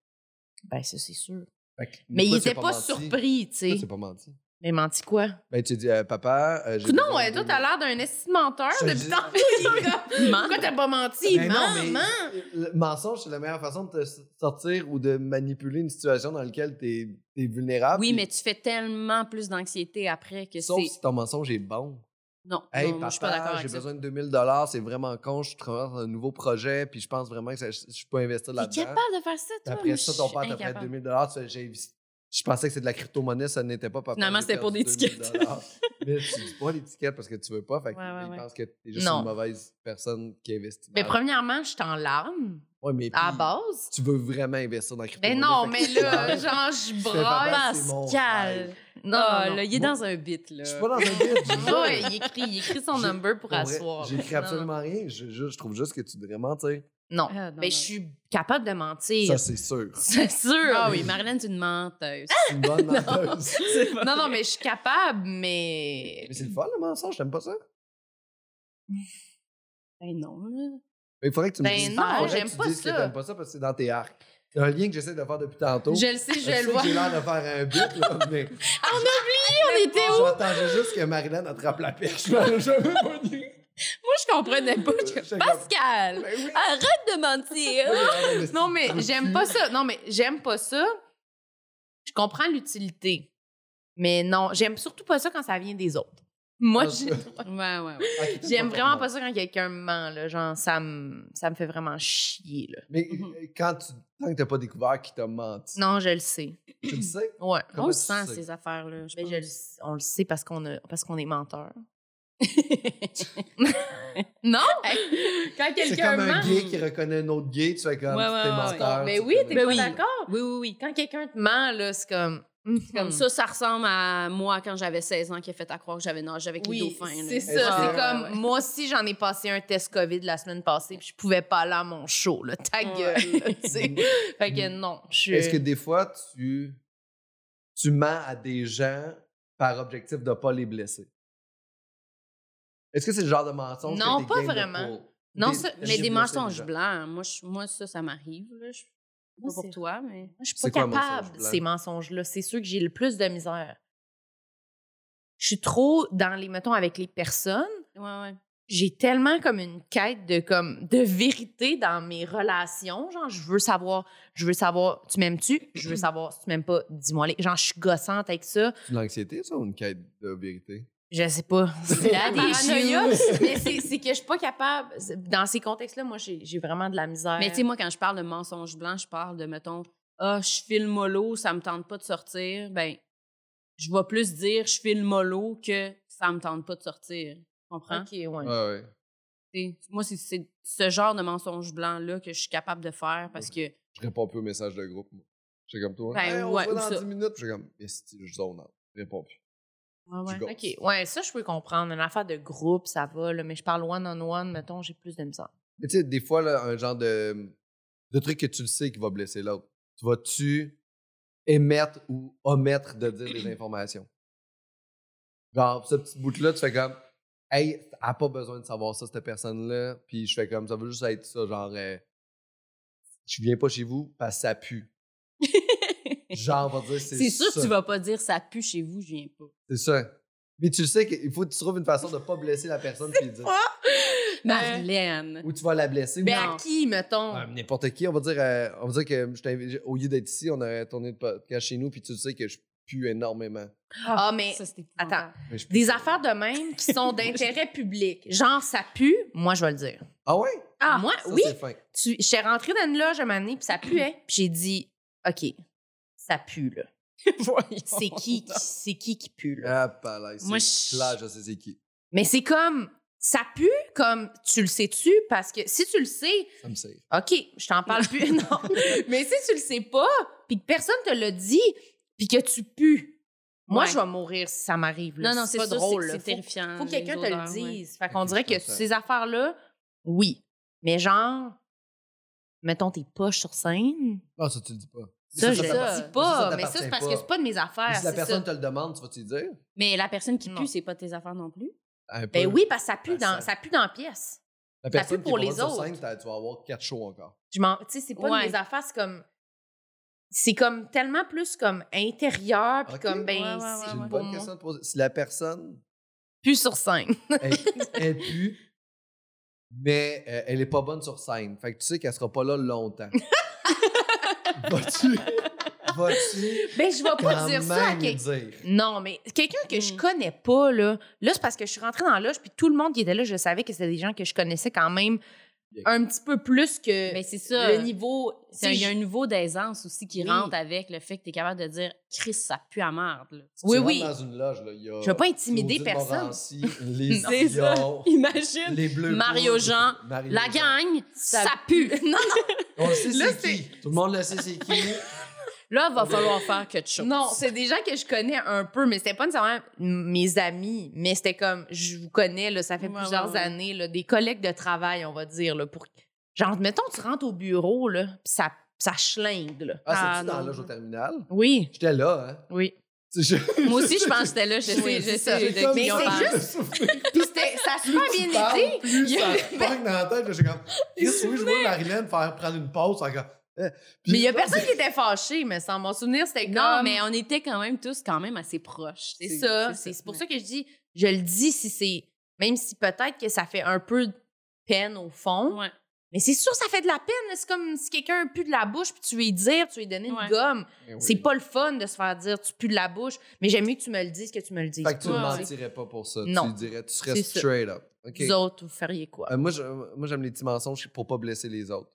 [SPEAKER 2] Ben, ça, c'est sûr.
[SPEAKER 1] Fait que,
[SPEAKER 2] Mais il
[SPEAKER 1] pourquoi tu
[SPEAKER 2] était
[SPEAKER 1] as
[SPEAKER 2] pas,
[SPEAKER 1] menti?
[SPEAKER 2] surpris, tu sais.
[SPEAKER 1] Pourquoi tu as pas menti?
[SPEAKER 2] Mais menti quoi?
[SPEAKER 1] Ben, tu as dit, euh, papa, euh, j'ai
[SPEAKER 2] Non,
[SPEAKER 1] besoin
[SPEAKER 2] ouais,
[SPEAKER 1] de-
[SPEAKER 2] toi, t'as l'air d'un esti de menteur
[SPEAKER 1] Je
[SPEAKER 2] depuis
[SPEAKER 1] dis-
[SPEAKER 2] tantôt.
[SPEAKER 1] <laughs>
[SPEAKER 2] Pourquoi
[SPEAKER 3] Mens.
[SPEAKER 2] t'as pas menti?
[SPEAKER 1] Ben non, mais
[SPEAKER 2] Maman!
[SPEAKER 1] Le mensonge, c'est la meilleure façon de te s- sortir ou de manipuler une situation dans laquelle t'es es vulnérable.
[SPEAKER 3] Oui,
[SPEAKER 1] Ah, Puis-
[SPEAKER 3] mais tu fais tellement plus d'anxiété après que
[SPEAKER 1] Sauf
[SPEAKER 3] c'est.
[SPEAKER 1] si ton mensonge est bon.
[SPEAKER 3] Non,
[SPEAKER 1] Hey,
[SPEAKER 3] non, moi, je suis pas d'accord
[SPEAKER 1] papa, j'ai
[SPEAKER 3] avec ça.
[SPEAKER 1] besoin de 2000 c'est vraiment con, je traverse un nouveau projet, puis je pense vraiment que ça- je je peux investir
[SPEAKER 3] T'es
[SPEAKER 1] là-dedans.
[SPEAKER 3] capable de faire ça, toi?
[SPEAKER 1] Après
[SPEAKER 3] Moi,
[SPEAKER 1] ça,
[SPEAKER 3] je
[SPEAKER 1] ton
[SPEAKER 3] suis
[SPEAKER 1] père t'a prêt
[SPEAKER 3] incapable.
[SPEAKER 1] 2000 tu fais, j'ai- Je pensais que c'était de la crypto-monnaie, ça n'était pas. Papa,
[SPEAKER 3] Finalement,
[SPEAKER 1] j'ai
[SPEAKER 3] c'était pour
[SPEAKER 1] perdu
[SPEAKER 3] des tickets. <laughs>
[SPEAKER 1] 2000 Mais tu dis pas l'étiquette parce que tu veux pas. Fait que
[SPEAKER 3] Ouais, ouais,
[SPEAKER 1] il
[SPEAKER 3] ouais.
[SPEAKER 1] pense que t'es juste
[SPEAKER 2] Non.
[SPEAKER 1] une mauvaise personne qui investit.
[SPEAKER 2] Mais
[SPEAKER 1] dans-
[SPEAKER 2] premièrement, je suis en larmes,
[SPEAKER 1] Ouais, mais
[SPEAKER 3] Ah,
[SPEAKER 2] à
[SPEAKER 1] puis,
[SPEAKER 2] base.
[SPEAKER 1] Tu veux vraiment investir dans la
[SPEAKER 2] Ben
[SPEAKER 1] crypto-monnaie.
[SPEAKER 2] non,
[SPEAKER 1] fait
[SPEAKER 2] mais
[SPEAKER 1] que tu
[SPEAKER 2] là,
[SPEAKER 1] vas-
[SPEAKER 2] genre, je
[SPEAKER 1] fais
[SPEAKER 2] braille.
[SPEAKER 1] papa, c'est mon
[SPEAKER 3] Pascal!
[SPEAKER 1] rêve.
[SPEAKER 2] Non,
[SPEAKER 3] Ah,
[SPEAKER 2] non,
[SPEAKER 3] là, il est
[SPEAKER 1] Moi-
[SPEAKER 3] dans un bit, là.
[SPEAKER 1] Je suis pas dans un bid.
[SPEAKER 2] <laughs>
[SPEAKER 1] je jure.
[SPEAKER 2] Ouais, il écrit, il écrit son
[SPEAKER 1] J'ai-
[SPEAKER 2] number pour
[SPEAKER 1] Pour vrai,
[SPEAKER 2] asseoir.
[SPEAKER 1] J'écris
[SPEAKER 2] Non,
[SPEAKER 1] absolument rien. Je, je- je trouve juste que tu devrais mentir.
[SPEAKER 2] Non.
[SPEAKER 3] Ah, non,
[SPEAKER 2] Mais
[SPEAKER 3] non.
[SPEAKER 2] je suis capable de mentir.
[SPEAKER 1] Ça, c'est sûr.
[SPEAKER 2] euh, <laughs> C'est sûr.
[SPEAKER 3] Ah oui, Marilyn, c'est une <laughs> menteuse.
[SPEAKER 1] C'est une
[SPEAKER 2] <laughs>
[SPEAKER 1] bonne menteuse.
[SPEAKER 2] Non, non, mais je suis capable, mais.
[SPEAKER 1] Mais c'est le fun, le mensonge. J'aime pas ça.
[SPEAKER 3] Ben non, là.
[SPEAKER 1] Mais il faudrait que tu me
[SPEAKER 2] Ben
[SPEAKER 1] dises.
[SPEAKER 2] non,
[SPEAKER 1] faudrait que
[SPEAKER 2] j'aime
[SPEAKER 1] tu
[SPEAKER 2] pas
[SPEAKER 1] dises que
[SPEAKER 2] ça.
[SPEAKER 1] t'aimes pas ça parce que c'est dans tes arcs. C'est un lien que j'essaie de faire depuis tantôt.
[SPEAKER 2] Je le sais, je
[SPEAKER 1] sais
[SPEAKER 2] le
[SPEAKER 1] que
[SPEAKER 2] vois.
[SPEAKER 1] J'ai l'air de faire un but, là,
[SPEAKER 2] <laughs>
[SPEAKER 1] mais
[SPEAKER 3] Ben
[SPEAKER 2] On était où?
[SPEAKER 1] j'entendais juste que Marilyn attrape la perche. J'avais jamais pas dit.
[SPEAKER 3] Moi, je comprenais pas
[SPEAKER 1] Je
[SPEAKER 3] que
[SPEAKER 1] sais
[SPEAKER 3] Pascal,
[SPEAKER 1] Ben oui.
[SPEAKER 3] arrête de mentir.
[SPEAKER 1] Oui,
[SPEAKER 2] Non, mais j'aime pas ça. Non, mais j'aime pas ça. Je comprends l'utilité. Mais non, j'aime surtout pas ça quand ça vient des autres. Moi,
[SPEAKER 1] Ah,
[SPEAKER 2] j'ai-
[SPEAKER 1] ça.
[SPEAKER 3] Ouais, ouais, ouais.
[SPEAKER 1] Ah, qui t'aime
[SPEAKER 2] j'aime
[SPEAKER 1] pas
[SPEAKER 2] vraiment
[SPEAKER 1] ton
[SPEAKER 2] pas
[SPEAKER 1] nom.
[SPEAKER 2] ça quand quelqu'un me ment, là. Genre, ça me, ça me fait vraiment chier, là.
[SPEAKER 1] Mais
[SPEAKER 3] Mhm.
[SPEAKER 1] euh, quand tu, tant que t'as pas découvert qu'il t'a menti,
[SPEAKER 2] Mmh Non, je le sais.
[SPEAKER 1] tu le sais.
[SPEAKER 2] Ouais.
[SPEAKER 1] Comment
[SPEAKER 3] On le
[SPEAKER 1] tu
[SPEAKER 3] sent,
[SPEAKER 1] sais?
[SPEAKER 3] ces affaires-là. je
[SPEAKER 2] Ben,
[SPEAKER 3] pense.
[SPEAKER 2] je le- on le sait parce qu'on a- parce qu'on est menteur. non? quand
[SPEAKER 1] C'est comme
[SPEAKER 2] <laughs> quelqu'un
[SPEAKER 1] un
[SPEAKER 2] ment.
[SPEAKER 1] gay qui reconnaît un autre gay, tu fais comme
[SPEAKER 3] Ouais,
[SPEAKER 1] t'es
[SPEAKER 3] ouais, ouais,
[SPEAKER 1] menteur.
[SPEAKER 2] Mais
[SPEAKER 1] tu
[SPEAKER 2] oui,
[SPEAKER 1] fais
[SPEAKER 2] t'es
[SPEAKER 1] comme-
[SPEAKER 2] pas
[SPEAKER 3] Ben oui.
[SPEAKER 2] d'accord?
[SPEAKER 3] Oui, oui, oui.
[SPEAKER 2] Quand quelqu'un te ment, là, c'est comme. hum.
[SPEAKER 3] Comme ça, ça ressemble à moi quand j'avais 16 ans qui a fait à croire que j'avais nagé avec les
[SPEAKER 2] Oui,
[SPEAKER 3] dauphins. là.
[SPEAKER 2] c'est
[SPEAKER 1] Est-ce
[SPEAKER 2] ça. C'est
[SPEAKER 1] que-
[SPEAKER 2] comme,
[SPEAKER 3] Ouais, ouais.
[SPEAKER 2] moi aussi, j'en ai passé un test COVID la semaine passée, puis je pouvais pas aller à mon show, là. Ta
[SPEAKER 3] Ouais.
[SPEAKER 2] gueule, là, tu
[SPEAKER 1] <laughs>
[SPEAKER 2] sais. Fait que non, je suis...
[SPEAKER 1] Est-ce que des fois, tu, tu mens à des gens par objectif de pas les blesser? Est-ce que c'est le genre de mensonge? que
[SPEAKER 2] Non,
[SPEAKER 1] t'es
[SPEAKER 2] pas
[SPEAKER 1] game de
[SPEAKER 2] vraiment.
[SPEAKER 1] pour-
[SPEAKER 3] Non,
[SPEAKER 1] des-
[SPEAKER 3] ça-
[SPEAKER 1] de
[SPEAKER 3] mais des
[SPEAKER 1] blesser
[SPEAKER 3] mensonges
[SPEAKER 1] gens?
[SPEAKER 3] blancs, moi, je- moi, ça, ça m'arrive. là. Je-
[SPEAKER 2] Moi,
[SPEAKER 3] Pas pour
[SPEAKER 2] c'est-
[SPEAKER 3] toi, mais.
[SPEAKER 2] Moi, Je suis
[SPEAKER 1] C'est
[SPEAKER 2] pas
[SPEAKER 1] quoi un mensonge
[SPEAKER 2] capable de
[SPEAKER 1] blanc?
[SPEAKER 2] ces mensonges-là. C'est sûr que j'ai le plus de misère. Je suis trop dans les, mettons, avec les personnes.
[SPEAKER 3] Ouais, ouais.
[SPEAKER 2] J'ai tellement comme une quête de comme de vérité dans mes relations. Genre, je veux savoir, je veux savoir, tu m'aimes-tu? Je
[SPEAKER 3] Mm-hmm.
[SPEAKER 2] veux savoir si tu m'aimes pas, dis-moi. les- Genre, je suis gossante avec ça.
[SPEAKER 1] C'est de l'anxiété, ça, ou une quête de vérité?
[SPEAKER 2] Je sais pas. C'est
[SPEAKER 1] <laughs>
[SPEAKER 2] la paranoïa.
[SPEAKER 3] issues.
[SPEAKER 2] mais
[SPEAKER 3] <laughs>
[SPEAKER 2] c'est c'est que je suis pas capable. C'est- Dans ces contextes-là, moi, j'ai j'ai vraiment de la misère.
[SPEAKER 3] Mais tu sais, moi, quand je parle de mensonges blancs, je parle de, mettons, ah, je file mollo, ça me tente pas de sortir. Ben, je vais plus dire je file mollo que ça me tente pas de sortir. Tu comprends?
[SPEAKER 2] OK, ouais.
[SPEAKER 1] Ouais, ouais.
[SPEAKER 3] T'sais, Moi, c'est- c'est ce genre de mensonge blanc-là que je suis capable de faire parce que.
[SPEAKER 1] Je réponds plus aux messages de groupe. moi. Je suis comme toi. hein.
[SPEAKER 3] Ben,
[SPEAKER 1] on
[SPEAKER 3] ouais,
[SPEAKER 1] se voit
[SPEAKER 3] ou
[SPEAKER 1] dans
[SPEAKER 3] ça.
[SPEAKER 1] 10 minutes. Je suis comme, esti, je zone out. Je réponds plus.
[SPEAKER 3] Ouais,
[SPEAKER 1] Je
[SPEAKER 3] ouais.
[SPEAKER 1] gosse.
[SPEAKER 2] OK, ouais, ça, je peux comprendre. Une affaire de groupe, ça va, là, mais je parle one-on-one, mettons, j'ai plus de misère.
[SPEAKER 1] Mais tu sais, des fois, là, un genre de, hum, de truc que tu le sais qui va blesser l'autre. Tu vas-tu émettre ou omettre de dire
[SPEAKER 3] <clears throat>
[SPEAKER 1] des informations? Genre, ce petit bout-là, tu fais comme, hey, elle a pas besoin de savoir ça, cette personne-là. Puis je fais comme, ça veut juste être ça, genre, euh, je viens pas chez vous parce que ça
[SPEAKER 3] <laughs>
[SPEAKER 1] pue. genre, on va dire, c'est
[SPEAKER 3] C'est sûr que
[SPEAKER 1] ça.
[SPEAKER 3] tu vas pas dire ça pue chez vous, je viens pas.
[SPEAKER 2] Euh,
[SPEAKER 1] C'est ça. Mais tu le sais qu'il faut que tu trouves une façon de pas blesser la personne puis dire.
[SPEAKER 3] Marlène.
[SPEAKER 1] Ou tu vas la blesser ou
[SPEAKER 2] Mais
[SPEAKER 3] Non.
[SPEAKER 2] à qui, mettons?
[SPEAKER 1] Euh, n'importe qui, on va dire, euh, on va dire que je t'invite- au lieu d'être ici, on aurait tourné le podcast chez nous, puis tu le sais que je pue énormément.
[SPEAKER 2] Ah, mais
[SPEAKER 3] Ça, c'est épouvantable.
[SPEAKER 2] attends,
[SPEAKER 1] Mais je pue.
[SPEAKER 2] des affaires de même qui
[SPEAKER 3] <laughs>
[SPEAKER 2] sont d'intérêt public. Genre, ça pue, moi, je vais le dire.
[SPEAKER 1] Ah ouais?
[SPEAKER 2] Ah, moi,
[SPEAKER 1] Ça,
[SPEAKER 2] oui,
[SPEAKER 1] c'est fin.
[SPEAKER 2] tu, j'étais rentrée dans une loge un moment donné, puis ça puait. Puis j'ai dit, OK, ça pue,
[SPEAKER 3] <laughs>
[SPEAKER 2] là. C'est qui, qui- c'est qui qui pue, là?
[SPEAKER 1] Ah, pas là,
[SPEAKER 3] Moi,
[SPEAKER 1] c'est
[SPEAKER 3] je-
[SPEAKER 1] là, je sais c'est qui.
[SPEAKER 2] Mais c'est comme, ça pue comme, tu le sais-tu? Parce que si tu le sais,
[SPEAKER 1] Ça me sert.
[SPEAKER 2] OK, je t'en parle plus, <laughs> non. Mais si tu le sais pas, puis que personne te l'a dit, puis que tu pues, moi,
[SPEAKER 3] Ouais.
[SPEAKER 2] je vais mourir si ça m'arrive. là.
[SPEAKER 3] Non, non, c'est
[SPEAKER 2] pas
[SPEAKER 3] sûr,
[SPEAKER 2] drôle.
[SPEAKER 3] c'est-
[SPEAKER 2] là.
[SPEAKER 3] C'est terrifiant.
[SPEAKER 2] Faut, faut que
[SPEAKER 3] les
[SPEAKER 2] quelqu'un te le
[SPEAKER 3] odeurs, ouais.
[SPEAKER 2] dise. Fait qu'on
[SPEAKER 1] Ok,
[SPEAKER 2] dirait
[SPEAKER 1] je
[SPEAKER 2] que
[SPEAKER 1] comprends.
[SPEAKER 2] ces affaires-là, oui. Mais genre, mettons tes poches sur scène,
[SPEAKER 1] Non, Ah, ça, tu le dis pas.
[SPEAKER 2] ça, je le
[SPEAKER 1] t'appartient-
[SPEAKER 2] dis pas. mais ça,
[SPEAKER 1] t'appartient
[SPEAKER 2] c'est parce que c'est pas de mes affaires.
[SPEAKER 1] Si la
[SPEAKER 2] c'est
[SPEAKER 1] personne te
[SPEAKER 2] ça.
[SPEAKER 1] le demande, tu vas-tu le dire?
[SPEAKER 3] Mais la personne qui
[SPEAKER 2] Non.
[SPEAKER 3] pue, c'est pas tes affaires non plus.
[SPEAKER 1] Un peu.
[SPEAKER 2] Ben oui, parce que ça pue,
[SPEAKER 1] Ben,
[SPEAKER 2] dans,
[SPEAKER 1] ça-
[SPEAKER 2] ça pue dans la pièce.
[SPEAKER 1] la personne qui est
[SPEAKER 2] pue pour
[SPEAKER 1] pas
[SPEAKER 2] les
[SPEAKER 1] bonne sur
[SPEAKER 2] autres.
[SPEAKER 1] scène, t'as- tu vas avoir quatre shows encore.
[SPEAKER 2] je m'en tu sais c'est pas
[SPEAKER 3] Ouais.
[SPEAKER 2] de mes affaires c'est comme c'est comme tellement plus comme intérieur puis
[SPEAKER 1] Ok.
[SPEAKER 2] comme ben
[SPEAKER 3] Ouais, ouais,
[SPEAKER 2] c'est
[SPEAKER 1] J'ai une
[SPEAKER 2] pour
[SPEAKER 1] bonne
[SPEAKER 2] moi.
[SPEAKER 1] question à te poser. Si la personne
[SPEAKER 2] plus sur scène
[SPEAKER 1] elle, elle pue, mais euh, elle est pas bonne sur scène. Fait que tu sais qu'elle sera pas là longtemps. vas-tu, vas-tu
[SPEAKER 2] ben je vais pas
[SPEAKER 1] quand
[SPEAKER 2] dire
[SPEAKER 1] même
[SPEAKER 2] ça à
[SPEAKER 1] lui
[SPEAKER 2] quelqu'un
[SPEAKER 1] dire?
[SPEAKER 2] non mais quelqu'un que je
[SPEAKER 3] Mm.
[SPEAKER 2] connais pas là là c'est parce que je suis rentrée dans la loge puis tout le monde qui était là je savais que c'était des gens que je connaissais quand même
[SPEAKER 1] Bien.
[SPEAKER 2] un petit peu plus que
[SPEAKER 3] Mais Ben, c'est ça.
[SPEAKER 2] Euh, le niveau
[SPEAKER 3] C'est-
[SPEAKER 2] tu sais,
[SPEAKER 3] Il y a
[SPEAKER 2] je-
[SPEAKER 3] un niveau d'aisance aussi qui
[SPEAKER 2] Oui.
[SPEAKER 3] rentre avec le fait que tu es capable de dire Chris, ça pue à marde. là.
[SPEAKER 1] Si
[SPEAKER 2] Oui,
[SPEAKER 1] tu
[SPEAKER 2] oui.
[SPEAKER 1] rentres dans une loge, là, il y a
[SPEAKER 2] je veux pas intimider
[SPEAKER 1] Claudine
[SPEAKER 2] personne
[SPEAKER 1] Morancy, les
[SPEAKER 3] Non. C'est ça.
[SPEAKER 1] Dion,
[SPEAKER 3] Imagine.
[SPEAKER 1] les Bleus.
[SPEAKER 3] Mario
[SPEAKER 1] Rouges,
[SPEAKER 3] Jean,
[SPEAKER 1] Mario
[SPEAKER 3] La
[SPEAKER 1] Jean.
[SPEAKER 3] gang, ça,
[SPEAKER 2] Ça
[SPEAKER 3] pue. Non,
[SPEAKER 1] On le sait
[SPEAKER 2] Là,
[SPEAKER 1] c'est qui. Tout le monde le sait c'est qui.
[SPEAKER 3] Là, va falloir faire quelque chose.
[SPEAKER 2] Non, c'est des gens que je connais un peu, mais c'était pas nécessairement m- mes amis, mais c'était comme, je vous connais, là, ça fait
[SPEAKER 3] Ouais,
[SPEAKER 2] plusieurs
[SPEAKER 3] ouais, ouais.
[SPEAKER 2] années, là, des collègues de travail, on va dire, là, pour... Genre, mettons, tu rentres au bureau, là, pis ça, ça chlingue, là.
[SPEAKER 1] Ah,
[SPEAKER 3] Ah,
[SPEAKER 1] c'est-tu dans la
[SPEAKER 3] non.
[SPEAKER 1] loge au terminal?
[SPEAKER 2] Oui,
[SPEAKER 1] J'étais là, hein? <laughs>
[SPEAKER 2] oui.
[SPEAKER 1] Tu sais, je-
[SPEAKER 3] Moi aussi,
[SPEAKER 1] <laughs>
[SPEAKER 3] je pense que c'était là. Je
[SPEAKER 2] Oui,
[SPEAKER 3] sais, je
[SPEAKER 2] c'est
[SPEAKER 3] sais.
[SPEAKER 2] ça.
[SPEAKER 3] de
[SPEAKER 1] comme
[SPEAKER 3] qui
[SPEAKER 2] Mais
[SPEAKER 3] on
[SPEAKER 2] c'est
[SPEAKER 3] parle.
[SPEAKER 2] juste- Puis c'était- ça a super
[SPEAKER 1] tu
[SPEAKER 2] bien
[SPEAKER 1] parles,
[SPEAKER 2] été.
[SPEAKER 1] plus
[SPEAKER 2] Il y
[SPEAKER 1] ça
[SPEAKER 2] a-
[SPEAKER 1] me pogne dans la tête. là, J'ai
[SPEAKER 2] <laughs>
[SPEAKER 1] comme, Chris, oui, je vois Marilyn faire prendre une pause. encore. Eh, puis-
[SPEAKER 2] Mais il y a personne qui était fâché, mais sans mon souvenir, c'était comme...
[SPEAKER 3] Non, mais on était quand même tous quand même assez proches.
[SPEAKER 2] C'est ça. C'est c'est pour ça que je dis, je le dis si c'est... Même si peut-être que ça fait un peu de peine au fond,
[SPEAKER 3] Ouais.
[SPEAKER 2] Mais c'est sûr, ça fait de la peine. là. C'est comme si quelqu'un pue de la bouche, puis tu lui dire, tu lui donnes une
[SPEAKER 3] Ouais.
[SPEAKER 2] gomme.
[SPEAKER 1] Ben oui.
[SPEAKER 2] C'est pas le fun de se faire dire, tu pues de la bouche. Mais j'aime mieux que tu me le dises que tu me le dises.
[SPEAKER 1] Fait que tu ne
[SPEAKER 3] Ouais.
[SPEAKER 1] mentirais pas pour ça.
[SPEAKER 2] Non.
[SPEAKER 1] Tu dirais, tu serais
[SPEAKER 2] C'est ça.
[SPEAKER 1] straight up. OK.
[SPEAKER 2] Vous autres, vous feriez quoi?
[SPEAKER 1] Euh, moi, je- moi, j'aime les petits mensonges pour pas blesser les autres.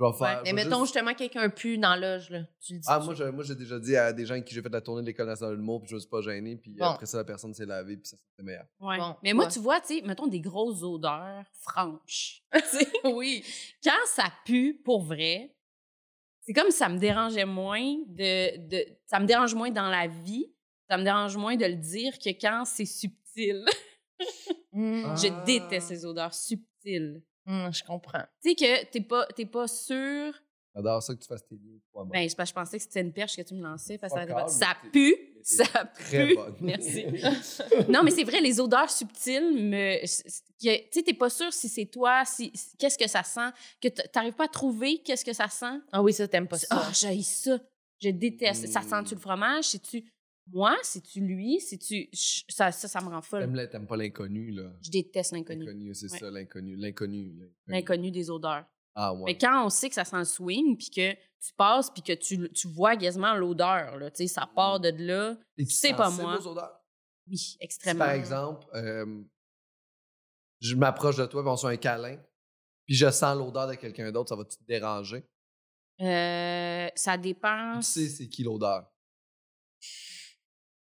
[SPEAKER 1] Je vais faire.
[SPEAKER 2] Mais
[SPEAKER 1] je vais
[SPEAKER 2] mettons
[SPEAKER 1] juste-
[SPEAKER 2] justement quelqu'un pue dans l'âge, là. Tu le dis.
[SPEAKER 1] Ah, moi, je- moi, j'ai déjà dit à des gens avec qui j'ai fait la tournée de l'École nationale de l'humour, puis je me suis pas gêné, puis
[SPEAKER 2] Bon.
[SPEAKER 1] après ça, la personne s'est lavée, puis ça, c'était meilleur.
[SPEAKER 3] Ouais.
[SPEAKER 2] Bon,
[SPEAKER 3] mais moi,
[SPEAKER 2] ouais.
[SPEAKER 3] tu vois, tu sais, mettons des grosses odeurs franches. Tu sais,
[SPEAKER 2] <laughs>
[SPEAKER 3] oui. Quand ça pue pour vrai, c'est comme ça me dérangeait moins de, de- Ça me dérange moins dans la vie. Ça me dérange moins de le dire que quand c'est subtil. <laughs>
[SPEAKER 2] Hum,
[SPEAKER 1] Ah.
[SPEAKER 3] Je déteste les odeurs subtiles.
[SPEAKER 2] hum, je comprends.
[SPEAKER 3] Tu sais que t'es pas, t'es pas sûr.
[SPEAKER 1] J'adore ça que tu fasses tes liens trois mois.
[SPEAKER 3] Ben, c'est parce que je pensais que c'était une perche que tu me lançais. Parce que ça,
[SPEAKER 1] Pas grave,
[SPEAKER 3] ça
[SPEAKER 1] mais
[SPEAKER 3] pue.
[SPEAKER 1] mais t'es
[SPEAKER 3] Ça pue.
[SPEAKER 1] Très bonne.
[SPEAKER 3] Merci. <laughs> non, mais c'est vrai, les odeurs subtiles, me- c'est- c'est- que- tu sais, t'es pas sûr si c'est toi, si, si- qu'est-ce que ça sent, que t- t'arrives pas à trouver qu'est-ce que ça sent.
[SPEAKER 2] Ah oui, ça, t'aimes pas ça.
[SPEAKER 3] Ah, j'haïs ça. Je déteste. Ça
[SPEAKER 1] Mm.
[SPEAKER 3] sent-tu le fromage? C'est-tu moi? C'est-tu lui? C'est-tu... Ch- Ça, ça, ça me rend
[SPEAKER 1] <laughs>
[SPEAKER 3] folle.
[SPEAKER 1] T'aimes la- T'aimes pas l'inconnu, là.
[SPEAKER 3] Je déteste l'inconnu.
[SPEAKER 1] L'inconnu, c'est
[SPEAKER 3] Ouais.
[SPEAKER 1] ça, l'inconnu. L'inconnu. l'inconnu.
[SPEAKER 3] L'inconnu des odeurs.
[SPEAKER 1] Ah, ouais.
[SPEAKER 3] Mais quand on sait que ça sent le swing, puis que tu passes, puis que tu, tu vois quasiment l'odeur, là, tu sais, ça
[SPEAKER 1] Mmh.
[SPEAKER 3] part de là.
[SPEAKER 1] Et tu
[SPEAKER 3] c'est
[SPEAKER 1] sens
[SPEAKER 3] pas
[SPEAKER 1] ces
[SPEAKER 3] moi.
[SPEAKER 1] beaux odeurs?
[SPEAKER 3] Oui,
[SPEAKER 1] Si,
[SPEAKER 3] extrêmement.
[SPEAKER 1] par exemple, euh, je m'approche de toi, puis on se fait un câlin, puis je sens l'odeur de quelqu'un d'autre, ça va-tu te déranger?
[SPEAKER 3] Euh, ça dépend.
[SPEAKER 1] Tu sais c'est qui l'odeur.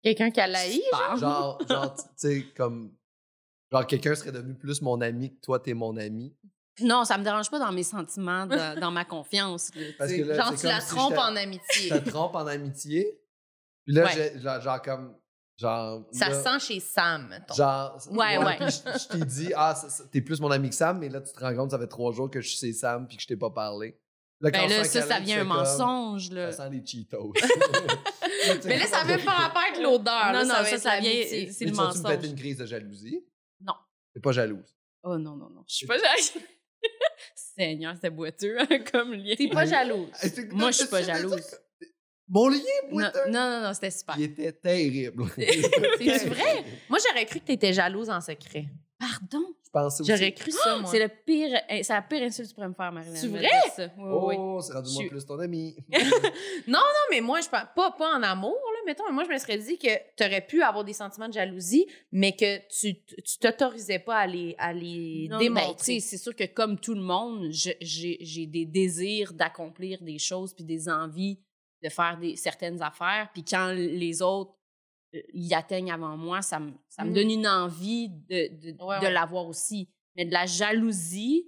[SPEAKER 2] Quelqu'un qui a
[SPEAKER 3] Tu
[SPEAKER 2] laï.
[SPEAKER 3] parles.
[SPEAKER 1] Genre, genre tu sais, comme... Genre, quelqu'un serait devenu plus mon ami que toi, t'es mon ami.
[SPEAKER 3] Non, ça me dérange pas dans mes sentiments, dans, dans ma confiance. là, tu
[SPEAKER 1] Parce
[SPEAKER 3] sais.
[SPEAKER 1] que là,
[SPEAKER 2] Genre,
[SPEAKER 1] c'est
[SPEAKER 2] tu la
[SPEAKER 1] comme si
[SPEAKER 2] trompes
[SPEAKER 1] j'étais-
[SPEAKER 2] en
[SPEAKER 1] <laughs>
[SPEAKER 2] amitié.
[SPEAKER 1] Je
[SPEAKER 3] <laughs>
[SPEAKER 1] te trompe en amitié. Puis là,
[SPEAKER 3] Ouais.
[SPEAKER 1] j'ai- genre, genre comme... Genre,
[SPEAKER 2] ça
[SPEAKER 1] là,
[SPEAKER 2] sent chez Sam, mettons.
[SPEAKER 1] Genre,
[SPEAKER 3] Ouais, ouais.
[SPEAKER 1] puis Je, je t'ai
[SPEAKER 3] <laughs>
[SPEAKER 1] dit, ah, ça- ça- t'es plus mon ami que Sam, mais là, tu te rends compte, ça fait trois jours que je suis chez Sam puis que je t'ai pas parlé. quand
[SPEAKER 3] ben
[SPEAKER 1] on
[SPEAKER 3] là,
[SPEAKER 1] se fait
[SPEAKER 3] ça, ça
[SPEAKER 1] câlin, tu
[SPEAKER 3] vient un
[SPEAKER 1] fais comme,
[SPEAKER 3] mensonge. Là.
[SPEAKER 1] Ça sent les
[SPEAKER 3] <laughs>
[SPEAKER 1] Cheetos.
[SPEAKER 2] Mais
[SPEAKER 1] <laughs>
[SPEAKER 2] là, ça n'a même pas rapport avec l'odeur.
[SPEAKER 3] non,
[SPEAKER 2] là,
[SPEAKER 3] non,
[SPEAKER 2] va
[SPEAKER 3] ça, ça,
[SPEAKER 2] être l'amitié.
[SPEAKER 3] vient. C'est le
[SPEAKER 1] tu me péter
[SPEAKER 3] mensonge.
[SPEAKER 1] une crise de jalousie?
[SPEAKER 3] Non.
[SPEAKER 1] T'es pas jalouse.
[SPEAKER 3] Oh non, non, non. Je suis pas. <laughs> Seigneur, c'était boiteux hein, <laughs> comme lien.
[SPEAKER 2] T'es
[SPEAKER 1] Mm.
[SPEAKER 2] pas jalouse.
[SPEAKER 3] Ah, Moi, je suis pas jalouse.
[SPEAKER 1] Mon lien,
[SPEAKER 3] Non,
[SPEAKER 1] boiteux!
[SPEAKER 3] non, non, non, c'était super.
[SPEAKER 1] Il était
[SPEAKER 3] <laughs>
[SPEAKER 1] terrible.
[SPEAKER 2] C'est vrai? Moi, j'aurais cru que t'étais jalouse en secret.
[SPEAKER 3] Pardon.
[SPEAKER 1] Je pensais aussi.
[SPEAKER 2] J'aurais cru ça, moi.
[SPEAKER 3] C'est le pire, eh, c'est la pire insulte que tu pourrais me faire, Marilyn.
[SPEAKER 2] C'est
[SPEAKER 3] de
[SPEAKER 2] vrai?
[SPEAKER 3] dire ça. Oui, oui, oui.
[SPEAKER 1] Oh, c'est rendu
[SPEAKER 3] Je
[SPEAKER 1] moi
[SPEAKER 3] suis-
[SPEAKER 1] plus ton
[SPEAKER 3] <laughs>
[SPEAKER 1] ami.
[SPEAKER 2] Non, mais moi, je pense pas, pas en amour, là, mettons. Mais moi, je me serais dit que tu aurais pu avoir des sentiments de jalousie, mais que tu tu t'autorisais pas à les, à les
[SPEAKER 3] Non, ben, tu sais,
[SPEAKER 2] démontrer.
[SPEAKER 3] c'est sûr que comme tout le monde, je- j'ai j'ai des désirs d'accomplir des choses puis des envies de faire des, certaines affaires. Puis quand les autres euh, y atteignent avant moi, ça me, ça me
[SPEAKER 2] Mm.
[SPEAKER 3] donne une envie de, de,
[SPEAKER 2] Ouais,
[SPEAKER 3] de
[SPEAKER 2] ouais.
[SPEAKER 3] l'avoir aussi. Mais de la jalousie,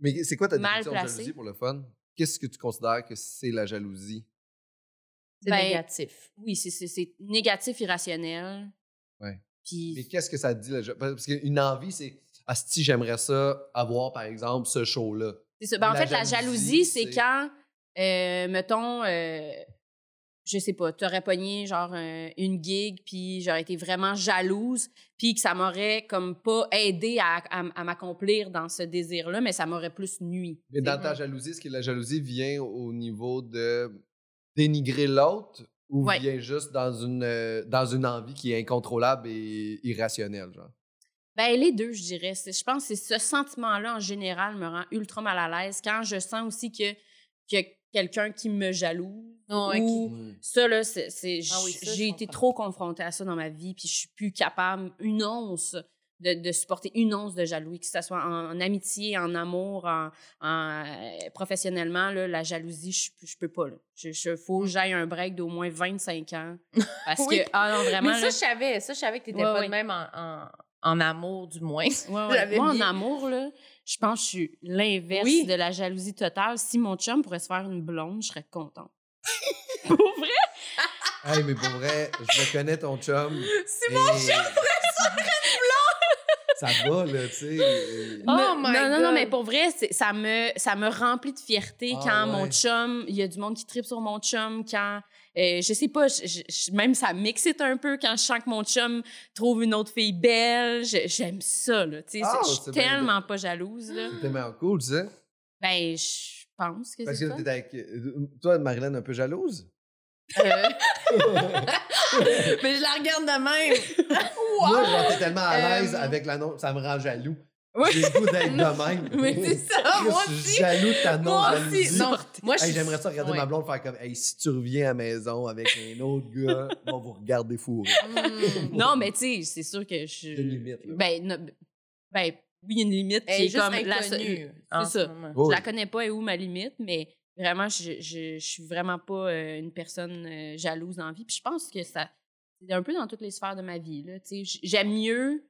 [SPEAKER 1] Mais c'est quoi ta
[SPEAKER 3] Mal
[SPEAKER 1] définition de
[SPEAKER 3] placé.
[SPEAKER 1] jalousie pour le fun? Qu'est-ce que tu considères que c'est la jalousie?
[SPEAKER 2] c'est
[SPEAKER 3] ben,
[SPEAKER 2] négatif.
[SPEAKER 3] oui, c'est- c'est c'est négatif, irrationnel.
[SPEAKER 1] Ouais.
[SPEAKER 3] Puis
[SPEAKER 1] Mais qu'est-ce que ça dit? Là? Je- Parce qu'une envie, c'est Asti, j'aimerais ça avoir, par exemple, ce show-là.
[SPEAKER 3] C'est ça. Ben, en
[SPEAKER 1] La
[SPEAKER 3] fait, la
[SPEAKER 1] jalousie,
[SPEAKER 3] jalousie, c'est
[SPEAKER 1] c'est-
[SPEAKER 3] quand, euh, mettons, euh, je sais pas, t'aurais pogné genre un- une gig, puis j'aurais été vraiment jalouse, puis que ça m'aurait comme pas aidé à, à- à m'accomplir dans ce désir-là, mais ça m'aurait plus nuit.
[SPEAKER 1] Mais dans ta
[SPEAKER 2] vrai.
[SPEAKER 1] jalousie, est-ce que la jalousie vient au niveau de dénigrer l'autre ou
[SPEAKER 3] Ouais.
[SPEAKER 1] vient juste dans une, euh, dans une envie qui est incontrôlable et irrationnelle? Genre?
[SPEAKER 3] Ben, les deux, je dirais. C'est- Je pense que c'est ce sentiment-là, en général, me rend ultra mal à l'aise quand je sens aussi que, que quelqu'un qui me jalouse
[SPEAKER 2] Ouais,
[SPEAKER 3] ou Ça, là, c'est, c'est-
[SPEAKER 2] Ah oui, ça, je
[SPEAKER 3] j'ai été
[SPEAKER 2] comprends.
[SPEAKER 3] trop confrontée à ça dans ma vie, puis je suis plus capable, une once, de, de supporter une once de jalousie, que ce soit en, en amitié, en amour, en, en, euh, professionnellement, là, la jalousie, je, je peux pas. Là. Je, je- faut que j'aille un break d'au moins 25
[SPEAKER 2] <laughs>
[SPEAKER 3] ans. Parce
[SPEAKER 2] Oui.
[SPEAKER 3] que, ah non, vraiment,
[SPEAKER 2] mais ça,
[SPEAKER 3] là,
[SPEAKER 2] je savais. Ça, je savais que t'étais
[SPEAKER 3] Ouais,
[SPEAKER 2] pas
[SPEAKER 3] ouais.
[SPEAKER 2] de même en, en, en amour, du moins.
[SPEAKER 3] Ouais, ouais.
[SPEAKER 2] J'avais
[SPEAKER 3] Moi, en
[SPEAKER 2] bien-
[SPEAKER 3] amour, là, je pense que je suis l'inverse
[SPEAKER 2] Oui.
[SPEAKER 3] de la jalousie totale. Si mon chum pourrait se faire une blonde, je serais contente. <laughs> Pour vrai?
[SPEAKER 1] Hey, mais pour vrai, je le connais ton chum.
[SPEAKER 2] C'est
[SPEAKER 1] mon chum, Ça va, là, tu sais. et-
[SPEAKER 2] Oh
[SPEAKER 3] Non,
[SPEAKER 2] my
[SPEAKER 3] non, non, non,
[SPEAKER 2] God.
[SPEAKER 3] mais pour vrai, c'est- ça me, ça me remplit de fierté
[SPEAKER 1] Ah
[SPEAKER 3] quand mon
[SPEAKER 1] ouais.
[SPEAKER 3] chum, il y a du monde qui tripe sur mon chum, quand, euh, je sais pas, je- je- je- même ça m'excite un peu quand je sens que mon chum trouve une autre fille belle. Je- J'aime ça, là. Tu sais,
[SPEAKER 1] Ah,
[SPEAKER 3] c'est- je
[SPEAKER 1] c'est
[SPEAKER 3] suis
[SPEAKER 1] bien
[SPEAKER 3] tellement pas jalouse,
[SPEAKER 2] <gasps>
[SPEAKER 3] là.
[SPEAKER 1] T'es vraiment cool, tu sais.
[SPEAKER 3] Ben, je pense que
[SPEAKER 1] Parce
[SPEAKER 3] c'est
[SPEAKER 1] que
[SPEAKER 3] ça.
[SPEAKER 1] t'es avec. euh, Toi, Marilyn, un peu jalouse?
[SPEAKER 2] Euh. <laughs> mais je la regarde de même. <laughs>
[SPEAKER 1] Moi, genre, t'es tellement à l'aise
[SPEAKER 2] Euh,
[SPEAKER 1] avec l'annonce, ça me rend jaloux.
[SPEAKER 3] Oui.
[SPEAKER 1] J'ai le goût
[SPEAKER 3] <laughs>
[SPEAKER 1] d'être de même.
[SPEAKER 3] Mais c'est ça,
[SPEAKER 1] Chris,
[SPEAKER 3] moi
[SPEAKER 1] je suis
[SPEAKER 3] aussi.
[SPEAKER 1] jaloux de ta
[SPEAKER 3] Moi aussi.
[SPEAKER 1] non-jalousie.
[SPEAKER 2] Non, moi, je
[SPEAKER 1] Hey,
[SPEAKER 2] suis-
[SPEAKER 1] J'aimerais ça regarder
[SPEAKER 2] Ah, Ouais.
[SPEAKER 1] ma blonde faire comme Hey, si tu reviens à la maison avec un autre gars, <laughs> on vous regarder fou.
[SPEAKER 2] Mm.
[SPEAKER 3] Non, mais tu sais, c'est sûr que
[SPEAKER 1] Il
[SPEAKER 3] je.
[SPEAKER 1] y a une limite, là.
[SPEAKER 3] Ben, no- ben, oui, il y a une limite qui
[SPEAKER 2] Elle est
[SPEAKER 3] est
[SPEAKER 2] juste
[SPEAKER 3] comme la
[SPEAKER 2] inconnue.
[SPEAKER 3] en ce
[SPEAKER 1] Oui.
[SPEAKER 3] Je la connais pas et où ma limite, mais vraiment, je, je, je suis vraiment pas euh, une personne euh, jalouse dans la vie. Puis je pense que ça. C'est un peu dans toutes les sphères de ma vie. là, tu sais. J- J'aime mieux.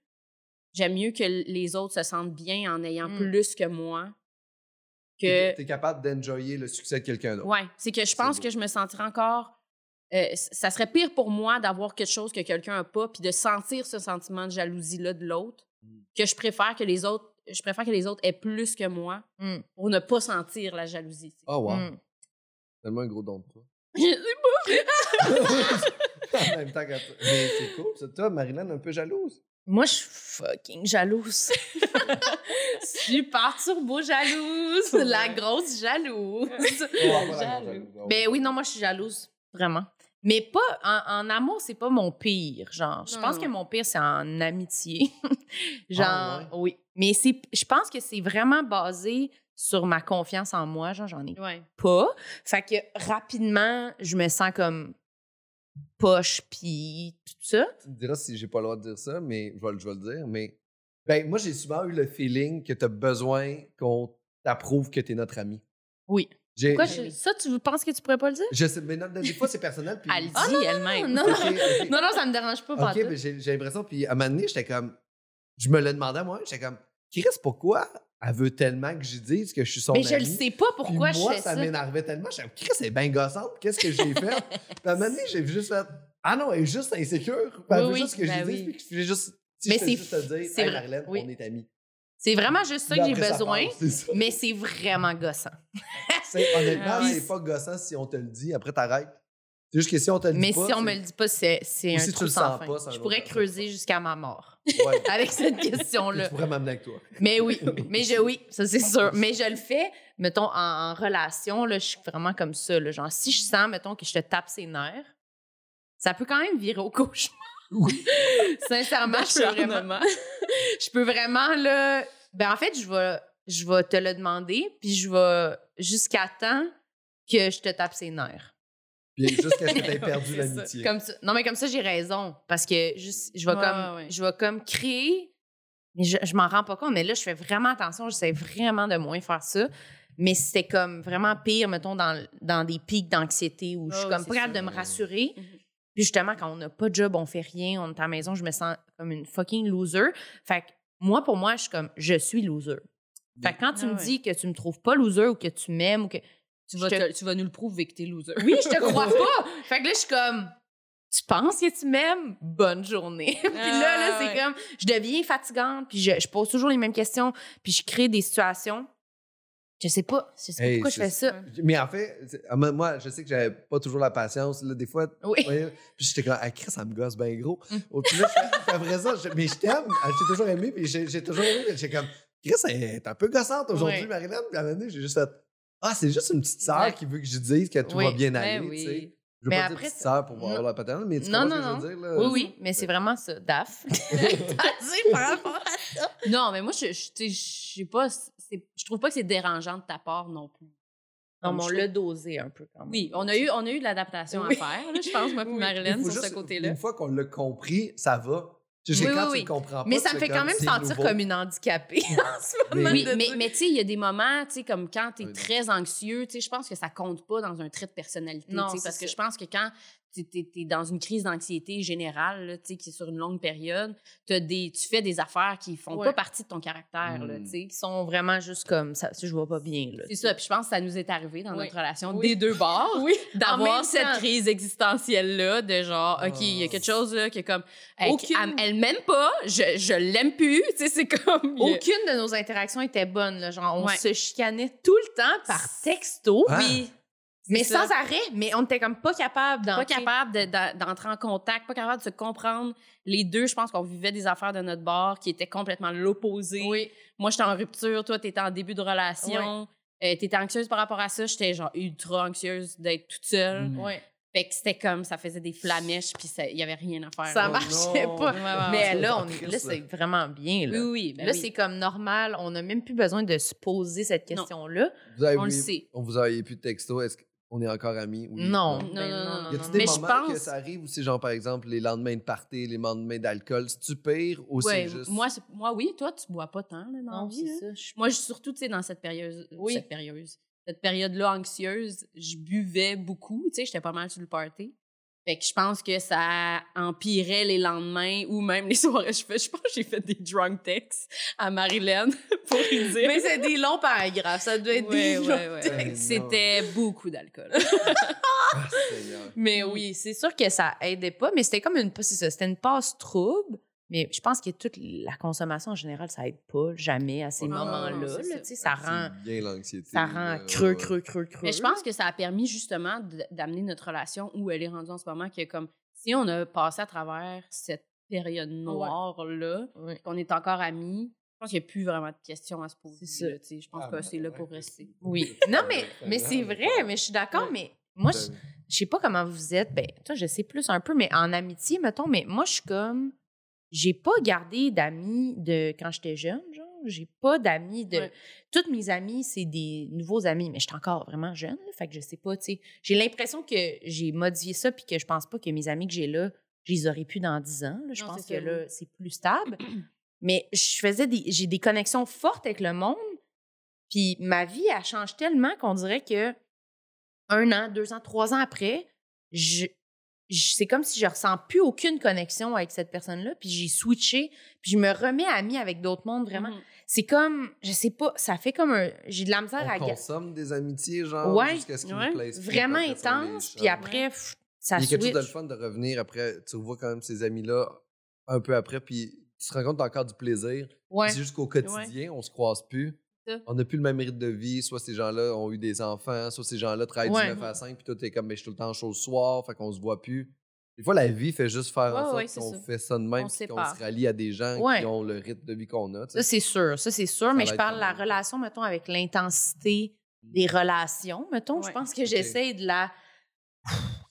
[SPEAKER 3] J'aime mieux que les autres se sentent bien en ayant
[SPEAKER 2] Mm.
[SPEAKER 3] plus que moi. Que.
[SPEAKER 1] Mmh.
[SPEAKER 2] euh,
[SPEAKER 1] T'es t'es capable d'enjoyer le succès de quelqu'un d'autre.
[SPEAKER 3] Ouais, c'est que je
[SPEAKER 1] C'est
[SPEAKER 3] pense
[SPEAKER 1] beau.
[SPEAKER 3] que je me sentirais encore. euh, c- ça serait pire pour moi d'avoir quelque chose que quelqu'un n'a pas, puis de sentir ce sentiment de jalousie-là de l'autre,
[SPEAKER 1] Mm.
[SPEAKER 3] que je préfère que les autres, je préfère que les autres aient plus que moi
[SPEAKER 2] Mm.
[SPEAKER 3] pour ne pas sentir la jalousie. tu sais.
[SPEAKER 1] Oh, wow.
[SPEAKER 2] Mm.
[SPEAKER 1] Tellement un gros don de toi. <laughs>
[SPEAKER 3] Je sais
[SPEAKER 1] en même temps, quand Mais c'est cool, ça. Toi, Marilyn, un peu jalouse.
[SPEAKER 2] Moi, je suis fucking
[SPEAKER 3] <laughs>
[SPEAKER 2] jalouse. Super turbo jalouse. La
[SPEAKER 3] Ouais.
[SPEAKER 2] grosse jalouse.
[SPEAKER 1] Jalouse.
[SPEAKER 2] Ben oui, non, moi, je suis jalouse. Vraiment. Mais pas en, en amour, c'est pas mon pire, genre. Je
[SPEAKER 3] Non,
[SPEAKER 2] pense
[SPEAKER 3] non.
[SPEAKER 2] que mon pire, c'est en amitié. <laughs> genre,
[SPEAKER 1] Ah,
[SPEAKER 2] oui. Mais c'est, je pense que c'est vraiment basé sur ma confiance en moi. Genre, j'en ai
[SPEAKER 3] pas. Ouais.
[SPEAKER 2] pas. Fait que rapidement, je me sens comme poche, puis tout ça.
[SPEAKER 1] Tu me diras si j'ai pas le droit de dire ça, mais je vais, le- je vais le dire. Mais ben, moi, j'ai souvent eu le feeling que t'as besoin qu'on t'approuve que t'es notre ami.
[SPEAKER 2] Oui.
[SPEAKER 1] J'ai-
[SPEAKER 2] Pourquoi
[SPEAKER 1] je...
[SPEAKER 2] je- ça, tu penses que tu pourrais pas le dire?
[SPEAKER 1] sais, mais non, des fois, c'est personnel.
[SPEAKER 2] <laughs>
[SPEAKER 1] Puis...
[SPEAKER 3] Elle dit
[SPEAKER 2] Ah,
[SPEAKER 3] elle-même.
[SPEAKER 2] non,
[SPEAKER 1] Ok, ok.
[SPEAKER 2] Non, non, ça me dérange pas,
[SPEAKER 1] Ok,
[SPEAKER 2] pantoute.
[SPEAKER 1] mais j'ai j'ai l'impression. Puis à un moment donné, j'étais comme. Je me le demandais à moi. J'étais comme. Chris, pourquoi elle veut tellement que je dise que je suis son
[SPEAKER 2] Mais
[SPEAKER 1] ami?
[SPEAKER 2] je le sais pas
[SPEAKER 1] Puis
[SPEAKER 2] pourquoi je
[SPEAKER 1] moi,
[SPEAKER 2] fais
[SPEAKER 1] ça
[SPEAKER 2] ça.
[SPEAKER 1] m'énervait tellement. J'étais comme, Chris, c'est bien gossante. Qu'est-ce que
[SPEAKER 2] <laughs>
[SPEAKER 1] j'ai fait? Puis à un moment donné, j'ai juste fait. Ah non, elle est juste insécure. Puis elle
[SPEAKER 2] Oui,
[SPEAKER 1] veut
[SPEAKER 2] oui,
[SPEAKER 1] juste que
[SPEAKER 2] ben
[SPEAKER 1] je dise.
[SPEAKER 2] oui.
[SPEAKER 1] Puis que je fais juste. Si
[SPEAKER 2] Mais
[SPEAKER 1] je fais
[SPEAKER 2] c'est-
[SPEAKER 1] juste te dire,
[SPEAKER 2] c'est
[SPEAKER 1] hey,
[SPEAKER 2] vrai.
[SPEAKER 1] Marlène,
[SPEAKER 2] Oui.
[SPEAKER 1] on est amis.
[SPEAKER 2] C'est vraiment juste ça que
[SPEAKER 1] Puis
[SPEAKER 2] j'ai
[SPEAKER 1] après,
[SPEAKER 2] besoin,
[SPEAKER 1] part, c'est ça.
[SPEAKER 2] mais c'est vraiment gossant.
[SPEAKER 1] C'est- Honnêtement,
[SPEAKER 3] Ah ouais.
[SPEAKER 1] c'est pas gossant si on te le dit. Après, t'arrêtes. C'est juste que si on te le dit.
[SPEAKER 2] Mais
[SPEAKER 1] pas,
[SPEAKER 2] si on
[SPEAKER 1] c'est-
[SPEAKER 2] me le dit pas, c'est c'est
[SPEAKER 1] Ou
[SPEAKER 2] un
[SPEAKER 1] si tu
[SPEAKER 2] trou
[SPEAKER 1] le
[SPEAKER 2] sans
[SPEAKER 1] sens
[SPEAKER 2] fin.
[SPEAKER 1] pas, c'est un
[SPEAKER 2] je
[SPEAKER 1] autre
[SPEAKER 2] pourrais
[SPEAKER 1] truc.
[SPEAKER 2] creuser jusqu'à ma mort <laughs>
[SPEAKER 1] Ouais.
[SPEAKER 2] avec cette question-là.
[SPEAKER 1] Tu pourrais m'amener avec toi.
[SPEAKER 2] Mais oui, mais je oui, ça c'est sûr. Mais je le fais, mettons, en, en relation, là, je suis vraiment comme ça. là. genre, si je sens, mettons, que je te tape ses nerfs, ça peut quand même virer au cauchemar. Sincèrement, je peux vraiment. Je peux vraiment, là. Ben, en fait, je vais, je vais te le demander, puis je vais jusqu'à temps que je te tape ses nerfs.
[SPEAKER 1] Puis
[SPEAKER 2] <laughs>
[SPEAKER 1] jusqu'à ce que t'aies perdu
[SPEAKER 3] C'est ça.
[SPEAKER 1] l'amitié.
[SPEAKER 2] Comme Ben ça- non, mais comme ça, j'ai raison. Parce que juste- je vais,
[SPEAKER 3] Ouais,
[SPEAKER 2] comme,
[SPEAKER 3] ouais, ouais.
[SPEAKER 2] je vais comme créer. Mais je, je m'en rends pas compte. Mais là, je fais vraiment attention. J'essaie vraiment de moins faire ça. Mais c'était comme vraiment pire, mettons, dans, dans des pics d'anxiété où je suis
[SPEAKER 3] Ouais,
[SPEAKER 2] comme
[SPEAKER 3] ouais,
[SPEAKER 2] pas
[SPEAKER 3] c'est
[SPEAKER 2] capable de
[SPEAKER 1] sûr.
[SPEAKER 2] me rassurer.
[SPEAKER 3] Mhm.
[SPEAKER 2] Puis justement, quand on n'a pas de job, on fait rien, on est à la maison, je me sens comme une fucking loser. Fait que moi, pour moi, je suis comme, je suis loser. Fait que quand tu
[SPEAKER 3] Ah
[SPEAKER 2] me
[SPEAKER 3] ouais.
[SPEAKER 2] dis que tu me trouves pas loser ou que tu m'aimes ou que.
[SPEAKER 3] Tu vas,
[SPEAKER 2] Je te-
[SPEAKER 3] te- tu vas nous le prouver que t'es loser.
[SPEAKER 2] Oui, je te crois <laughs> pas. Fait que là, je suis comme, tu penses que tu m'aimes? Bonne journée. <laughs> puis là, là c'est
[SPEAKER 3] ouais.
[SPEAKER 2] comme, je deviens fatigante, puis je, je pose toujours les mêmes questions, puis je crée des situations. Je sais pas, je sais pas
[SPEAKER 1] Hey,
[SPEAKER 2] pourquoi je
[SPEAKER 1] c'est-
[SPEAKER 2] fais ça.
[SPEAKER 1] Mais en fait, c'est- à moi- moi, je sais que j'avais pas toujours la patience. Là, des fois,
[SPEAKER 2] Oui.
[SPEAKER 1] voyez, puis j'étais comme, ah, Chris, ça me gosse bien gros.
[SPEAKER 2] Mm.
[SPEAKER 1] Oh, Puis là, je fais- puis après ça, je- mais je t'aime. Ah, J'ai toujours aimé, puis j'ai j'ai toujours aimé. J'étais comme, Chris, elle est un peu gossante aujourd'hui,
[SPEAKER 2] Ouais.
[SPEAKER 1] Marilyn. Puis à un moment donné, j'ai juste fait, ah, c'est juste une petite sœur
[SPEAKER 3] Ouais.
[SPEAKER 1] qui veut que je dise que tout
[SPEAKER 2] Oui.
[SPEAKER 1] va bien
[SPEAKER 3] Ben
[SPEAKER 1] aller. tu sais.
[SPEAKER 3] oui.
[SPEAKER 1] Je veux
[SPEAKER 2] Mais
[SPEAKER 1] pas
[SPEAKER 2] après,
[SPEAKER 1] dire petite sœur pour avoir
[SPEAKER 2] non.
[SPEAKER 1] la paternelle, mais tu
[SPEAKER 2] Non,
[SPEAKER 1] comprends
[SPEAKER 2] non,
[SPEAKER 1] ce que je veux dire? Là?
[SPEAKER 2] <laughs> Oui, oui, mais c'est vraiment
[SPEAKER 1] <laughs>
[SPEAKER 2] ça, DAF. <laughs> Vas-y, par rapport à ça.
[SPEAKER 3] Non, mais moi, je, je, tu sais, je sais pas. c'est- Je trouve pas que c'est dérangeant de ta part non plus.
[SPEAKER 2] Non,
[SPEAKER 3] Comme
[SPEAKER 2] mais on
[SPEAKER 3] je
[SPEAKER 2] l'a dosé un peu quand même.
[SPEAKER 3] Oui, on a eu, on a eu de l'adaptation
[SPEAKER 2] Oui.
[SPEAKER 3] à faire, là, je pense, moi puis
[SPEAKER 2] Oui.
[SPEAKER 1] Il
[SPEAKER 3] Marilyn,
[SPEAKER 1] faut
[SPEAKER 3] sur ce
[SPEAKER 1] juste-
[SPEAKER 3] côté-là.
[SPEAKER 1] Une fois qu'on l'a compris, ça va. Tu sais,
[SPEAKER 3] Oui,
[SPEAKER 1] quand
[SPEAKER 3] oui,
[SPEAKER 1] tu
[SPEAKER 3] oui.
[SPEAKER 1] le comprends Ah, pas,
[SPEAKER 2] Mais
[SPEAKER 1] tu
[SPEAKER 2] ça me
[SPEAKER 1] fais
[SPEAKER 2] fait quand même
[SPEAKER 1] c'est
[SPEAKER 2] sentir
[SPEAKER 1] nouveau.
[SPEAKER 2] comme une handicapée <laughs> en ce
[SPEAKER 1] Mais-
[SPEAKER 2] moment.
[SPEAKER 3] Oui,
[SPEAKER 2] de
[SPEAKER 3] mais,
[SPEAKER 2] dire.
[SPEAKER 3] mais tu sais, il y a des moments, tu sais, comme quand tu es
[SPEAKER 1] Oui, non.
[SPEAKER 3] très anxieux, tu sais, je pense que ça compte pas dans un trait de personnalité.
[SPEAKER 2] Non,
[SPEAKER 3] tu sais,
[SPEAKER 2] c'est
[SPEAKER 3] parce que
[SPEAKER 2] ça.
[SPEAKER 3] je pense que quand tu es, dans une crise d'anxiété générale, là, tu sais, qui est sur une longue période, t'as des, tu fais des affaires qui font
[SPEAKER 2] Ouais.
[SPEAKER 3] pas partie de ton caractère, là,
[SPEAKER 1] Mm.
[SPEAKER 3] tu sais.
[SPEAKER 2] Ils sont vraiment juste comme ça, je vois pas bien. Là.
[SPEAKER 3] C'est ça, puis je pense que ça nous est arrivé dans
[SPEAKER 2] Oui.
[SPEAKER 3] notre relation
[SPEAKER 2] Oui.
[SPEAKER 3] des deux bords.
[SPEAKER 2] <laughs> Oui, En même
[SPEAKER 3] D'avoir cette
[SPEAKER 2] temps.
[SPEAKER 3] crise existentielle-là, de genre, OK, il y a quelque chose là, qui est comme, hey,
[SPEAKER 2] Aucune-
[SPEAKER 3] elle, elle m'aime pas, je, je l'aime plus, tu sais, c'est comme. il y a-
[SPEAKER 2] Aucune de nos interactions était bonne. là. Genre, on
[SPEAKER 3] Ouais.
[SPEAKER 2] se chicanait tout le temps par texto,
[SPEAKER 1] Ah,
[SPEAKER 3] Oui,
[SPEAKER 2] mais
[SPEAKER 3] c'est ça.
[SPEAKER 2] sans arrêt. Mais on était comme pas capable d'en
[SPEAKER 3] pas capable de- d'a- d'entrer en contact, pas capable de se comprendre. Les deux, je pense qu'on vivait des affaires de notre bord qui étaient complètement l'opposé.
[SPEAKER 2] Oui.
[SPEAKER 3] Moi, j'étais en rupture, toi, t'étais en début de relation. Euh, t'étais anxieuse par rapport à ça, j'étais genre ultra anxieuse d'être toute seule.
[SPEAKER 1] Mm.
[SPEAKER 2] Ouais.
[SPEAKER 3] Fait que c'était comme, ça faisait des flamèches, puis ça- il n'y avait rien à faire.
[SPEAKER 2] Ça
[SPEAKER 1] Oh
[SPEAKER 2] marchait
[SPEAKER 1] non.
[SPEAKER 2] pas.
[SPEAKER 3] Ouais, ouais,
[SPEAKER 2] Mais
[SPEAKER 3] ouais.
[SPEAKER 1] ouais.
[SPEAKER 2] là, on
[SPEAKER 1] C'est
[SPEAKER 2] est, là,
[SPEAKER 1] triste,
[SPEAKER 2] c'est vraiment bien. Là,
[SPEAKER 3] Ah, Oui, oui, ben
[SPEAKER 2] là
[SPEAKER 3] oui.
[SPEAKER 2] c'est comme normal. On n'a même plus besoin de se poser cette
[SPEAKER 3] Non.
[SPEAKER 2] question-là.
[SPEAKER 1] Vous avez-
[SPEAKER 3] On le sait.
[SPEAKER 1] On vous auriez plus de texto. Est-ce qu'on est encore amis? Oui.
[SPEAKER 2] Non.
[SPEAKER 3] Non,
[SPEAKER 2] Ben
[SPEAKER 3] non,
[SPEAKER 1] Y
[SPEAKER 3] non, non,
[SPEAKER 1] a-t-il
[SPEAKER 3] non.
[SPEAKER 1] des
[SPEAKER 3] Mais je
[SPEAKER 1] moments que
[SPEAKER 3] pense-
[SPEAKER 1] ça arrive aussi, genre par exemple les lendemains de party, les lendemains d'alcool, c'est-tu pire ou
[SPEAKER 3] Ouais,
[SPEAKER 1] c'est juste.
[SPEAKER 3] moi, c'est- moi, oui, toi, tu bois pas tant là, dans la vie. hein.
[SPEAKER 2] ça. Je-
[SPEAKER 3] Moi, je, surtout, tu sais, dans cette période,
[SPEAKER 2] Oui.
[SPEAKER 3] cette période, cette période-là anxieuse, je buvais beaucoup, tu sais, j'étais pas mal sur le party. Fait que je pense que ça empirait les lendemains ou même les <laughs> soirées. Je, fais- je pense que j'ai fait des drunk texts à Marilyn <laughs> pour lui
[SPEAKER 2] <laughs>
[SPEAKER 3] dire.
[SPEAKER 2] Mais c'est des longs paragraphes. Ça doit être des
[SPEAKER 3] Ouais, ouais,
[SPEAKER 2] longs
[SPEAKER 3] ouais.
[SPEAKER 1] textes. Mais non.
[SPEAKER 3] C'était beaucoup d'alcool.
[SPEAKER 1] Ah, Seigneur.
[SPEAKER 2] Mais
[SPEAKER 3] Mm.
[SPEAKER 2] oui, c'est sûr que ça aidait pas, mais c'était comme une c'est ça, c'était une passe trouble. Mais je pense que toute la consommation en général, ça aide pas jamais à ces
[SPEAKER 1] Non, non, non,
[SPEAKER 2] moments-là.
[SPEAKER 3] c'est
[SPEAKER 2] là,
[SPEAKER 3] ça.
[SPEAKER 2] tu sais, ça rend,
[SPEAKER 1] Ah, C'est bien l'anxiété.
[SPEAKER 2] ça rend
[SPEAKER 1] là,
[SPEAKER 2] creux,
[SPEAKER 1] ouais.
[SPEAKER 2] creux, creux, creux.
[SPEAKER 3] Mais je pense que ça a permis justement de- d'amener notre relation où elle est rendue en ce moment, que comme si on a passé à travers cette période noire-là,
[SPEAKER 2] Ouais.
[SPEAKER 3] qu'on est encore amis, je pense qu'il n'y a plus vraiment de questions à se poser.
[SPEAKER 2] C'est ça.
[SPEAKER 3] là, tu sais. je pense
[SPEAKER 1] Ah,
[SPEAKER 3] que c'est
[SPEAKER 1] ben,
[SPEAKER 3] là
[SPEAKER 1] ouais.
[SPEAKER 3] pour rester.
[SPEAKER 2] Oui. Non, mais, mais c'est vrai, mais je suis d'accord,
[SPEAKER 3] Ouais.
[SPEAKER 2] mais moi,
[SPEAKER 1] Ben,
[SPEAKER 2] je, je sais pas comment vous êtes. Ben, toi, je sais plus un peu, mais en amitié, mettons, mais moi, je suis comme. J'ai pas gardé d'amis de quand j'étais jeune, genre. J'ai pas d'amis de.
[SPEAKER 3] Ouais.
[SPEAKER 2] Toutes mes amies, c'est des nouveaux amis, mais j'étais encore vraiment jeune, là, fait que je sais pas, tu sais. J'ai l'impression que j'ai modifié ça, puis que je pense pas que mes amis que j'ai là, je les aurais pu dans 10 ans. là. Je
[SPEAKER 3] Non,
[SPEAKER 2] pense que
[SPEAKER 3] c'est ça,
[SPEAKER 2] là, c'est plus
[SPEAKER 3] <clears throat>
[SPEAKER 2] stable. mais je faisais des. J'ai des connexions fortes avec le monde, puis ma vie, elle change tellement qu'on dirait que un an, deux ans, trois ans après, je, je- c'est comme si je ressens plus aucune connexion avec cette personne-là, puis j'ai switché, puis je me remets amie avec d'autres mondes vraiment.
[SPEAKER 3] Mhm.
[SPEAKER 2] C'est comme, je sais pas, ça fait comme un. J'ai de la misère à
[SPEAKER 1] On
[SPEAKER 2] ga-
[SPEAKER 1] consomme des amitiés, genre,
[SPEAKER 2] Ouais,
[SPEAKER 1] jusqu'à ce qu'ils
[SPEAKER 3] ouais.
[SPEAKER 1] nous plaisent. plus,
[SPEAKER 2] vraiment
[SPEAKER 1] après ça, on les
[SPEAKER 2] intense,
[SPEAKER 1] chope.
[SPEAKER 2] puis après, pff, ça
[SPEAKER 1] Il y a quelque chose de le
[SPEAKER 2] switch.
[SPEAKER 1] fun de revenir après. Tu revois quand même ces amis-là un peu après, puis tu te rends compte encore du plaisir.
[SPEAKER 2] Ouais.
[SPEAKER 1] C'est jusqu'au quotidien, on se croise plus.
[SPEAKER 3] C'est ça.
[SPEAKER 1] On n'a plus le même rythme de vie. Soit ces gens-là ont eu des enfants, soit ces gens-là travaillent
[SPEAKER 2] Ouais.
[SPEAKER 1] du 9 à 5, puis toi, t'es comme, mais je suis tout le temps chaud le soir, fait qu'on se voit plus. Des fois, la vie fait juste faire
[SPEAKER 3] Ouais,
[SPEAKER 1] en sorte
[SPEAKER 3] ouais, c'est
[SPEAKER 1] qu'on
[SPEAKER 3] ça.
[SPEAKER 1] fait ça de même,
[SPEAKER 3] On
[SPEAKER 1] puis qu'on
[SPEAKER 3] sépare.
[SPEAKER 1] se rallie à des gens
[SPEAKER 2] Ouais.
[SPEAKER 1] qui ont le rythme de vie qu'on a. tu sais.
[SPEAKER 2] Ça, c'est sûr, ça, c'est sûr,
[SPEAKER 1] Ça
[SPEAKER 2] mais
[SPEAKER 1] va
[SPEAKER 2] je
[SPEAKER 1] être
[SPEAKER 2] parle de la
[SPEAKER 1] comme-
[SPEAKER 2] relation, mettons, avec l'intensité des relations, mettons. Je
[SPEAKER 3] Mmh. Ouais.
[SPEAKER 2] pense que j'essaie de la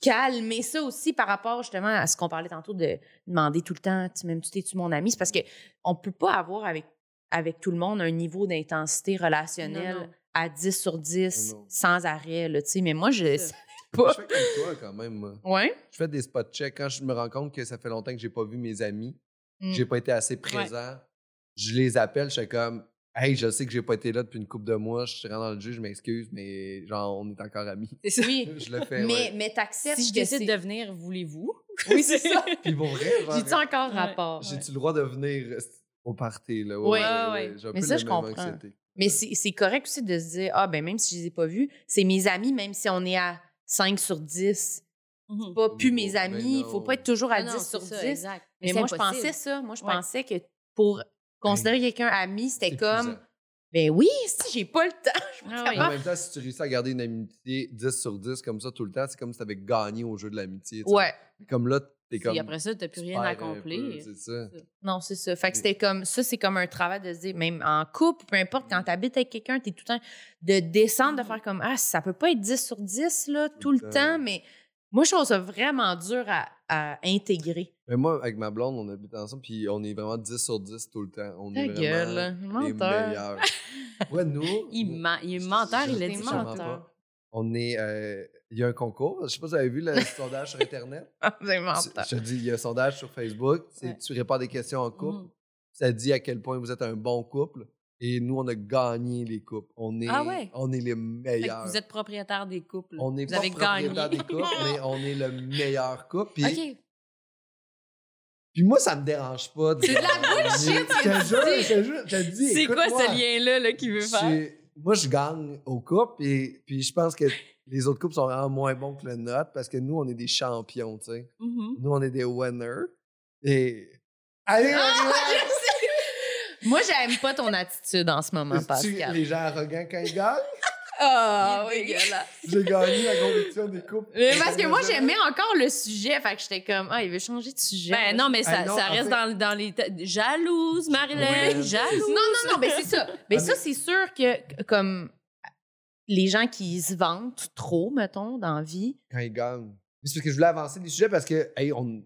[SPEAKER 2] calmer ça aussi par rapport justement à ce qu'on parlait tantôt de demander tout le temps tu m'aimes-tu t'es-tu mon ami c'est parce que on peut pas avoir avec avec tout le monde un niveau d'intensité relationnelle
[SPEAKER 3] Non, non.
[SPEAKER 2] à 10 sur 10
[SPEAKER 1] Non, non.
[SPEAKER 2] sans arrêt là, tu sais mais moi je
[SPEAKER 3] C'est ça.
[SPEAKER 2] pas.
[SPEAKER 1] Je fais comme toi quand même. moi.
[SPEAKER 2] ouais
[SPEAKER 1] Je fais des spot checks. Quand je me rends compte que ça fait longtemps que j'ai pas vu mes amis,
[SPEAKER 3] Mmh.
[SPEAKER 2] Mm.
[SPEAKER 1] j'ai pas été assez présent, je les appelle, je suis comme Hey, je sais que j'ai pas été là depuis une couple de mois, je suis rentré dans le jeu, je m'excuse, mais genre on est encore amis.
[SPEAKER 2] <laughs> oui
[SPEAKER 1] je le fais.
[SPEAKER 2] mais
[SPEAKER 1] ouais.
[SPEAKER 2] mais t'acceptes
[SPEAKER 3] Ben Si je
[SPEAKER 2] que
[SPEAKER 3] décide de
[SPEAKER 2] c'est-
[SPEAKER 3] venir, voulez-vous?
[SPEAKER 2] <laughs> oui
[SPEAKER 3] <laughs>
[SPEAKER 2] c'est ça
[SPEAKER 1] Puis pour vrai, genre,
[SPEAKER 2] j'ai tu encore
[SPEAKER 3] Ouais.
[SPEAKER 2] rapport ouais.
[SPEAKER 1] j'ai-tu le droit de venir euh, au party là
[SPEAKER 2] Ouais,
[SPEAKER 3] ouais,
[SPEAKER 1] J'ai un
[SPEAKER 2] Mais
[SPEAKER 1] peu
[SPEAKER 2] ça,
[SPEAKER 1] la
[SPEAKER 2] je
[SPEAKER 1] même
[SPEAKER 2] comprends.
[SPEAKER 1] anxiété.
[SPEAKER 2] Mais c'est c'est correct aussi de se dire, ah, ben même si je les ai pas vus, c'est mes amis, même si on est à 5 sur 10.
[SPEAKER 3] Mhm.
[SPEAKER 2] Pas plus
[SPEAKER 1] Ben
[SPEAKER 2] mes
[SPEAKER 1] non.
[SPEAKER 2] amis, il faut pas être toujours à
[SPEAKER 3] Ah non,
[SPEAKER 2] 10
[SPEAKER 3] c'est
[SPEAKER 2] sur
[SPEAKER 3] ça,
[SPEAKER 2] 10.
[SPEAKER 3] exact.
[SPEAKER 2] Mais
[SPEAKER 3] c'est
[SPEAKER 2] moi, je
[SPEAKER 3] impossible.
[SPEAKER 2] pensais ça. Moi, je
[SPEAKER 3] Ouais.
[SPEAKER 2] pensais que pour considérer quelqu'un ami, c'était
[SPEAKER 1] C'est
[SPEAKER 2] comme,
[SPEAKER 1] épuisant.
[SPEAKER 2] ben oui, si j'ai pas le temps.
[SPEAKER 3] Ah
[SPEAKER 2] capable.
[SPEAKER 3] oui.
[SPEAKER 1] En même temps, si tu réussis à garder une amitié 10 sur 10 comme ça tout le temps, c'est comme si tu avais gagné au jeu de l'amitié. tu sais.
[SPEAKER 2] Ouais,
[SPEAKER 1] Comme là, t'es comme. euh,
[SPEAKER 3] Puis après ça, t'as plus
[SPEAKER 1] tu
[SPEAKER 3] rien à
[SPEAKER 1] perds un peu,
[SPEAKER 3] accomplir.
[SPEAKER 1] C'est ça.
[SPEAKER 2] non, c'est ça. Fait que c'était comme, ça, c'est comme un travail de se dire, même en couple, peu importe,
[SPEAKER 1] Mmh.
[SPEAKER 2] quand t'habites avec quelqu'un, t'es tout le temps, de
[SPEAKER 3] Mmh.
[SPEAKER 2] descendre, de faire comme, ah, ça peut pas être 10 sur 10, là, tout le temps, mais moi, je trouve ça vraiment dur à- à intégrer.
[SPEAKER 1] Mais moi, avec ma blonde, on habite ensemble, puis on est vraiment 10 sur 10 tout le temps. On
[SPEAKER 2] Ta
[SPEAKER 1] est
[SPEAKER 2] gueule,
[SPEAKER 1] vraiment les
[SPEAKER 2] menteur.
[SPEAKER 3] <laughs>
[SPEAKER 1] meilleurs. ouais, nous.
[SPEAKER 3] Il, ment- il est menteur, il a
[SPEAKER 2] T'es
[SPEAKER 3] dit
[SPEAKER 1] Je
[SPEAKER 3] ça.
[SPEAKER 1] mens
[SPEAKER 2] menteur.
[SPEAKER 1] pas. On est. euh, il y a un concours. Je sais pas si vous avez vu le sondage sur Internet.
[SPEAKER 2] <laughs> C'est
[SPEAKER 1] Tu- Je te dis, il y a un sondage sur Facebook. C'est
[SPEAKER 3] Ouais.
[SPEAKER 1] Tu réponds à des questions en couple.
[SPEAKER 3] Mhm.
[SPEAKER 1] Ça dit à quel point vous êtes un bon couple. Et nous, on a gagné les couples. On est,
[SPEAKER 3] Ah ouais?
[SPEAKER 1] on est les
[SPEAKER 3] Fait que
[SPEAKER 1] meilleurs.
[SPEAKER 3] vous êtes propriétaire des couples.
[SPEAKER 1] on est
[SPEAKER 3] vous
[SPEAKER 1] pas
[SPEAKER 3] avez gagné.
[SPEAKER 1] propriétaire des couples,
[SPEAKER 3] <laughs>
[SPEAKER 1] mais on est le meilleur couple. Puis,
[SPEAKER 3] OK.
[SPEAKER 1] puis moi, ça me dérange pas.
[SPEAKER 3] C'est de la bullshit
[SPEAKER 1] Je
[SPEAKER 3] que
[SPEAKER 1] te
[SPEAKER 3] tu
[SPEAKER 1] jure,
[SPEAKER 3] dis.
[SPEAKER 1] je te jure, je te dis.
[SPEAKER 3] C'est quoi
[SPEAKER 1] écoute-moi.
[SPEAKER 3] ce lien-là là, qu'il veut faire?
[SPEAKER 1] J'ai- Moi, je gagne au couple et puis je pense que les autres couples sont vraiment moins bons que le nôtre parce que nous, on est des champions, tu sais.
[SPEAKER 3] Mhm.
[SPEAKER 1] Nous, on est des winners. Et. Allez,
[SPEAKER 2] Ah! <laughs>
[SPEAKER 1] Marie-Laure!
[SPEAKER 2] Moi, j'aime pas ton attitude en ce moment,
[SPEAKER 1] Tu-
[SPEAKER 2] Pascal.
[SPEAKER 1] les gens arrogants quand ils gagnent.
[SPEAKER 2] Ah
[SPEAKER 3] Il est dégueulasse.
[SPEAKER 1] J'ai gagné la compétition des couples.
[SPEAKER 2] Mais parce que moi, j'aimais encore le sujet, fait que j'étais comme, ah, il veut changer de sujet.
[SPEAKER 3] Ben non, mais ça,
[SPEAKER 1] Ah non,
[SPEAKER 3] ça
[SPEAKER 1] en
[SPEAKER 3] reste
[SPEAKER 1] fait-
[SPEAKER 3] dans, dans les... ta- Jalouse, Marilyn,
[SPEAKER 1] Oui.
[SPEAKER 3] jalouse.
[SPEAKER 2] non, non, non, ben c'est ça. Ben
[SPEAKER 1] Ah,
[SPEAKER 2] ça, c'est sûr que, comme, les gens qui se vantent trop, mettons, dans la vie,
[SPEAKER 1] Quand ils gagnent. c'est parce que je voulais avancer des sujets parce que, hey, on,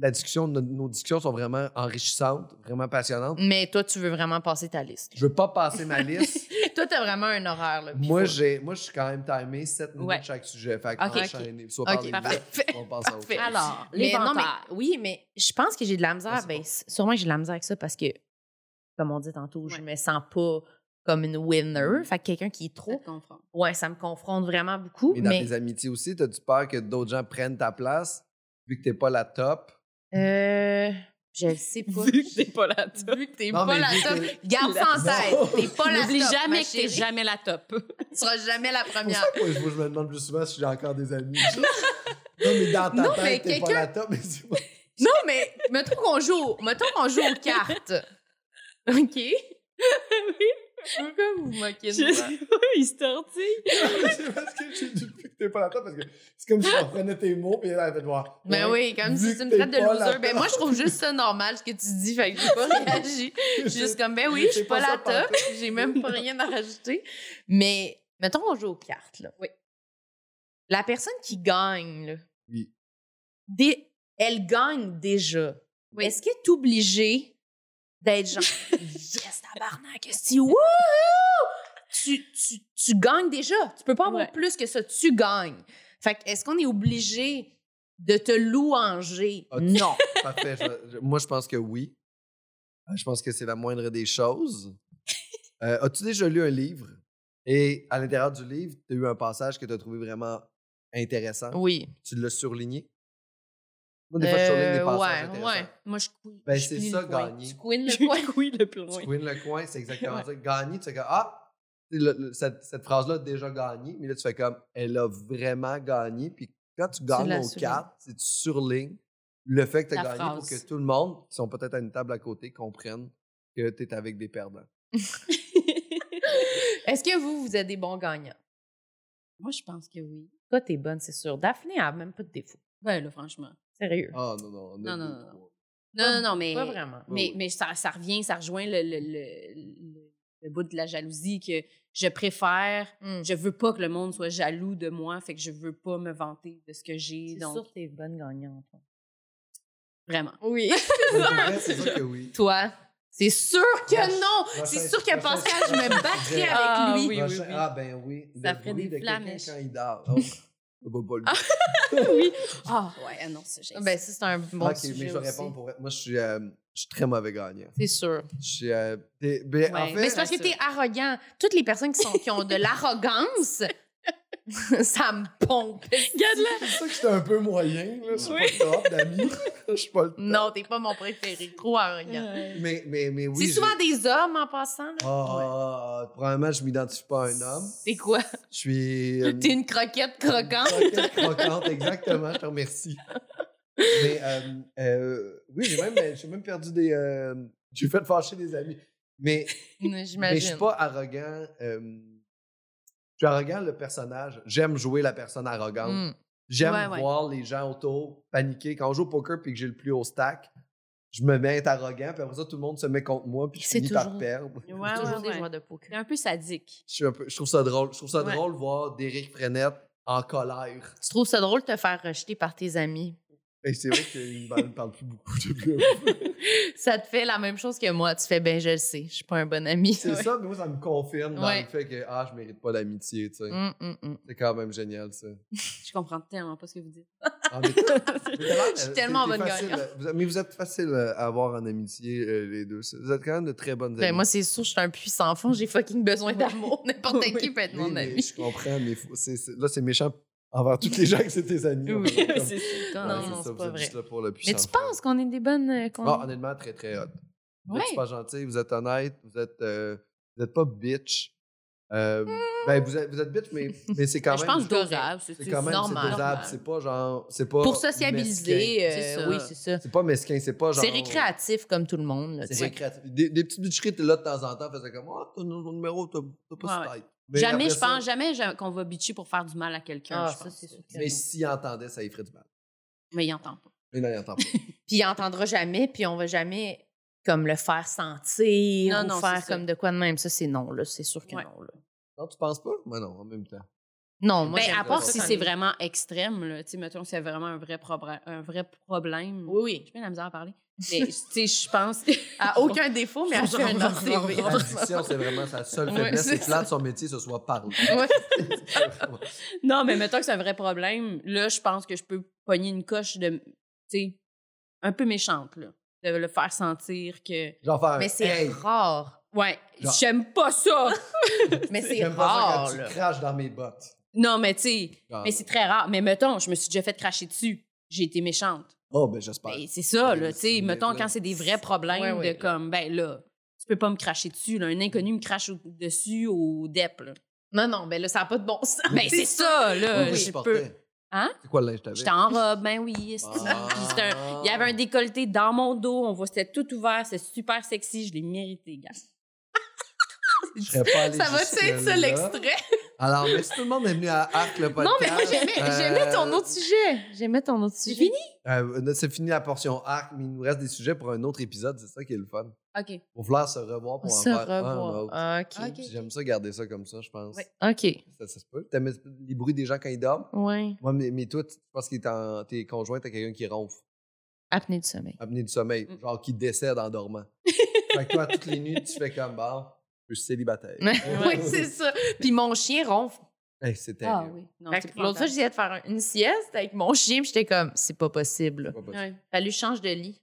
[SPEAKER 1] la discussion, nos, nos discussions sont vraiment enrichissantes, vraiment passionnantes.
[SPEAKER 2] Mais toi, tu veux vraiment passer ta liste.
[SPEAKER 1] Je veux pas passer
[SPEAKER 2] <laughs>
[SPEAKER 1] ma liste.
[SPEAKER 2] Toi, t'as vraiment un horaire. Là, puis
[SPEAKER 1] moi,
[SPEAKER 2] faut-
[SPEAKER 1] j'ai, moi, je suis quand même timé 7 minutes
[SPEAKER 3] Ouais.
[SPEAKER 1] chaque sujet. Fait
[SPEAKER 3] Ok, ok.
[SPEAKER 1] enchaîner, soit
[SPEAKER 2] Ok,
[SPEAKER 1] par les
[SPEAKER 2] parfait.
[SPEAKER 1] notes, on passe à autre chose.
[SPEAKER 3] Alors,
[SPEAKER 2] Mais non, mais,
[SPEAKER 3] l'éventail.
[SPEAKER 2] oui, mais je pense que j'ai de la
[SPEAKER 1] Je
[SPEAKER 2] misère.
[SPEAKER 1] sais
[SPEAKER 2] Ben,
[SPEAKER 1] pas.
[SPEAKER 2] c- sûrement que j'ai de la misère avec ça parce que, comme on dit tantôt, je
[SPEAKER 3] Ouais.
[SPEAKER 2] me sens pas comme une winner. Fait que quelqu'un qui est
[SPEAKER 3] Ça
[SPEAKER 2] trop,
[SPEAKER 3] te comprend.
[SPEAKER 2] ouais, ça me confronte vraiment beaucoup.
[SPEAKER 1] Mais dans
[SPEAKER 2] Mais,
[SPEAKER 1] tes amitiés aussi, t'as-tu peur que d'autres gens prennent ta place vu que t'es pas la top?
[SPEAKER 2] euh, je le sais <laughs> pas.
[SPEAKER 3] Vu que t'es pas la top.
[SPEAKER 2] <laughs> Vu que t'es
[SPEAKER 1] Non,
[SPEAKER 2] pas
[SPEAKER 1] mais euh,
[SPEAKER 2] la
[SPEAKER 1] vu
[SPEAKER 2] top,
[SPEAKER 1] que-
[SPEAKER 2] garde ça
[SPEAKER 1] <laughs>
[SPEAKER 2] en
[SPEAKER 1] Non.
[SPEAKER 2] tête. T'es pas la top.
[SPEAKER 3] N'oublie
[SPEAKER 2] ma
[SPEAKER 3] jamais que t'es
[SPEAKER 2] chérie.
[SPEAKER 3] jamais la <laughs> top.
[SPEAKER 2] Tu seras jamais <laughs> la
[SPEAKER 1] C'est
[SPEAKER 2] première.
[SPEAKER 1] pour ça que moi, je, je me demande plus souvent si j'ai encore des
[SPEAKER 2] <laughs>
[SPEAKER 1] amis. non, mais dans ta
[SPEAKER 2] Non, mais
[SPEAKER 1] tête, t'es pas
[SPEAKER 2] quelqu'un-
[SPEAKER 1] la top. Mais c'est pas- <laughs>
[SPEAKER 2] Non, mais mettons qu'on joue, mettons qu'on joue aux cartes. OK? oui. Pourquoi vous
[SPEAKER 3] <laughs>
[SPEAKER 2] vous moquez de moi?
[SPEAKER 3] il se tortille.
[SPEAKER 1] c'est parce que j'ai dit plus que t'es pas la top parce que c'est comme si on prenait tes mots et elle allait te voir.
[SPEAKER 2] Ben oui, comme
[SPEAKER 1] Vu
[SPEAKER 2] si
[SPEAKER 1] que
[SPEAKER 2] tu me
[SPEAKER 1] t'es
[SPEAKER 2] traites de
[SPEAKER 1] pas la
[SPEAKER 2] loser. Ben
[SPEAKER 1] top.
[SPEAKER 2] moi, je trouve juste ça normal, ce que tu dis. Fait
[SPEAKER 1] <laughs>
[SPEAKER 2] que j'ai pas réagi. Je suis juste comme, ben oui, je suis
[SPEAKER 1] C'est
[SPEAKER 2] pas
[SPEAKER 1] pas ça,
[SPEAKER 2] la top.
[SPEAKER 1] pantoute.
[SPEAKER 2] J'ai même pas rien à rajouter. Mais mettons qu'on joue aux cartes, là. Oui. La personne qui gagne, là,
[SPEAKER 1] Oui.
[SPEAKER 2] dé- elle gagne déjà.
[SPEAKER 3] Oui.
[SPEAKER 2] Est-ce qu'elle est obligée d'être genre Yes, tabarnak, si wouhou! Tu, tu, tu gagnes déjà. Tu peux pas avoir
[SPEAKER 3] Ouais.
[SPEAKER 2] plus que ça. Tu gagnes. Fait que est-ce qu'on est obligé de te louanger?
[SPEAKER 1] Ok.
[SPEAKER 2] Non.
[SPEAKER 1] <laughs> Parfait. je- je- moi, je pense que oui. Euh, Je pense que c'est la moindre des
[SPEAKER 2] <laughs>
[SPEAKER 1] choses. Euh, As-tu déjà lu un livre et à l'intérieur du livre, tu as eu un passage que tu as trouvé vraiment intéressant?
[SPEAKER 2] Oui.
[SPEAKER 1] Tu l'as surligné? Moi, des fois, je surligne des
[SPEAKER 2] Euh,
[SPEAKER 1] passages
[SPEAKER 2] ouais,
[SPEAKER 1] intéressants.
[SPEAKER 2] ouais.
[SPEAKER 3] Moi, je couille.
[SPEAKER 1] Ben,
[SPEAKER 3] Je
[SPEAKER 1] c'est
[SPEAKER 3] plie
[SPEAKER 1] ça,
[SPEAKER 3] le coin.
[SPEAKER 1] gagner.
[SPEAKER 2] Tu queen
[SPEAKER 3] Je
[SPEAKER 2] le quoi?
[SPEAKER 3] <laughs> couille le plus loin.
[SPEAKER 1] Tu win le coin,
[SPEAKER 3] <laughs>
[SPEAKER 1] c'est exactement ça. Gagner, tu fais comme Ah! Tu sais, le- le- cette cette phrase-là a déjà gagné, mais là, tu fais comme Elle a vraiment gagné. Puis quand tu gagnes
[SPEAKER 2] la
[SPEAKER 1] aux
[SPEAKER 2] surlignes.
[SPEAKER 1] cartes, c'est tu surlignes le fait que tu as
[SPEAKER 3] La
[SPEAKER 1] gagné pour
[SPEAKER 3] phrase.
[SPEAKER 1] que tout le monde, qui sont peut-être à une table à côté, comprenne que tu es avec des perdants.
[SPEAKER 3] <laughs>
[SPEAKER 2] Est-ce que vous, vous êtes des bons gagnants?
[SPEAKER 3] Moi, je pense que oui.
[SPEAKER 2] Toi, t'es bonne, c'est sûr. Daphné elle a même pas de défaut.
[SPEAKER 3] Ben là, franchement.
[SPEAKER 2] Sérieux.
[SPEAKER 1] Ah non, non, on a
[SPEAKER 3] Non,
[SPEAKER 1] deux,
[SPEAKER 3] non, non, <laughs>
[SPEAKER 1] trois.
[SPEAKER 3] Non, non, non, mais.
[SPEAKER 2] Pas vraiment.
[SPEAKER 3] Mais,
[SPEAKER 1] oui.
[SPEAKER 3] mais ça, ça revient, ça rejoint le, le, le- le- le bout de la jalousie que je préfère.
[SPEAKER 2] Mm.
[SPEAKER 3] Je veux pas que le monde soit jaloux de moi, fait que je veux pas me vanter de ce que j'ai.
[SPEAKER 2] C'est
[SPEAKER 3] Donc,
[SPEAKER 2] sûr que t'es bonne gagnante.
[SPEAKER 3] vraiment.
[SPEAKER 2] Oui.
[SPEAKER 1] Pour de vrai, C'est sûr que oui.
[SPEAKER 2] <laughs> Toi, c'est sûr que
[SPEAKER 1] Prochain-
[SPEAKER 2] non! C'est
[SPEAKER 1] prochain-
[SPEAKER 2] sûr que
[SPEAKER 1] prochain-
[SPEAKER 2] Pascal,
[SPEAKER 1] <laughs>
[SPEAKER 2] je me battrais avec
[SPEAKER 3] Ah,
[SPEAKER 2] lui.
[SPEAKER 3] oui.
[SPEAKER 1] Prochain- Ah ben oui.
[SPEAKER 3] Ça
[SPEAKER 1] le
[SPEAKER 3] ferait
[SPEAKER 1] bruit
[SPEAKER 3] des
[SPEAKER 1] de quelqu'un
[SPEAKER 3] flamèches.
[SPEAKER 1] quand il
[SPEAKER 3] <laughs>
[SPEAKER 1] dort. Oh, ça va pas le dire.
[SPEAKER 3] Ah, ouais, ah non, ça, j'ai
[SPEAKER 2] Ben, ça, c'est un bon
[SPEAKER 1] Ok,
[SPEAKER 2] sujet
[SPEAKER 1] mais je vais
[SPEAKER 2] aussi.
[SPEAKER 1] répondre pour vrai. Moi, je suis, euh, je suis très mauvais gagnant.
[SPEAKER 2] C'est sûr.
[SPEAKER 1] Je suis, euh, t'es- ben, en
[SPEAKER 3] Ouais,
[SPEAKER 1] fait,
[SPEAKER 2] Mais c'est parce que
[SPEAKER 3] Rassure.
[SPEAKER 2] t'es arrogant. Toutes les personnes qui, sont, qui <laughs> ont de l'arrogance, <laughs> ça me pompe.
[SPEAKER 1] C'est pour ça que j'étais un peu moyen. Là. Je suis pas le top
[SPEAKER 2] <laughs>
[SPEAKER 1] d'amis. Je suis pas le top.
[SPEAKER 2] Non, t'es pas mon préféré. Trop arrogant.
[SPEAKER 3] Euh,
[SPEAKER 1] Mais, mais, mais oui.
[SPEAKER 2] c'est souvent des hommes en passant. là.
[SPEAKER 1] Ah, ah, ah, probablement, je m'identifie pas à Ah, un homme.
[SPEAKER 2] T'es quoi?
[SPEAKER 1] Je
[SPEAKER 2] <laughs>
[SPEAKER 1] suis. euh,
[SPEAKER 2] T'es une croquette croquante?
[SPEAKER 1] Croquette, croquante, exactement. Je te remercie. Mais euh, euh, oui, j'ai même, j'ai même perdu des. euh, j'ai fait fâcher des amis. Mais, <laughs> mais Ben, je
[SPEAKER 2] J'imagine.
[SPEAKER 1] suis pas arrogant. euh, je suis arrogant le personnage. J'aime jouer la personne arrogante.
[SPEAKER 2] Mm.
[SPEAKER 1] J'aime
[SPEAKER 3] Ouais, ouais.
[SPEAKER 1] voir les gens autour paniquer. Quand on joue au poker puis que j'ai le plus haut stack, je me mets à être arrogant, puis après ça, tout le monde se met contre moi, puis je
[SPEAKER 2] C'est
[SPEAKER 1] finis par
[SPEAKER 2] toujours-
[SPEAKER 1] perdre.
[SPEAKER 3] Ouais,
[SPEAKER 2] C'est toujours
[SPEAKER 3] ouais,
[SPEAKER 2] des
[SPEAKER 3] ouais.
[SPEAKER 2] joueurs de poker.
[SPEAKER 3] T'es un peu sadique.
[SPEAKER 1] Je, suis un peu- je trouve ça drôle. Je trouve ça
[SPEAKER 3] Ouais.
[SPEAKER 1] drôle voir Derek Frenette en colère.
[SPEAKER 2] Tu trouves ça drôle de te faire rejeter par tes amis? <laughs>
[SPEAKER 1] Et c'est vrai qu'il ne parle plus beaucoup de plus.
[SPEAKER 2] Ça te fait la même chose que moi. Tu fais, ben, je le sais, je suis pas un bon ami.
[SPEAKER 1] C'est ça, mais moi, ça me confirme dans
[SPEAKER 2] Ouais.
[SPEAKER 1] le fait que ah, je mérite pas l'amitié. tu sais.
[SPEAKER 2] Mm, mm,
[SPEAKER 1] <laughs>
[SPEAKER 2] mm.
[SPEAKER 1] C'est quand même génial, ça.
[SPEAKER 3] Je comprends tellement pas ce que vous dites.
[SPEAKER 2] <laughs>
[SPEAKER 1] Ah, mais-
[SPEAKER 2] Je
[SPEAKER 1] euh,
[SPEAKER 2] suis tellement bonne gagnante.
[SPEAKER 1] gagnante. Mais vous êtes facile euh, à avoir en amitié, euh, les deux. Vous êtes quand même de très bonnes amies.
[SPEAKER 2] Ben, moi, c'est sûr, je suis un puissant fond. J'ai fucking besoin d'amour. <laughs> N'importe
[SPEAKER 3] Oui.
[SPEAKER 2] qui peut être
[SPEAKER 1] Oui,
[SPEAKER 2] mon
[SPEAKER 1] mais
[SPEAKER 2] ami.
[SPEAKER 1] Je comprends, mais faut- c'est- c'est- là, c'est méchant envers toutes les gens que <laughs> c'est tes amis.
[SPEAKER 2] Oui,
[SPEAKER 1] En fait, comme-
[SPEAKER 3] ça.
[SPEAKER 1] Ouais,
[SPEAKER 2] Non,
[SPEAKER 1] c'est
[SPEAKER 2] non,
[SPEAKER 1] ça,
[SPEAKER 2] c'est
[SPEAKER 1] vous
[SPEAKER 2] pas
[SPEAKER 1] êtes
[SPEAKER 2] vrai.
[SPEAKER 1] juste là pour le
[SPEAKER 2] Mais
[SPEAKER 1] puissant
[SPEAKER 2] tu
[SPEAKER 1] fort.
[SPEAKER 2] penses qu'on est des bonnes. euh, qu'on-
[SPEAKER 1] Ah, honnêtement, très, très hot. Vous
[SPEAKER 3] Ouais.
[SPEAKER 1] êtes super gentil, vous êtes honnête, vous êtes, euh, vous êtes pas bitch. Euh,
[SPEAKER 2] Hmm.
[SPEAKER 1] Ben, vous êtes, vous êtes bitch,
[SPEAKER 2] <laughs>
[SPEAKER 1] mais, mais c'est quand
[SPEAKER 3] je
[SPEAKER 1] même.
[SPEAKER 3] pense
[SPEAKER 2] correct.
[SPEAKER 3] dosable. C'est
[SPEAKER 1] c'est quand même
[SPEAKER 2] normal.
[SPEAKER 1] c'est dosable. C'est pas genre. C'est pas
[SPEAKER 2] Pour
[SPEAKER 1] mesquin.
[SPEAKER 2] sociabiliser,
[SPEAKER 3] C'est
[SPEAKER 2] euh,
[SPEAKER 3] ça.
[SPEAKER 2] oui, c'est ça.
[SPEAKER 1] C'est pas mesquin, c'est pas genre.
[SPEAKER 2] C'est récréatif comme tout le monde. là, tu
[SPEAKER 1] C'est
[SPEAKER 2] sais.
[SPEAKER 1] récréatif. Des, des petites bitcheries, t'es là de temps en temps, faisais comme Ah, ton, ton numéro, t'as t'as pas
[SPEAKER 3] Ouais,
[SPEAKER 1] cette tête. Mais
[SPEAKER 3] Jamais,
[SPEAKER 1] après
[SPEAKER 3] je
[SPEAKER 1] ça-
[SPEAKER 3] pense, jamais je- qu'on va bitcher pour faire du mal à quelqu'un.
[SPEAKER 2] Ah,
[SPEAKER 3] je
[SPEAKER 2] ça,
[SPEAKER 3] pense.
[SPEAKER 2] c'est sûr que
[SPEAKER 1] Mais
[SPEAKER 2] non.
[SPEAKER 1] s'il entendait, ça y ferait du mal.
[SPEAKER 3] Mais il entend pas.
[SPEAKER 1] Mais non, il entend pas.
[SPEAKER 2] Puis il entendra jamais, puis on va jamais comme le faire sentir
[SPEAKER 3] Non,
[SPEAKER 2] ou
[SPEAKER 3] non,
[SPEAKER 2] faire
[SPEAKER 3] c'est ça.
[SPEAKER 2] comme de quoi de même. Ça, c'est non, là. C'est sûr que
[SPEAKER 3] Ouais.
[SPEAKER 2] non, là.
[SPEAKER 1] Non, tu penses pas? Moi non, en même temps.
[SPEAKER 3] Non, moi,
[SPEAKER 2] Ben,
[SPEAKER 3] j'aime
[SPEAKER 2] à
[SPEAKER 3] pas
[SPEAKER 2] part
[SPEAKER 3] ça
[SPEAKER 2] si
[SPEAKER 3] quand
[SPEAKER 2] c'est
[SPEAKER 3] il- vraiment extrême, là. Tu sais, mettons, s'il y a vraiment un vrai, probra- un vrai problème.
[SPEAKER 2] Oui, oui.
[SPEAKER 3] J'ai bien de la misère à parler. Mais, tu sais, je pense.
[SPEAKER 2] À aucun défaut, mais à
[SPEAKER 3] Genre,
[SPEAKER 2] un
[SPEAKER 3] genre,
[SPEAKER 2] CV.
[SPEAKER 3] genre.
[SPEAKER 1] L'addiction, c'est vraiment sa seule
[SPEAKER 2] <laughs> Ouais,
[SPEAKER 1] faiblesse.
[SPEAKER 2] c'est
[SPEAKER 1] c'est que là, son métier, ce soit parler.
[SPEAKER 2] <laughs> Ouais.
[SPEAKER 3] Non, mais mettons que c'est un vrai problème. Là, je pense que je peux pogner une coche de. Tu sais, un peu méchante, là. De le faire sentir que.
[SPEAKER 1] <laughs> Genre faire un,
[SPEAKER 2] Mais c'est
[SPEAKER 1] hey,
[SPEAKER 2] rare.
[SPEAKER 3] Ouais,
[SPEAKER 1] Genre-
[SPEAKER 3] j'aime
[SPEAKER 1] <laughs>
[SPEAKER 3] pas ça!
[SPEAKER 2] Mais c'est
[SPEAKER 1] j'aime pas
[SPEAKER 2] rare,
[SPEAKER 1] ça
[SPEAKER 2] là.
[SPEAKER 1] quand tu craches dans mes bottes.
[SPEAKER 3] non, mais tu sais,
[SPEAKER 1] Genre,
[SPEAKER 3] mais c'est très rare. Mais mettons, je me suis déjà fait cracher dessus. J'ai été méchante.
[SPEAKER 1] Oh, ben j'espère.
[SPEAKER 3] Ben, c'est ça,
[SPEAKER 1] Ouais,
[SPEAKER 3] là,
[SPEAKER 1] mais
[SPEAKER 3] tu
[SPEAKER 1] c'est-
[SPEAKER 3] sais, mettons,
[SPEAKER 1] là-
[SPEAKER 3] quand c'est des vrais problèmes
[SPEAKER 2] Ouais, ouais,
[SPEAKER 3] de
[SPEAKER 2] là.
[SPEAKER 3] comme, ben là, tu peux pas me cracher dessus, là, un inconnu me crache au- dessus au DEP, là.
[SPEAKER 2] Non, non, ben là, ça n'a pas de bon
[SPEAKER 1] Ah,
[SPEAKER 2] sens.
[SPEAKER 3] Ben c'est ça, là,
[SPEAKER 1] Pourquoi tu
[SPEAKER 3] je peux...
[SPEAKER 1] portais?
[SPEAKER 3] Hein?
[SPEAKER 1] C'est quoi le linge que t'avais?
[SPEAKER 2] <laughs>
[SPEAKER 3] J'étais en robe, ben oui, esti.
[SPEAKER 1] Ah.
[SPEAKER 3] Puis c'était un- il y avait un décolleté dans mon dos, on voit, c'était tout ouvert, c'est super sexy, je l'ai mérité, gars.
[SPEAKER 1] Je serais pas allé
[SPEAKER 2] <laughs> Ça va tu être ça
[SPEAKER 1] jusque-là.
[SPEAKER 2] l'extrait?
[SPEAKER 1] Alors, mais si tout le monde est venu à Arc le podcast.
[SPEAKER 2] <laughs> Non, mais moi, j'aimais
[SPEAKER 1] euh,
[SPEAKER 2] j'aimais ton autre sujet. J'aimais ton autre
[SPEAKER 3] C'est
[SPEAKER 2] sujet.
[SPEAKER 3] fini?
[SPEAKER 1] euh, c'est fini la portion Arc, mais il nous reste des sujets pour un autre épisode. C'est ça qui est le fun.
[SPEAKER 3] OK.
[SPEAKER 1] Pour vouloir se revoir
[SPEAKER 2] On
[SPEAKER 1] pour en
[SPEAKER 2] se
[SPEAKER 1] faire un
[SPEAKER 2] revoit.
[SPEAKER 1] autre.
[SPEAKER 2] Ah, OK.
[SPEAKER 1] Puis J'aime ça garder ça comme ça, je pense.
[SPEAKER 3] Ouais.
[SPEAKER 2] OK.
[SPEAKER 1] Ça, ça se peut. T'aimes les bruits des gens quand ils dorment?
[SPEAKER 2] Ouais.
[SPEAKER 1] Moi, mais, mais toi, tu- je pense que t'es en- t'es conjointe à quelqu'un qui ronfle,
[SPEAKER 2] Apnée du sommeil.
[SPEAKER 1] apnée du sommeil,
[SPEAKER 3] Mm.
[SPEAKER 1] genre qui décède en
[SPEAKER 3] <laughs>
[SPEAKER 1] dormant. fait que toi, toutes les nuits, tu fais comme bah, je suis célibataire. Oh,
[SPEAKER 2] oui, c'est ça. Puis mon chien ronfle.
[SPEAKER 1] Hey, c'est terrible.
[SPEAKER 3] Ah oui. Non,
[SPEAKER 2] Fait
[SPEAKER 3] c'est
[SPEAKER 2] que L'autre fois,
[SPEAKER 3] épouvantable.
[SPEAKER 2] j'essayais de faire un- une sieste avec mon chien, puis j'étais comme, c'est pas possible.
[SPEAKER 1] Pas possible.
[SPEAKER 3] Ouais.
[SPEAKER 2] Fallu que je change de lit.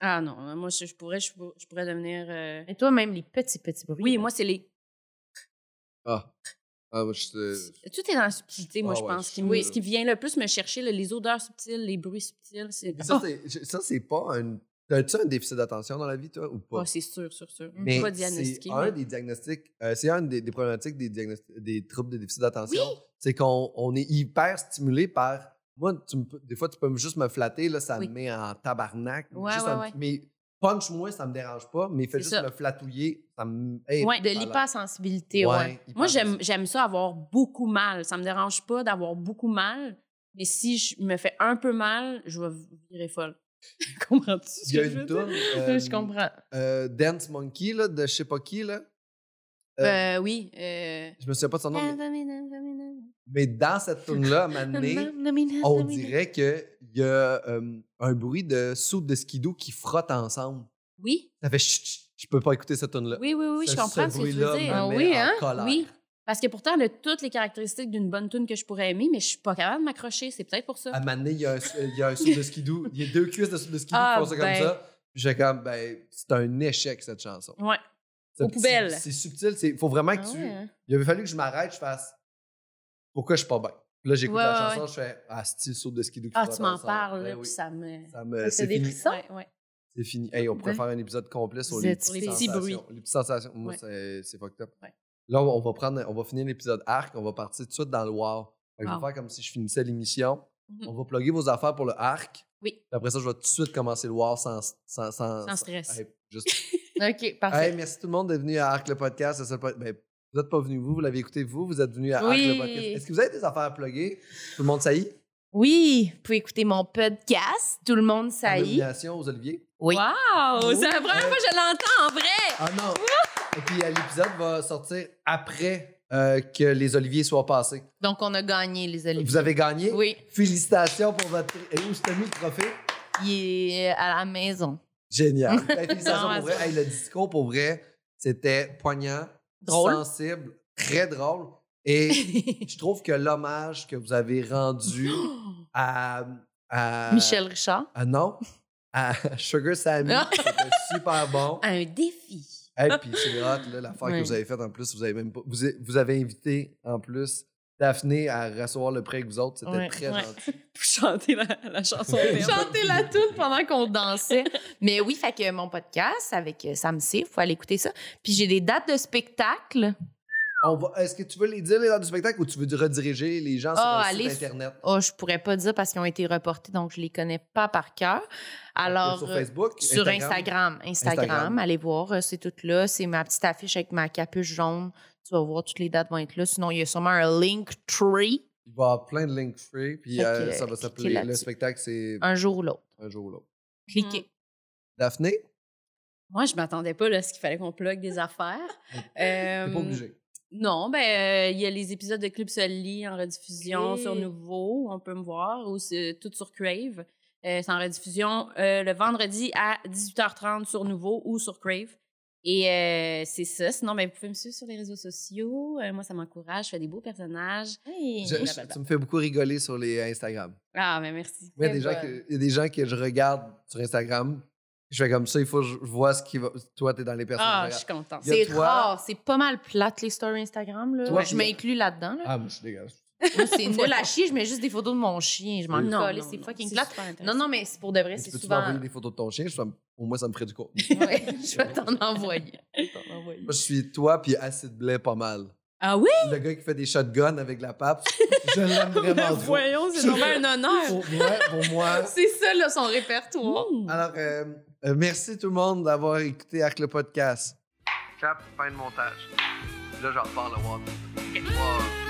[SPEAKER 3] Ah non, moi, je, je pourrais, je, pour- je pourrais devenir... euh,
[SPEAKER 2] Mais toi, même les petits, petits bruits.
[SPEAKER 3] Oui,
[SPEAKER 2] là. <laughs>
[SPEAKER 3] moi, c'est les...
[SPEAKER 1] Ah. Ah, moi, je
[SPEAKER 3] <laughs>
[SPEAKER 1] te-
[SPEAKER 3] Tout est dans la subtilité, moi,
[SPEAKER 1] Ah
[SPEAKER 3] je
[SPEAKER 1] ouais,
[SPEAKER 3] pense.
[SPEAKER 1] je
[SPEAKER 3] qui
[SPEAKER 1] suis
[SPEAKER 3] me-
[SPEAKER 1] sûr.
[SPEAKER 3] ce qui vient le plus me chercher, là, les odeurs subtiles, les bruits subtils, c'est. Ah!
[SPEAKER 1] Mais ça, c'est- je- ça, c'est pas un. T'as-tu un déficit d'attention dans la vie, toi, ou
[SPEAKER 3] Ah,
[SPEAKER 1] pas?
[SPEAKER 3] c'est sûr, sûr, sûr. Je
[SPEAKER 1] Mais
[SPEAKER 3] suis pas
[SPEAKER 1] c'est
[SPEAKER 3] diagnostiqué.
[SPEAKER 1] un des diagnostics, euh, c'est un des, des problématiques des, diagnosti- des troubles de déficit d'attention. C'est qu'on on est hyper stimulé par. Moi, tu me peux- des fois, tu peux juste me flatter, là, ça
[SPEAKER 3] Oui.
[SPEAKER 1] me met en tabarnak.
[SPEAKER 3] Ouais,
[SPEAKER 1] Juste
[SPEAKER 3] ouais,
[SPEAKER 1] un
[SPEAKER 3] ouais.
[SPEAKER 1] petit- Mais punch-moi, ça me dérange pas, mais fais
[SPEAKER 3] C'est
[SPEAKER 1] juste
[SPEAKER 3] ça.
[SPEAKER 1] me flatouiller, ça me. hey,
[SPEAKER 3] Ouais,
[SPEAKER 2] De
[SPEAKER 1] voilà.
[SPEAKER 2] l'hypersensibilité, ouais.
[SPEAKER 1] Ouais, hyper-
[SPEAKER 3] Moi, j'aime, j'aime ça avoir beaucoup mal. Ça me dérange pas d'avoir beaucoup mal, mais si je me fais un peu mal, je vais virer folle. Comprends-tu ce
[SPEAKER 1] Il y a
[SPEAKER 3] que je veux
[SPEAKER 1] une
[SPEAKER 3] dire? <laughs>
[SPEAKER 1] tourne. euh,
[SPEAKER 2] je comprends.
[SPEAKER 1] euh, Dance Monkey, là, de je sais pas qui, là. Euh,
[SPEAKER 3] Euh, oui. euh,
[SPEAKER 1] Je me souviens pas de son nom, mais,
[SPEAKER 3] Non,
[SPEAKER 1] mais dans cette tourne-là, à un moment
[SPEAKER 3] <laughs>
[SPEAKER 1] donné, on dirait qu'il y a euh, un bruit de soupe de skidoo qui frottent ensemble.
[SPEAKER 3] Oui,
[SPEAKER 1] Ça fait chut, chut, je peux pas écouter cette tune là
[SPEAKER 3] oui, oui, oui, je comprends ce que tu veux dire.
[SPEAKER 2] Ah oui, hein?
[SPEAKER 3] Oui, parce que pourtant, elle a toutes les caractéristiques d'une bonne tune que je pourrais aimer, mais je suis pas capable de m'accrocher. C'est peut-être pour ça.
[SPEAKER 1] À un moment donné, il y a un, il y a un soupe de skidoo. Il y a deux cuisses de soupe de skidoo
[SPEAKER 3] Ah,
[SPEAKER 1] qui font ça
[SPEAKER 3] ben.
[SPEAKER 1] comme ça. Puis J'ai comme, ben, c'est un échec, cette chanson.
[SPEAKER 3] Ouais.
[SPEAKER 1] C'est-
[SPEAKER 3] Aux poubelles.
[SPEAKER 1] C'est c'est subtil. Il faut vraiment que
[SPEAKER 2] Ah
[SPEAKER 1] tu.
[SPEAKER 2] ouais, hein?
[SPEAKER 1] Il avait fallu que je m'arrête, je fasse. Pourquoi je suis pas bien? Puis Là, j'écoute
[SPEAKER 3] Ouais,
[SPEAKER 1] la
[SPEAKER 3] ouais,
[SPEAKER 1] chanson, je fais, ah, style soupe de skidoo qui
[SPEAKER 3] Ah,
[SPEAKER 1] frotte
[SPEAKER 3] tu m'en
[SPEAKER 1] ensemble.
[SPEAKER 3] parles,
[SPEAKER 1] Ben
[SPEAKER 3] là,
[SPEAKER 1] oui.
[SPEAKER 3] puis ça me.
[SPEAKER 1] Ça me. C'est
[SPEAKER 2] des
[SPEAKER 1] fini.
[SPEAKER 2] frissons.
[SPEAKER 3] Ouais, ouais.
[SPEAKER 1] C'est fini. Hey, on pourrait
[SPEAKER 2] Ouais.
[SPEAKER 1] faire un épisode complet sur
[SPEAKER 2] Vous
[SPEAKER 1] les,
[SPEAKER 2] êtes
[SPEAKER 1] petites
[SPEAKER 3] les petits
[SPEAKER 1] sensations.
[SPEAKER 3] bruits.
[SPEAKER 1] Les petites sensations. Moi,
[SPEAKER 3] Ouais.
[SPEAKER 1] c'est- c'est fucked up.
[SPEAKER 3] Ouais.
[SPEAKER 1] Là, on va prendre, on va finir l'épisode arc. On va partir tout de suite dans le wow. Fait que Je vais
[SPEAKER 3] Wow.
[SPEAKER 1] faire comme si je finissais l'émission.
[SPEAKER 3] Mhm.
[SPEAKER 1] On va plugger vos affaires pour le arc.
[SPEAKER 3] Oui.
[SPEAKER 1] Puis après ça, je vais tout de suite commencer le wow sans, sans, sans,
[SPEAKER 3] Sans stress.
[SPEAKER 1] Hey, juste-
[SPEAKER 3] <laughs>
[SPEAKER 2] OK,
[SPEAKER 1] Hey,
[SPEAKER 2] parfait.
[SPEAKER 1] merci tout le monde d'être venu à Arc le podcast. Le seul pod- ben, vous n'êtes pas venu vous, vous l'avez écouté vous, vous êtes venu à Arc
[SPEAKER 2] Oui.
[SPEAKER 1] le podcast. Est-ce que vous avez des affaires à plugger? Tout le monde saillit?
[SPEAKER 2] Oui, vous pouvez écouter mon podcast. Tout le monde saillit.
[SPEAKER 1] Nomination aux Oliviers.
[SPEAKER 2] Oui.
[SPEAKER 3] Wow!
[SPEAKER 1] Oui.
[SPEAKER 3] Oh, C'est la <gasps> première fois que je l'entends en vrai!
[SPEAKER 1] Ah non! Et puis euh, l'épisode va sortir après euh, que les Oliviers soient passés.
[SPEAKER 2] Donc, on a gagné, les oliviers.
[SPEAKER 1] Vous avez gagné.
[SPEAKER 2] Oui,
[SPEAKER 1] Ben, Euh, Ah
[SPEAKER 3] Ah!
[SPEAKER 2] <laughs> euh, Oh, euh,
[SPEAKER 3] Ah, euh,
[SPEAKER 1] euh,
[SPEAKER 2] Mm.
[SPEAKER 1] <laughs>
[SPEAKER 3] Hum, Non, ben euh, il y a les épisodes de Club Soli en rediffusion
[SPEAKER 2] Ok.
[SPEAKER 3] sur Nouveau, on peut me voir, ou c'est tout sur Crave. Euh, c'est en rediffusion euh, le vendredi à 18h30 sur Nouveau ou sur Crave. Et euh, c'est ça. Sinon, ben, vous pouvez me suivre sur les réseaux sociaux. Euh, moi, ça m'encourage. Je fais des beaux personnages.
[SPEAKER 2] Hey.
[SPEAKER 1] Je- je-
[SPEAKER 3] blablabla.
[SPEAKER 1] tu me fais beaucoup rigoler sur les Instagram.
[SPEAKER 3] Ah, mais merci.
[SPEAKER 1] Moi, Il y, a
[SPEAKER 2] Très
[SPEAKER 1] des gens
[SPEAKER 2] bonne.
[SPEAKER 1] que, il y a des gens que je regarde sur Instagram. Je fais comme ça, il faut que je vois ce qui va. Toi, t'es dans les personnes.
[SPEAKER 3] Ah,
[SPEAKER 1] que je
[SPEAKER 3] je suis contente.
[SPEAKER 1] Il y a
[SPEAKER 2] C'est
[SPEAKER 1] toi.
[SPEAKER 2] rare, c'est pas mal plate les stories Instagram. Là.
[SPEAKER 1] Toi,
[SPEAKER 2] je
[SPEAKER 1] puis-
[SPEAKER 2] m'inclus là-dedans. Là.
[SPEAKER 1] regarde. Ah, moi, je suis dégueulasse.
[SPEAKER 2] Moi, c'est nul à chier, je mets juste des photos de mon chien. Je m'en
[SPEAKER 1] Non,
[SPEAKER 2] colle, c'est fucking plate. Non, non, mais c'est pour de vrai,
[SPEAKER 1] Mais tu
[SPEAKER 2] c'est
[SPEAKER 1] peux-tu
[SPEAKER 2] souvent.
[SPEAKER 1] m'envoyer des photos de ton chien? Ça me- au moins, ça me ferait du contenu.
[SPEAKER 2] <laughs>
[SPEAKER 3] <laughs>
[SPEAKER 2] Ouais, je vais t'en envoyer. Je vais t'en envoyer.
[SPEAKER 1] Moi, je suis toi, puis acide blé pas mal.
[SPEAKER 3] Ah oui?
[SPEAKER 1] Le gars qui fait des shotguns avec la pape, je l'aime vraiment trop.
[SPEAKER 3] Ben, <laughs> Voyons, c'est vraiment un honneur.
[SPEAKER 1] <laughs> Pour moi, pour moi.
[SPEAKER 2] C'est ça, là, son répertoire.
[SPEAKER 3] Mm.
[SPEAKER 1] Alors, euh, euh, merci tout le monde d'avoir écouté Arc le podcast. Cap, fin de montage. Là, j'en reparle au 3,